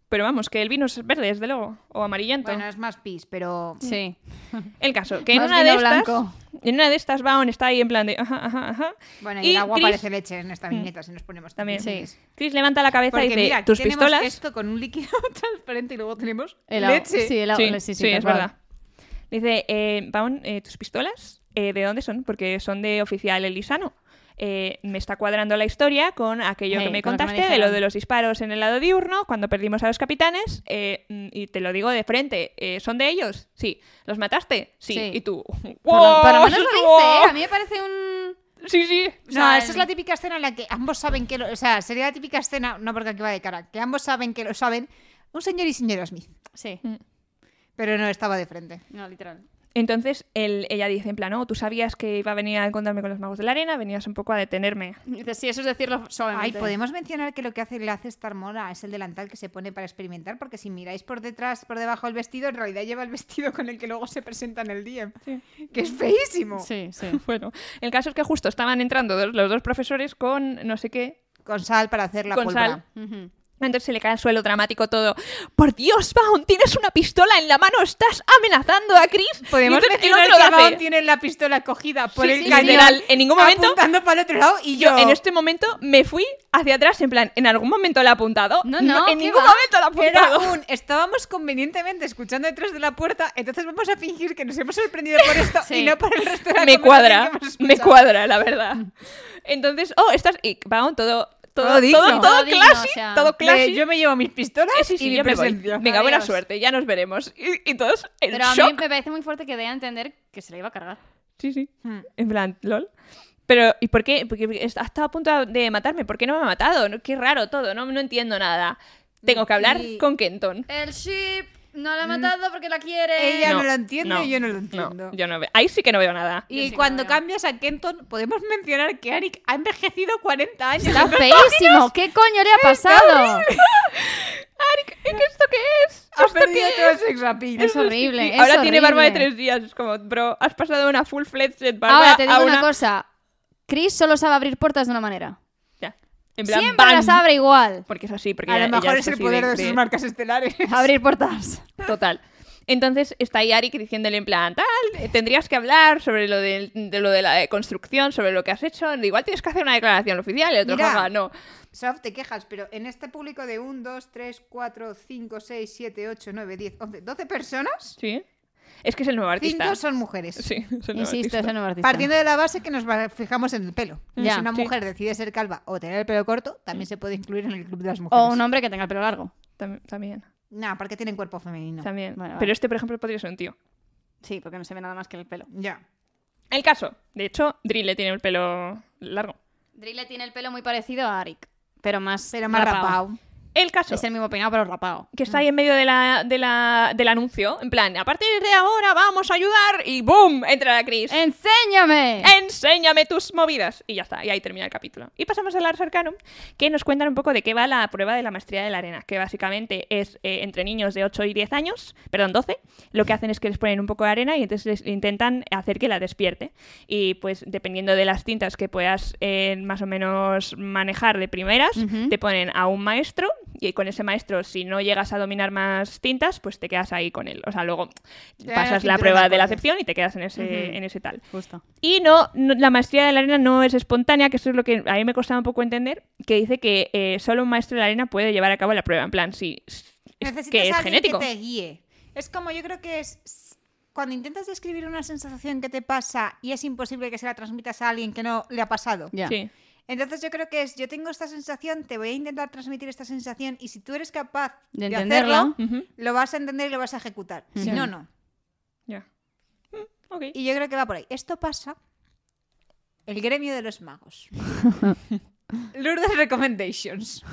Speaker 1: Pero vamos, que el vino es verde, desde luego. O amarillento.
Speaker 2: Bueno, es más pis, pero...
Speaker 3: Sí.
Speaker 1: el caso, que en
Speaker 3: Más
Speaker 1: una de
Speaker 3: vino
Speaker 1: estas.
Speaker 3: blanco.
Speaker 1: En una de estas Baon está ahí en plan de. Ajá, ajá, ajá.
Speaker 2: Bueno, y, el agua
Speaker 1: Chris-
Speaker 2: parece leche en esta viñeta, si nos ponemos
Speaker 1: Mm. También.
Speaker 3: Sí.
Speaker 1: Chris levanta la cabeza
Speaker 2: Porque
Speaker 1: y dice:
Speaker 2: mira, aquí
Speaker 1: Tus
Speaker 2: tenemos
Speaker 1: pistolas.
Speaker 2: esto con un líquido transparente y luego tenemos
Speaker 3: El agua-
Speaker 2: leche.
Speaker 3: Sí, el agua-
Speaker 1: Sí,
Speaker 3: sí, pues sí,
Speaker 1: sí,
Speaker 3: tal
Speaker 1: es
Speaker 3: cual.
Speaker 1: verdad. Dice, eh, Baon, eh, tus pistolas, eh, ¿de dónde son? Porque son de oficial Elisano. Eh, me está cuadrando la historia con aquello
Speaker 3: Hey,
Speaker 1: que me
Speaker 3: con lo que me
Speaker 1: contaste de lo
Speaker 3: dijeron.
Speaker 1: de los disparos en el lado diurno cuando perdimos a los capitanes. eh, mm, y te lo digo de frente, eh, ¿son de ellos? Sí. ¿Los mataste? Sí.
Speaker 3: Sí.
Speaker 1: Y tú,
Speaker 3: Por lo, por lo
Speaker 1: "Wow,
Speaker 3: menos lo dice,
Speaker 1: wow".
Speaker 3: ¿eh? A mí me parece un...
Speaker 1: Sí, sí.
Speaker 2: No,
Speaker 3: sea,
Speaker 2: esa
Speaker 3: el-
Speaker 2: es la típica escena en la que ambos saben que lo... O sea, sería la típica escena, no porque aquí va de cara, que ambos saben que lo saben un señor y señora Smith,
Speaker 3: Sí.
Speaker 2: pero no estaba de frente.
Speaker 3: No, literal.
Speaker 1: Entonces él- ella dice en plan, no, tú sabías que iba a venir a encontrarme con los magos de la arena, venías un poco a detenerme.
Speaker 3: Dice, sí, eso es decirlo
Speaker 2: Ay,
Speaker 3: suavemente.
Speaker 2: podemos mencionar que lo que hace le hace estar mona es el delantal que se pone para experimentar, porque si miráis por detrás, por debajo del vestido, en realidad lleva el vestido con el que luego se presenta en el día, que es feísimo.
Speaker 3: Sí, sí.
Speaker 1: Bueno, el caso es que justo estaban entrando dos- los dos profesores con no sé qué,
Speaker 2: Con sal para hacer la
Speaker 1: con
Speaker 2: pólvora.
Speaker 1: sal.
Speaker 3: Ujú.
Speaker 1: Entonces se le cae al suelo dramático todo. Por Dios, Vaughn, tienes una pistola en la mano, estás amenazando a Chris.
Speaker 2: Podemos
Speaker 1: Y entonces el
Speaker 2: mencionar
Speaker 1: otro lo
Speaker 2: que
Speaker 1: hace.
Speaker 2: Vaughn tiene la pistola cogida por
Speaker 1: Sí,
Speaker 2: el
Speaker 1: sí,
Speaker 2: cañón.
Speaker 1: literal, en ningún momento-
Speaker 2: Apuntando para el otro lado y yo...
Speaker 1: Yo en este momento me fui hacia atrás, en plan, ¿en algún momento la ha apuntado?
Speaker 3: No, no,
Speaker 1: en
Speaker 3: ¿qué
Speaker 1: ningún
Speaker 3: va?
Speaker 1: momento la ha
Speaker 2: Era
Speaker 1: apuntado.
Speaker 2: un, estábamos convenientemente escuchando detrás de la puerta, entonces vamos a fingir que nos hemos sorprendido por esto
Speaker 3: Sí.
Speaker 2: y no por el resto de la
Speaker 1: me
Speaker 2: conversación
Speaker 1: cuadra,
Speaker 2: que hemos
Speaker 1: me
Speaker 2: escuchado.
Speaker 1: cuadra, la verdad. Entonces, oh, estás. Y Vaughn, todo. Todo,
Speaker 2: Todo
Speaker 1: todo,
Speaker 2: digno.
Speaker 1: todo,
Speaker 3: Todo digno,
Speaker 1: classy,
Speaker 3: o sea.
Speaker 1: todo
Speaker 2: Me-
Speaker 1: classy.
Speaker 2: Yo me llevo mis pistolas
Speaker 1: Eh, sí, sí,
Speaker 2: y mi
Speaker 1: yo me voy.
Speaker 2: presencia.
Speaker 1: Venga, buena
Speaker 3: Adiós.
Speaker 1: suerte, ya nos veremos. Y, y todos en
Speaker 3: Pero a mí
Speaker 1: shock.
Speaker 3: me parece muy fuerte que dé a entender que se la iba a cargar.
Speaker 1: Sí, sí.
Speaker 2: Hmm.
Speaker 1: En plan, lol. Pero, ¿y por qué? Porque está estado a punto de matarme. ¿Por qué no me ha matado? No, Qué raro todo, no, no entiendo nada. Tengo que hablar
Speaker 2: Y-
Speaker 1: con Kenton.
Speaker 3: El ship no la ha matado porque la quiere.
Speaker 2: Ella- Ya no lo entiendo y yo no lo entiendo.
Speaker 1: yo Eh, no ve- Ahí sí que no veo nada.
Speaker 3: Yo sí
Speaker 2: Y
Speaker 3: que
Speaker 2: cuando
Speaker 3: no veo.
Speaker 2: cambias a Kenton, podemos mencionar que Arik ha envejecido 40 años.
Speaker 3: Está feísimo. ¿Qué coño le ha pasado?
Speaker 1: Arik, ¿y qué esto qué es?
Speaker 2: Ha
Speaker 1: ¿Esto
Speaker 2: perdido
Speaker 1: qué
Speaker 2: todo
Speaker 1: es?
Speaker 2: el sex appeal.
Speaker 3: Es horrible.
Speaker 1: Y
Speaker 3: es
Speaker 1: ahora tiene barba de
Speaker 3: horrible.
Speaker 1: tres días. Es como, bro, has pasado de una full-fledged barba
Speaker 3: Ahora te digo
Speaker 1: a
Speaker 3: una...
Speaker 1: una...
Speaker 3: cosa. Chris solo sabe abrir puertas de una manera.
Speaker 1: Ya. En plan,
Speaker 3: Siempre
Speaker 1: bam.
Speaker 3: las abre igual.
Speaker 1: Porque es así. Porque
Speaker 2: A
Speaker 1: ella-
Speaker 2: lo
Speaker 1: ella
Speaker 2: mejor es el
Speaker 1: así
Speaker 2: poder de, sus
Speaker 1: de-
Speaker 2: marcas estelares.
Speaker 3: Abrir puertas.
Speaker 1: Total. Entonces está ahí Arik diciéndole en plan, tal, eh, tendrías que hablar sobre lo del- de, lo de la eh, construcción, sobre lo que has hecho, igual tienes que hacer una declaración oficial, el otro
Speaker 2: Mira.
Speaker 1: jaja, no.
Speaker 2: Sof, te quejas, pero en este público de 1, 2, 3, 4, 5, 6, 7, 8, 9, 10, 11, 12 personas,
Speaker 1: Sí. Es que es el nuevo artista.
Speaker 2: 5 son mujeres.
Speaker 1: Sí, es el nuevo
Speaker 3: Insisto, es
Speaker 1: artista.
Speaker 3: el nuevo artista.
Speaker 2: Partiendo de la base que nos va- fijamos en el pelo.
Speaker 3: Ya,
Speaker 2: si una
Speaker 1: sí.
Speaker 2: mujer decide ser calva o tener el pelo corto, también se puede incluir en el club de las mujeres.
Speaker 3: O un hombre que tenga el pelo largo.
Speaker 1: Tam- También,
Speaker 2: No, porque tienen cuerpo femenino.
Speaker 1: también.
Speaker 3: Vale, vale.
Speaker 1: Pero este, por ejemplo, podría ser un tío.
Speaker 3: Sí, porque no se ve nada más que el pelo.
Speaker 2: Ya.
Speaker 1: El caso, de hecho, Drille tiene el pelo largo.
Speaker 3: Drille tiene el pelo muy parecido a Arik, pero más
Speaker 2: Pero más
Speaker 3: rapao.
Speaker 2: rapao.
Speaker 1: El caso.
Speaker 3: Es el Mm. mismo peinado, pero rapado.
Speaker 1: que está ahí en medio de la, de la, del anuncio, en plan, a partir de ahora vamos a ayudar y ¡boom! Entra la
Speaker 3: Eh,
Speaker 1: Cris.
Speaker 3: ¡Enséñame!
Speaker 1: Eh. Enséñame tus movidas. Y ya está, y ahí termina el capítulo. Y pasamos al Ars Arcanum, que nos cuentan un poco de qué va la prueba de la maestría de la arena, que básicamente es eh, entre niños de 8 y 10 años, perdón, 12, lo que hacen es que les ponen un poco de arena y entonces les intentan hacer que la despierte. Y pues dependiendo de las tintas que puedas eh, más o menos manejar de primeras,
Speaker 3: Ujú.
Speaker 1: te ponen a un maestro y con ese maestro, si no llegas a dominar más tintas, pues te quedas ahí con él. O sea, luego
Speaker 2: dan el
Speaker 1: pasas la
Speaker 2: cinturón
Speaker 1: prueba de la
Speaker 2: acorde.
Speaker 1: acepción y te quedas en ese,
Speaker 3: Ujú.
Speaker 1: en ese tal.
Speaker 3: Justo.
Speaker 1: Y no, no- la maestría de la arena no es espontánea, que eso es lo que a mí me costaba un poco entender, que dice que eh, solo un maestro de la arena puede llevar a cabo la prueba. En plan, sí, es- es
Speaker 2: Necesitas
Speaker 1: que es
Speaker 2: a alguien
Speaker 1: genético.
Speaker 2: que te guíe. Es como yo creo que es cuando intentas describir una sensación que te pasa y es imposible que se la transmitas a alguien que no le ha pasado.
Speaker 3: Ya.
Speaker 1: Sí.
Speaker 2: Entonces yo creo que es, yo tengo esta sensación, te voy a intentar transmitir esta sensación y si tú eres capaz
Speaker 3: De
Speaker 2: de,
Speaker 3: entenderla.
Speaker 2: hacerlo,
Speaker 1: Ujú.
Speaker 2: lo vas a entender y lo vas a ejecutar. Si
Speaker 3: Ujú.
Speaker 2: no, no.
Speaker 1: Ya. Mm, ok.
Speaker 2: Y yo creo que va por ahí. Esto pasa el gremio de los magos. Lourdes Recommendations.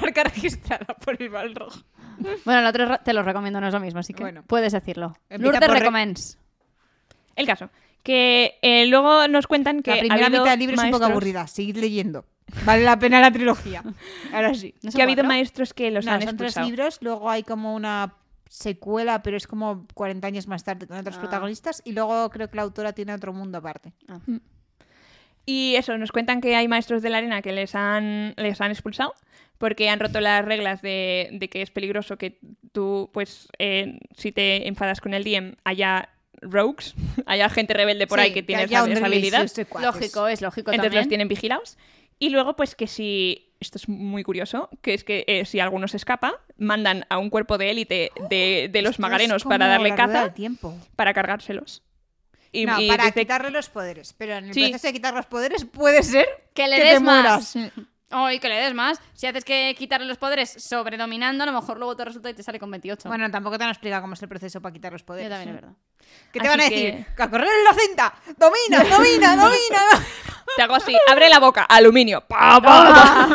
Speaker 2: Marca registrada por el bal rojo.
Speaker 3: Bueno, el otro re- te lo recomiendo, no es lo mismo, así que
Speaker 2: Bueno.
Speaker 3: puedes decirlo.
Speaker 2: Empieza
Speaker 3: Lourdes
Speaker 2: por re-
Speaker 3: recommends.
Speaker 1: El caso. Que eh, luego nos cuentan que.
Speaker 2: La primera
Speaker 1: ha habido
Speaker 2: mitad del libro es un poco
Speaker 1: maestros-
Speaker 2: aburrida. Seguid leyendo. Vale la pena la trilogía. Ahora sí.
Speaker 3: ¿No son
Speaker 1: que ha habido
Speaker 3: cuatro?
Speaker 1: maestros que los
Speaker 2: No,
Speaker 1: han
Speaker 2: son tres
Speaker 1: expulsado.
Speaker 2: libros, luego hay como una secuela, pero es como 40 años más tarde con otros
Speaker 3: Ah.
Speaker 2: protagonistas y luego creo que la autora tiene otro mundo aparte.
Speaker 1: Y eso, nos cuentan que hay maestros de la arena que les han, les han expulsado porque han roto las reglas de, de que es peligroso que tú, pues, eh, si te enfadas con el DM, haya rogues, haya gente rebelde por
Speaker 2: Sí,
Speaker 1: ahí que tiene
Speaker 2: haya
Speaker 1: esa,
Speaker 2: un
Speaker 1: esa
Speaker 2: release y
Speaker 1: habilidad.
Speaker 2: sus secuaces.
Speaker 3: Lógico, es lógico
Speaker 1: Entonces los
Speaker 3: también.
Speaker 1: tienen vigilados. Y luego, pues, que si... Esto es muy curioso, que es que eh, si alguno se escapa, mandan a un cuerpo de élite de, de los
Speaker 2: Esto es
Speaker 1: magarenos
Speaker 2: como
Speaker 1: para darle
Speaker 2: la rueda
Speaker 1: caza
Speaker 2: del tiempo.
Speaker 1: para cargárselos. Y,
Speaker 2: no,
Speaker 1: y
Speaker 2: para
Speaker 1: dice-
Speaker 2: quitarle los poderes. Pero en el
Speaker 1: Sí.
Speaker 2: proceso de quitar los poderes puede ser
Speaker 3: Que le
Speaker 2: que
Speaker 3: des
Speaker 2: te
Speaker 3: más.
Speaker 2: mueras.
Speaker 3: Ay, que le des más. Si haces que quitarle los poderes sobredominando, a lo mejor luego te resulta y te sale con 28.
Speaker 2: Bueno, tampoco te han explicado cómo es el proceso para quitar los
Speaker 3: yo
Speaker 2: poderes.
Speaker 3: también, es verdad.
Speaker 2: ¿Qué te
Speaker 1: Así
Speaker 2: van a
Speaker 1: que-
Speaker 2: decir? ¡A correr en la cinta! ¡Domina, domina, domina!
Speaker 1: Te hago así, abre la boca, aluminio. Pa, pa,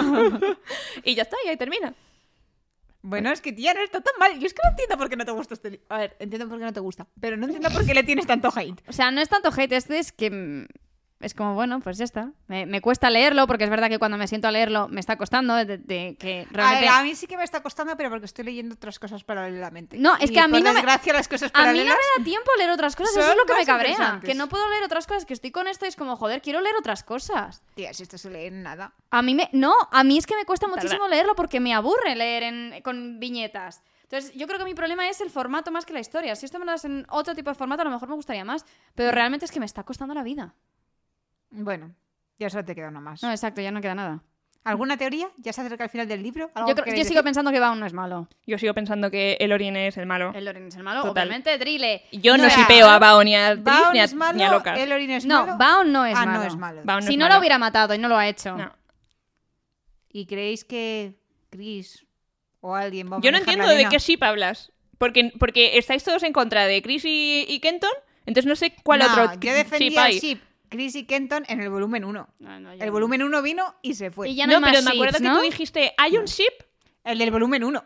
Speaker 1: pa. y ya está, y ahí termina.
Speaker 2: Bueno, es que tía, no está tan mal. Yo es que no entiendo por qué no te gusta este libro. A ver, entiendo por qué no te gusta, pero no entiendo por qué le tienes tanto hate.
Speaker 3: O sea, no es tanto hate, este es que mm, Es como, bueno, pues ya está. Me, me cuesta leerlo, porque es verdad que cuando me siento a leerlo me está costando, de, de- que
Speaker 2: A,
Speaker 3: realmente...
Speaker 2: ver, a mí sí que me está costando, pero porque estoy leyendo otras cosas paralelamente.
Speaker 3: No, es
Speaker 2: Y
Speaker 3: que a mí
Speaker 2: por
Speaker 3: no me-
Speaker 2: desgracia, las cosas
Speaker 3: A mí no
Speaker 2: paralelas.
Speaker 3: me da tiempo a leer otras cosas,
Speaker 2: Son
Speaker 3: eso es lo que me
Speaker 2: más
Speaker 3: cabrea.
Speaker 2: interesantes.
Speaker 3: Que no puedo leer otras cosas, que estoy con esto y es como, joder, quiero leer otras cosas.
Speaker 2: Tía, si esto se lee en nada.
Speaker 3: A mí me. No, a mí es que me cuesta
Speaker 1: Tarda.
Speaker 3: muchísimo leerlo porque me aburre leer en- con viñetas. Entonces, yo creo que mi problema es el formato más que la historia. Si esto me lo das en otro tipo de formato, a lo mejor me gustaría más.
Speaker 1: Mm.
Speaker 3: Pero realmente es que me está costando la vida.
Speaker 2: Bueno, ya solo te queda una más.
Speaker 3: No, exacto, ya no queda nada.
Speaker 2: ¿Alguna teoría? ¿Ya se acerca al final del libro? ¿Algo que
Speaker 3: Yo, creo- yo
Speaker 2: queráis
Speaker 3: sigo
Speaker 2: decir?
Speaker 3: pensando que Baum no es malo.
Speaker 1: Yo sigo pensando que el Orien es el malo.
Speaker 3: El Lorin es el malo,
Speaker 1: Total.
Speaker 3: obviamente. Drile.
Speaker 1: Yo no
Speaker 2: No,
Speaker 1: sipeo
Speaker 2: claro.
Speaker 1: a Bao ni a Drift
Speaker 2: Baon
Speaker 1: ni, a,
Speaker 2: es malo,
Speaker 1: ni a Locas.
Speaker 2: Elorin es malo.
Speaker 3: No, Baum no es
Speaker 2: ah,
Speaker 3: malo.
Speaker 2: no es malo.
Speaker 1: Bao
Speaker 3: Si
Speaker 1: es
Speaker 3: no
Speaker 1: malo.
Speaker 3: lo hubiera matado y no lo ha hecho.
Speaker 1: No.
Speaker 2: ¿Y creéis que Chris o alguien va a
Speaker 1: Yo no
Speaker 2: manejar la
Speaker 1: entiendo de
Speaker 2: arena?
Speaker 1: qué ship hablas. Porque, porque estáis todos en contra de Chris y, y Kenton. Entonces no sé cuál
Speaker 2: No,
Speaker 1: otro
Speaker 2: Yo
Speaker 1: ship
Speaker 2: defendía el
Speaker 1: hay.
Speaker 2: ship Chris y Kenton en el volumen 1.
Speaker 3: No, no, yo
Speaker 2: El
Speaker 3: no.
Speaker 2: volumen 1 vino y se fue.
Speaker 3: Y ya no, hay
Speaker 1: pero
Speaker 3: más
Speaker 1: me acuerdo
Speaker 3: ships,
Speaker 1: que
Speaker 3: ¿no?
Speaker 1: tú dijiste, ¿hay un ship?
Speaker 2: El del volumen 1.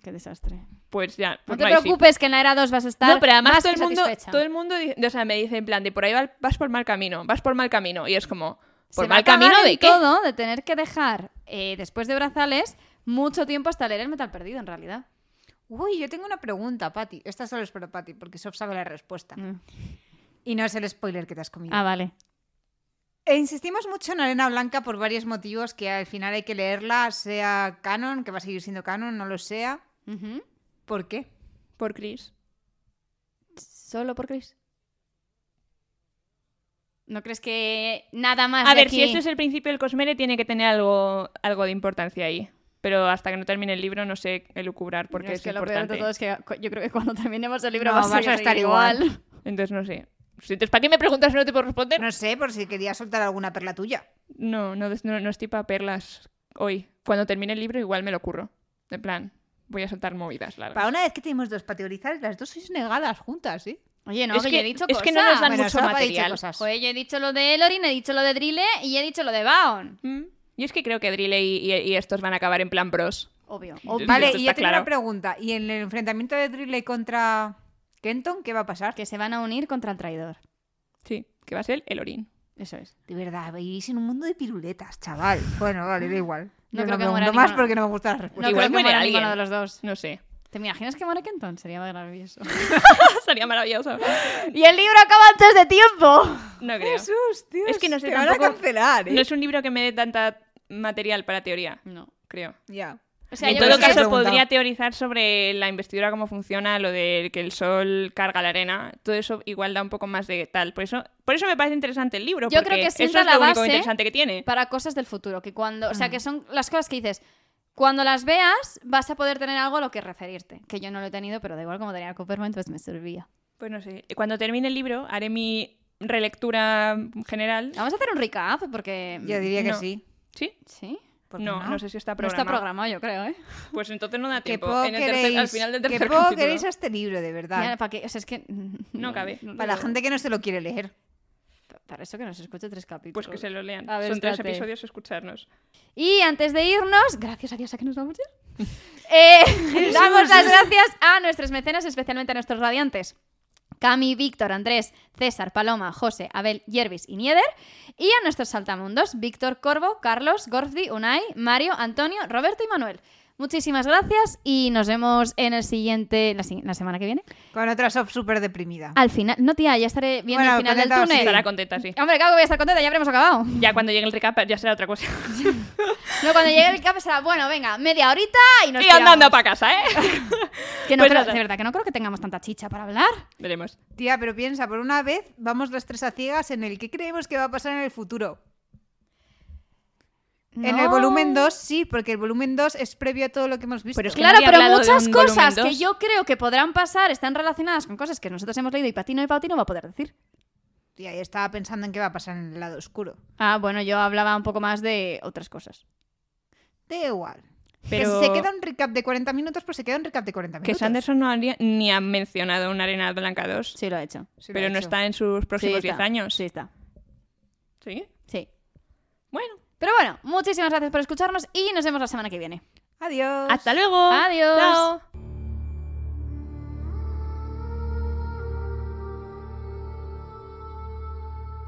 Speaker 3: Qué desastre.
Speaker 1: Pues ya.
Speaker 3: No
Speaker 1: pues
Speaker 3: te
Speaker 1: hay ship.
Speaker 3: preocupes, que en la era 2 vas a estar.
Speaker 1: No, pero además
Speaker 3: más
Speaker 1: todo
Speaker 3: que
Speaker 1: el mundo,
Speaker 3: satisfecha.
Speaker 1: todo el mundo di- o sea, me dice en plan de por ahí va- vas por mal camino, vas por mal camino. Y es como,
Speaker 3: Se
Speaker 1: ¿por
Speaker 3: va a
Speaker 1: mal
Speaker 3: cagar
Speaker 1: camino
Speaker 3: en
Speaker 1: de qué?
Speaker 3: todo de tener que dejar eh, después de brazales mucho tiempo hasta leer el metal perdido en realidad
Speaker 2: Uy, yo tengo una pregunta, Patty. Esta solo es para Patty, porque Sof sabe la respuesta.
Speaker 3: Mm.
Speaker 2: Y no es el spoiler que te has comido.
Speaker 3: ah vale
Speaker 2: E insistimos mucho en Arena Blanca por varios motivos, que al final hay que leerla, sea canon, que va a seguir siendo canon, no lo sea.
Speaker 3: Ujú.
Speaker 2: ¿Por qué?
Speaker 1: Por Chris.
Speaker 3: solo por Chris no crees que nada más
Speaker 1: A
Speaker 3: de
Speaker 1: ver,
Speaker 3: aquí-
Speaker 1: si este es el principio del Cosmere, tiene que tener algo, algo de importancia ahí. Pero hasta que no termine el libro no sé elucubrar porque
Speaker 3: es,
Speaker 1: es,
Speaker 3: que lo peor
Speaker 1: importante.
Speaker 3: de todo es que cu- yo creo que cuando terminemos el libro
Speaker 2: No,
Speaker 3: vas,
Speaker 2: vas a estar igual.
Speaker 1: Entonces no sé. Si te- ¿Para qué me preguntas si no te puedo responder?
Speaker 2: No sé, por si quería soltar alguna perla tuya.
Speaker 1: No, no, des- no, no estoy para perlas hoy. Cuando termine el libro igual me lo curro. De plan, voy a soltar movidas largas.
Speaker 2: Para una vez que tenemos dos para teorizar, las dos sois negadas juntas, ¿eh?
Speaker 3: Oye, no,
Speaker 1: Es
Speaker 3: que, yo
Speaker 1: que-
Speaker 3: he dicho
Speaker 1: es que no nos
Speaker 3: cosas.
Speaker 1: dan
Speaker 2: Bueno,
Speaker 1: mucho
Speaker 2: Sof ha dicho
Speaker 1: material.
Speaker 2: cosas.
Speaker 3: Joder, yo he dicho lo de Elorin, he dicho lo de Drile y he dicho lo de Baon.
Speaker 1: Mm. Y es que creo que Drille y, y- y estos van a acabar en plan bros.
Speaker 3: Obvio. obvio.
Speaker 2: Vale,
Speaker 1: Esto
Speaker 2: y yo
Speaker 1: está
Speaker 2: tengo
Speaker 1: claro.
Speaker 2: una pregunta. ¿Y en el enfrentamiento de Drilly contra Kenton, qué va a pasar?
Speaker 3: Que se van a unir contra el traidor.
Speaker 1: Sí, que va a ser el orín.
Speaker 3: Eso es.
Speaker 2: De verdad, veis en un mundo de piruletas, chaval. Bueno, vale, da igual.
Speaker 3: No
Speaker 2: Yo
Speaker 3: creo que
Speaker 2: pregunto
Speaker 3: muera
Speaker 2: más
Speaker 3: ninguna.
Speaker 2: porque no me gusta la respuesta.
Speaker 3: No
Speaker 1: Pues Igual
Speaker 3: creo que
Speaker 1: muere
Speaker 3: muera
Speaker 1: alguien.
Speaker 3: ninguno de los dos.
Speaker 1: No sé.
Speaker 3: ¿Te imaginas que muere Kenton? Sería maravilloso.
Speaker 1: Sería maravilloso.
Speaker 3: y el libro acaba antes de tiempo.
Speaker 1: No creo.
Speaker 2: Jesús, tío,
Speaker 1: Es que no sé
Speaker 2: te
Speaker 1: tampoco-
Speaker 2: van a cancelar, ¿eh?
Speaker 1: No es un libro que me dé tanta material para teoría,
Speaker 3: No.
Speaker 1: creo.
Speaker 2: Ya.
Speaker 3: O sea,
Speaker 1: en
Speaker 3: yo
Speaker 1: todo
Speaker 3: creo que
Speaker 1: caso,
Speaker 2: preguntado.
Speaker 1: podría teorizar sobre la investidura, cómo funciona, lo de que el sol carga la arena. Todo eso igual da un poco más de tal. Por eso, por eso me parece interesante el libro.
Speaker 3: Yo
Speaker 1: porque
Speaker 3: creo que
Speaker 1: eso
Speaker 3: sienta
Speaker 1: es
Speaker 3: la
Speaker 1: lo único
Speaker 3: base
Speaker 1: interesante que tiene.
Speaker 3: para cosas del futuro, que cuando, o sea, que son las cosas que dices, cuando las veas vas a poder tener algo a lo que referirte, que yo no lo he tenido, pero da igual como tenía Copperman, pues me servía.
Speaker 1: Pues no sé. Cuando termine el libro, haré mi relectura general.
Speaker 3: Vamos a hacer un recap porque
Speaker 2: Yo diría que
Speaker 1: em, no.
Speaker 2: sí.
Speaker 1: ¿Sí?
Speaker 3: sí,
Speaker 2: ¿Por qué
Speaker 1: No, no, sé si está
Speaker 3: no
Speaker 1: programado.
Speaker 3: está programado, yo creo, ¿eh?
Speaker 1: Pues entonces no da
Speaker 2: ¿Qué
Speaker 1: tiempo.
Speaker 2: poco
Speaker 1: En el tercer-
Speaker 2: queréis-
Speaker 1: al final del
Speaker 2: qué
Speaker 1: tercer
Speaker 2: poco
Speaker 1: capítulo.
Speaker 2: queréis a este libro, de verdad?
Speaker 3: Ya, para que, o sea, es que
Speaker 1: No cabe.
Speaker 2: Para la gente que no se lo quiere leer.
Speaker 3: para eso que nos escuche tres capítulos.
Speaker 1: Pues que se lo lean.
Speaker 3: A ver,
Speaker 1: Son tres
Speaker 3: espérate.
Speaker 1: episodios escucharnos.
Speaker 3: Y antes de irnos, gracias a Dios a que nos vamos ya. Eh, damos las gracias a nuestros mecenas, especialmente a nuestros radiantes. Cami, Víctor, Andrés, César, Paloma, José, Abel, Yervis y Nieder. Y a nuestros saltamundos, Víctor, Corvo, Carlos, Gorfdi, Unai, Mario, Antonio, Roberto y Manuel. Muchísimas gracias y nos vemos en el siguiente, la, si- la semana que viene.
Speaker 2: Con otra soft súper deprimida.
Speaker 3: Al final, no tía, ya estaré viendo
Speaker 2: Bueno,
Speaker 3: el final del
Speaker 2: contenta, sí.
Speaker 3: túnel.
Speaker 1: Estará contenta, sí.
Speaker 3: Hombre, claro que voy a estar contenta, ya habremos acabado.
Speaker 1: Ya cuando llegue el recap ya será otra cosa.
Speaker 3: No, cuando llegue el cap será, bueno, venga, media horita y nos
Speaker 1: y andando
Speaker 3: piramos.
Speaker 1: para casa, ¿eh?
Speaker 3: Que no
Speaker 1: Pues
Speaker 3: creo-
Speaker 1: nada.
Speaker 3: de verdad que no creo que tengamos tanta chicha para hablar.
Speaker 1: Veremos.
Speaker 2: Tía, pero piensa, por una vez vamos las tres a ciegas en el que creemos que va a pasar en el futuro. En el
Speaker 3: No.
Speaker 2: volumen 2 sí, porque el volumen 2 es previo a todo lo que hemos visto.
Speaker 1: Pero es que-
Speaker 3: Claro,
Speaker 1: nadie ha
Speaker 3: pero
Speaker 1: hablado de
Speaker 3: muchas
Speaker 1: un
Speaker 3: cosas
Speaker 1: volumen
Speaker 3: que
Speaker 1: dos.
Speaker 3: yo creo que podrán pasar están relacionadas con cosas que nosotros hemos leído y Patino y Pauti no va a poder decir.
Speaker 2: Tía, yo estaba pensando en qué va a pasar en el lado oscuro.
Speaker 3: Ah, bueno, yo hablaba un poco más de otras cosas.
Speaker 2: Da igual.
Speaker 1: Pero-
Speaker 2: Que si se queda un recap de 40 minutos, pues se queda un recap de 40
Speaker 1: Que
Speaker 2: minutos.
Speaker 1: Sanderson no haría- ni ha mencionado una Arena Blanca 2,
Speaker 3: Sí, lo he hecho.
Speaker 2: Sí, lo
Speaker 1: pero
Speaker 2: he
Speaker 1: no
Speaker 2: hecho.
Speaker 1: está en sus próximos
Speaker 3: Sí,
Speaker 1: 10
Speaker 3: está.
Speaker 1: años.
Speaker 3: Sí, está.
Speaker 1: ¿Sí?
Speaker 3: Sí.
Speaker 1: Bueno,
Speaker 3: Pero bueno, muchísimas gracias por escucharnos y nos vemos la semana que viene.
Speaker 2: Adiós.
Speaker 1: hasta
Speaker 3: Oh,
Speaker 1: luego.
Speaker 3: Adiós.
Speaker 1: Chao.